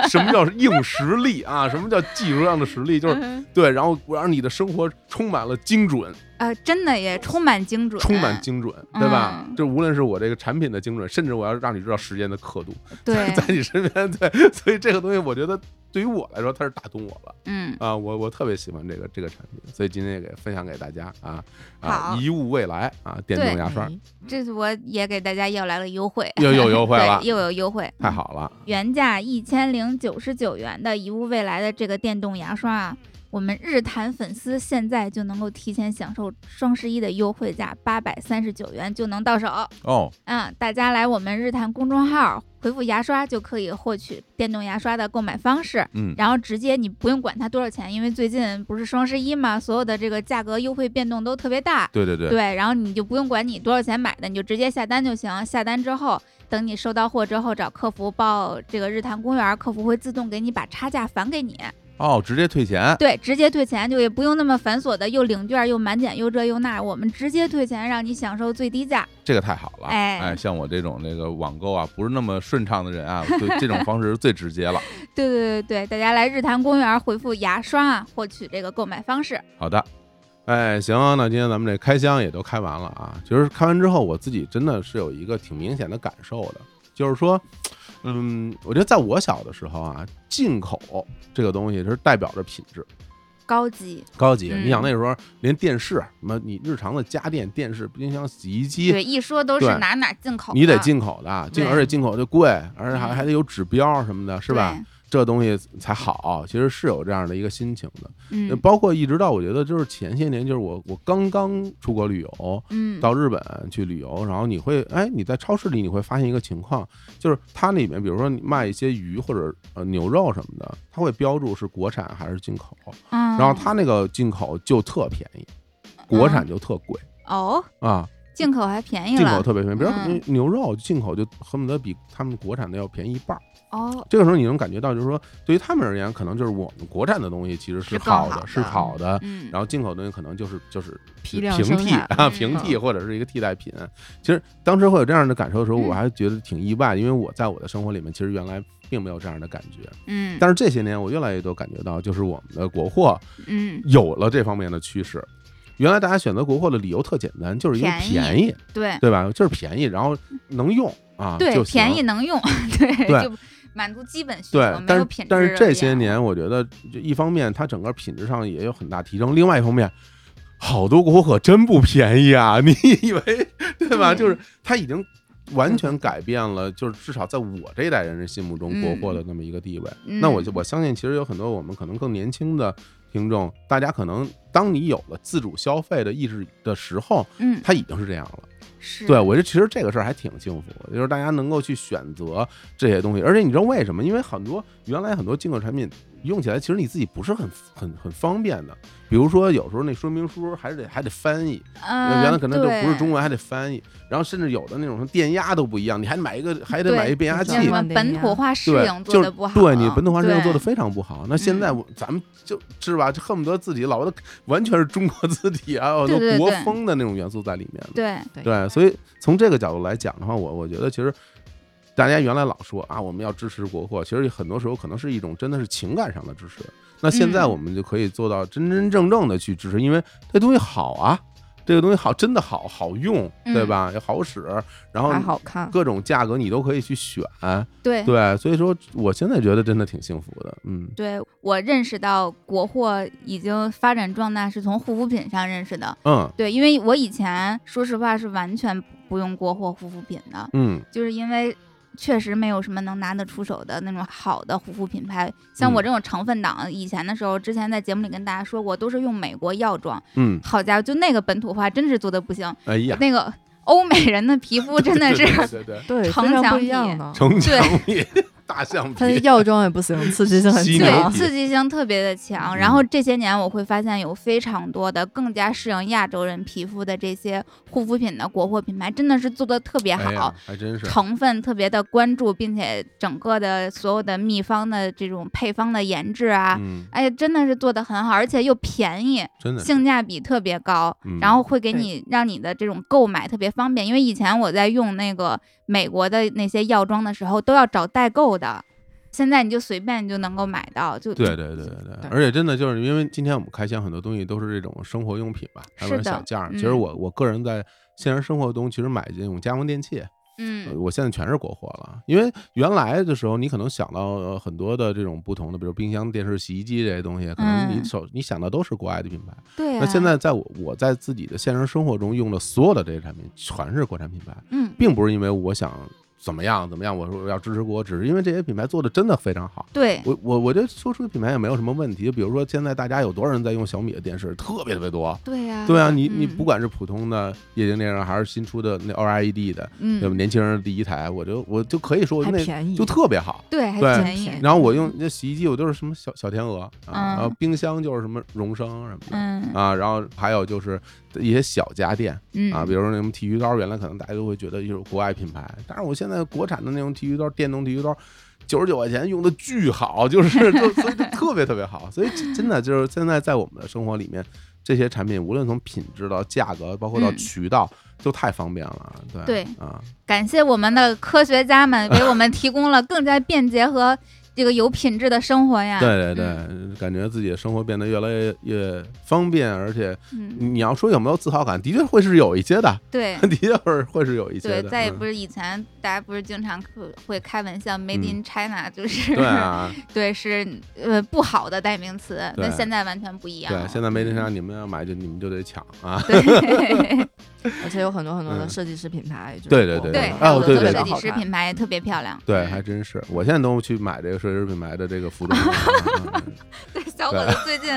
什么叫硬实力啊，什么叫技术上的实力，就是嗯对，然后我让你的生活充满了精准，呃，真的也充满精准，充满精准，对吧？嗯就无论是我这个产品的精准，甚至我要让你知道时间的刻度，，对在 [LAUGHS] 你身边，对，所以这个东西我觉得对于我来说，它是打动我了嗯，啊，我我特别喜欢这个这个产品，所以今天也给分享给大家啊啊，好一物未来啊，电动对牙刷嗯这次我也给大家要来了优惠，又有优惠了对，，嗯又有优惠，太好了，原价一千零九十九元的一物未来的这个电动牙刷啊，我们日坛粉丝现在就能够提前享受双十一的优惠价八百三十九元就能到手。哦，嗯，大家来我们日坛公众号回复“牙刷”就可以获取电动牙刷的购买方式。嗯然后直接你不用管它多少钱，因为最近不是双十一嘛，所有的这个价格优惠变动都特别大。对对对，对，然后你就不用管你多少钱买的，你就直接下单就行。下单之后，等你收到货之后，找客服报这个日坛公园，客服会自动给你把差价返给你。哦，直接退钱。对，直接退钱就也不用那么繁琐的，又领券又满减又这又那，我们直接退钱，让你享受最低价。这个太好了，哎哎，像我这种这个网购啊不是那么顺畅的人啊，对这种方式是最直接了。对对对对，大家来日坛公园回复牙刷啊，获取这个购买方式。好的，哎，行、啊，那今天咱们这开箱也都开完了啊。其实开完之后，我自己真的是有一个挺明显的感受的，就是说，嗯，我觉得在我小的时候啊，进口这个东西是代表着品质。高级，高级，嗯你想那时候连电视什么，你日常的家电、电视、冰箱、洗衣机，对，一说都是对哪哪进口的，你得进口的，进对而且进口就贵，而且还嗯还得有指标什么的，是吧对？？这东西才好，其实是有这样的一个心情的。呃嗯包括一直到我觉得就是前些年，就是我我刚刚出国旅游，嗯，到日本去旅游，然后你会哎你在超市里你会发现一个情况，就是它里面比如说你卖一些鱼或者呃牛肉什么的，它会标注是国产还是进口，然然后它那个进口就特便宜，国嗯产就特贵哦，啊。进口还便宜进口了特别便宜，比如嗯牛肉进口就恨不得比他们国产的要便宜一半儿。哦，这个时候你能感觉到，就是说对于他们而言，可能就是我们国产的东西其实是更好好的，的是好的。嗯，然后进口的东西可能就是就是批平量平生替产啊，嗯平替或者是一个替代品。其实当时会有这样的感受的时候，嗯我还觉得挺意外，因为我在我的生活里面其实原来并没有这样的感觉。嗯，但是这些年我越来越多感觉到，就是我们的国货嗯，有了这方面的趋势。原来大家选择国货的理由特简单，就是因为便宜便宜。对对吧？就是便宜，然后能用啊，对，就行便宜。能用， [LAUGHS] 对，对就满足基本需对啊求，，没但有是品质但的是必这些要年，我觉得就一方面它整个品质上也有很大提升，另外一方面，好多国货可真不便宜啊！ [LAUGHS] 你以为对吧？对就是它已经完全改变了，就是至少在我这一代人心目中国货的那么一个地位。嗯那我就我相信，其实有很多我们可能更年轻的听众，大家可能当你有了自主消费的意识的时候，嗯它已经是这样了。是对，我觉得其实这个事儿还挺幸福的，就是大家能够去选择这些东西，而且你知道为什么？因为很多原来很多进口产品用起来，其实你自己不是很很很方便的。比如说，有时候那说明书还得还得翻译，嗯，原来可能就不是对中文，还得翻译。然后甚至有的那种什么电压都不一样，你还买一个，还得对买一变压器像什。么器本土化适对应，做就的是不好，对你本土化适应做的对非常不好。那现在嗯我咱们就是吧，就恨不得自己老的完全是中国字体啊，有很多对对国对风的那种元素在里面。对，对，所以从这个角度来讲的话，我我觉得其实大家原来老说啊，我们要支持国货，其实很多时候可能是一种真的是情感上的支持。那现在嗯我们就可以做到真真正正的去支持，因为这东西好啊，这个东西好，真的好好用，对嗯吧？也好使，然后还好看。各种价格你都可以去选，对对，所以说我现在觉得真的挺幸福的，嗯，对我认识到国货已经发展壮大，是从护肤品上认识的。嗯对，因为我以前说实话是完全不用国货护肤品的，嗯就是因为确实没有什么能拿得出手的那种好的护肤品牌。像我嗯这种成分党，以前的时候，之前在节目里跟大家说过，都是用美国药妆。嗯，好家伙，就那个本土化真是做的不行，哎呀，那个欧美人的皮肤 [LAUGHS] 真的 [LAUGHS] 是对对对对对，对，非成常墙不一体 [LAUGHS] 样的。城墙壁、 [LAUGHS] 大象它的皮，药妆也不行，刺激性很犀牛对，强皮。刺激性特别的强。嗯然后这些年我会发现有非常多的更加适应亚洲人皮肤的这些护肤品的国货品牌，真的是做的特别哎好呀，，还真是。成分特别的关注，并且整个的所有的秘方的这种配方的研制啊。嗯，哎，真的是做的很好，而且又便宜，真的是性价比特别高，嗯然后会给对你让你的这种购买特别方便。因为以前我在用那个美国的那些药妆的时候，都要找代购的，现在你就随便你就能够买到，就对对对对对，对而且真的就是因为今天我们开箱很多东西都是这种生活用品吧，还有是的小件儿。嗯其实我我个人在现实生活中其实买这种家用电器，呃嗯我现在全是国货了。因为原来的时候，你可能想到呃很多的这种不同的，比如冰箱、电视、洗衣机这些东西，可能你嗯手你想到都是国外的品牌。，对、啊。那呃现在在我我在自己的现实生活中用的所有的这些产品，全是国产品牌。嗯，并不是因为我想怎么样怎么样，我说我要支持国，只是因为这些品牌做的真的非常好。对，我我我觉得说出品牌也没有什么问题，比如说现在大家有多少人在用小米的电视，特别特别多。对呀、对啊，你你嗯不管是普通的液晶电视，还是新出的那 OLED 的，嗯，对吧？啊年轻人的第一台，我就我就可以说我还那便宜，就特别好。对，还对便宜，便宜然后我用那洗衣机，我都是什么小小天鹅啊，嗯然后冰箱就是什么荣升什么的，嗯啊，然后还有就是一些小家电嗯啊，比如说那什么剃须刀，原来可能大家都会觉得就是国外品牌，但是我现在国产的那种剃须刀，电动剃须刀。九十九块钱用的巨好，就是 [LAUGHS] 就所以就特别特别好，所以真真的就是现在在我们的生活里面，这些产品无论从品质到价格，包括到嗯渠道，都太方便了。对对啊，感谢我们的科学家们给我们提供了更加便捷和 [LAUGHS] 这个有品质的生活呀。，对对嗯对，感觉自己的生活变得越来越越方便，而且嗯，你要说有没有自豪感，的确会是有一些的， [LAUGHS] 对的确会会是有一些对，的。再也嗯不是以前大家不是经常会会开玩笑 “Made in China”，就是嗯对啊， [LAUGHS] 对是呃不好的代名词，那对现在完全不一样了。对，现在没人上，你们要买就你们就得抢啊！[LAUGHS] [LAUGHS] 对而且有很多很多的嗯设计师品牌，就是对对国对外对，哦还还有有很对多做对得设比较计好师看品牌也特别漂亮。对，还真是，我现在都去买这个奢侈品牌的这个服装。 [LAUGHS] 嗯嗯嗯对， [LAUGHS] 小伙子最近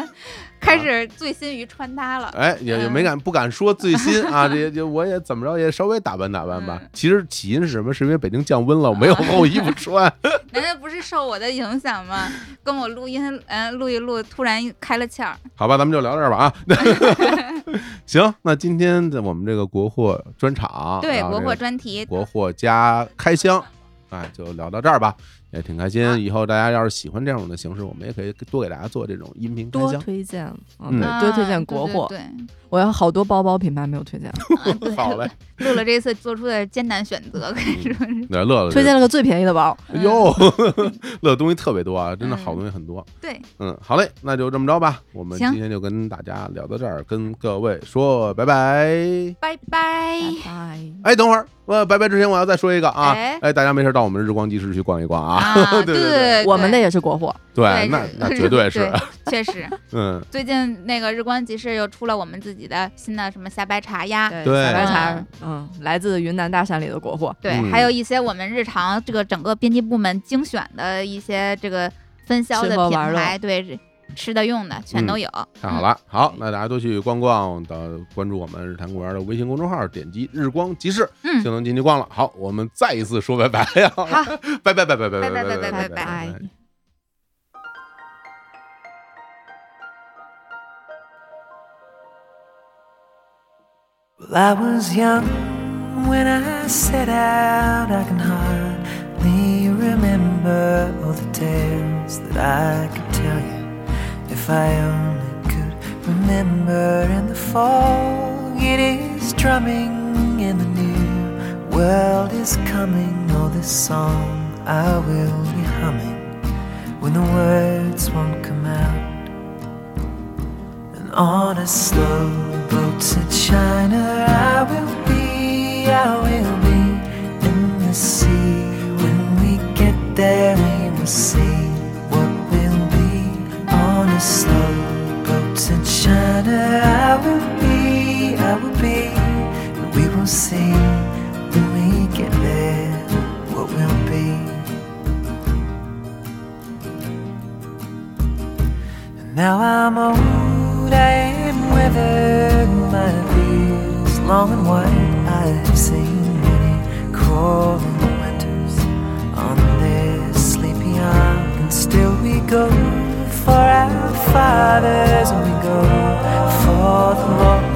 开始醉心于穿搭了。哎，也也没敢不敢说最新啊，这也就我也怎么着也稍微打扮打扮吧嗯。其实起因是什么？是因为北京降温了，我没有厚衣服穿。 [LAUGHS] 难道不是受我的影响吗？跟我录音，嗯、录一录，突然开了窍儿。好吧，咱们就聊到这儿吧 [LAUGHS] 啊。 [LAUGHS] 行，那今天的我们这个国货专场，对，然后国这货个专题，国货加开箱，哎，就聊到这儿吧，也挺开心。以后大家要是喜欢这种的形式，我们也可以多给大家做这种音频开多箱。推荐，嗯嗯，对，多推荐啊国货。 [LAUGHS] 对对我有好多包包品牌没有推荐，对啊对好嘞，录了这次做出的艰难选择，可以说是那乐乐推荐了个最便宜的包。这哟，哎 [LAUGHS] 乐东西特别多啊，真的好东西很多。对，嗯，好嘞，那就这么着吧，我们行今天就跟大家聊到这儿，跟各位说拜拜。拜拜。拜拜。哎，等会儿，我拜拜之前我要再说一个啊哎，哎，大家没事到我们的日光集市去逛一逛啊。啊， [LAUGHS] 对对对，我们的也是国货，对，那是那绝对是，，确实。 [LAUGHS] 嗯，最近那个日光集市又出了我们自己的新的什么虾白茶呀，对小白茶，嗯，来自云南大山里的国货。对，嗯还有一些我们日常这个整个编辑部门精选的一些这个分销的吃喝品玩牌，乐对，吃的用的嗯全都有。太好了，好，那大家多去逛逛，的关注我们日坛公园的微信公众号，点击日光集市嗯就能进去逛了。好，我们再一次说拜拜呀， [LAUGHS] 拜拜拜拜拜拜拜拜拜拜。 Well, I was young when I set out. I can hardly remember all the tales that I could tell you if I only could remember. In the fog, it is drumming, and the new world is coming. Oh, this song I will be humming when the words won't come out and on a slow boat to China I will be, I will be in the sea. When we get there, we will see what we'll be. On a slow boat to China I will be, I will be, and we will see when we get there what we'll be. Now I'm old, I am withered, my beard's long and white. I have seen many crawling winters on this sleepy isle, and still we go for our fathers, and we go for the Lord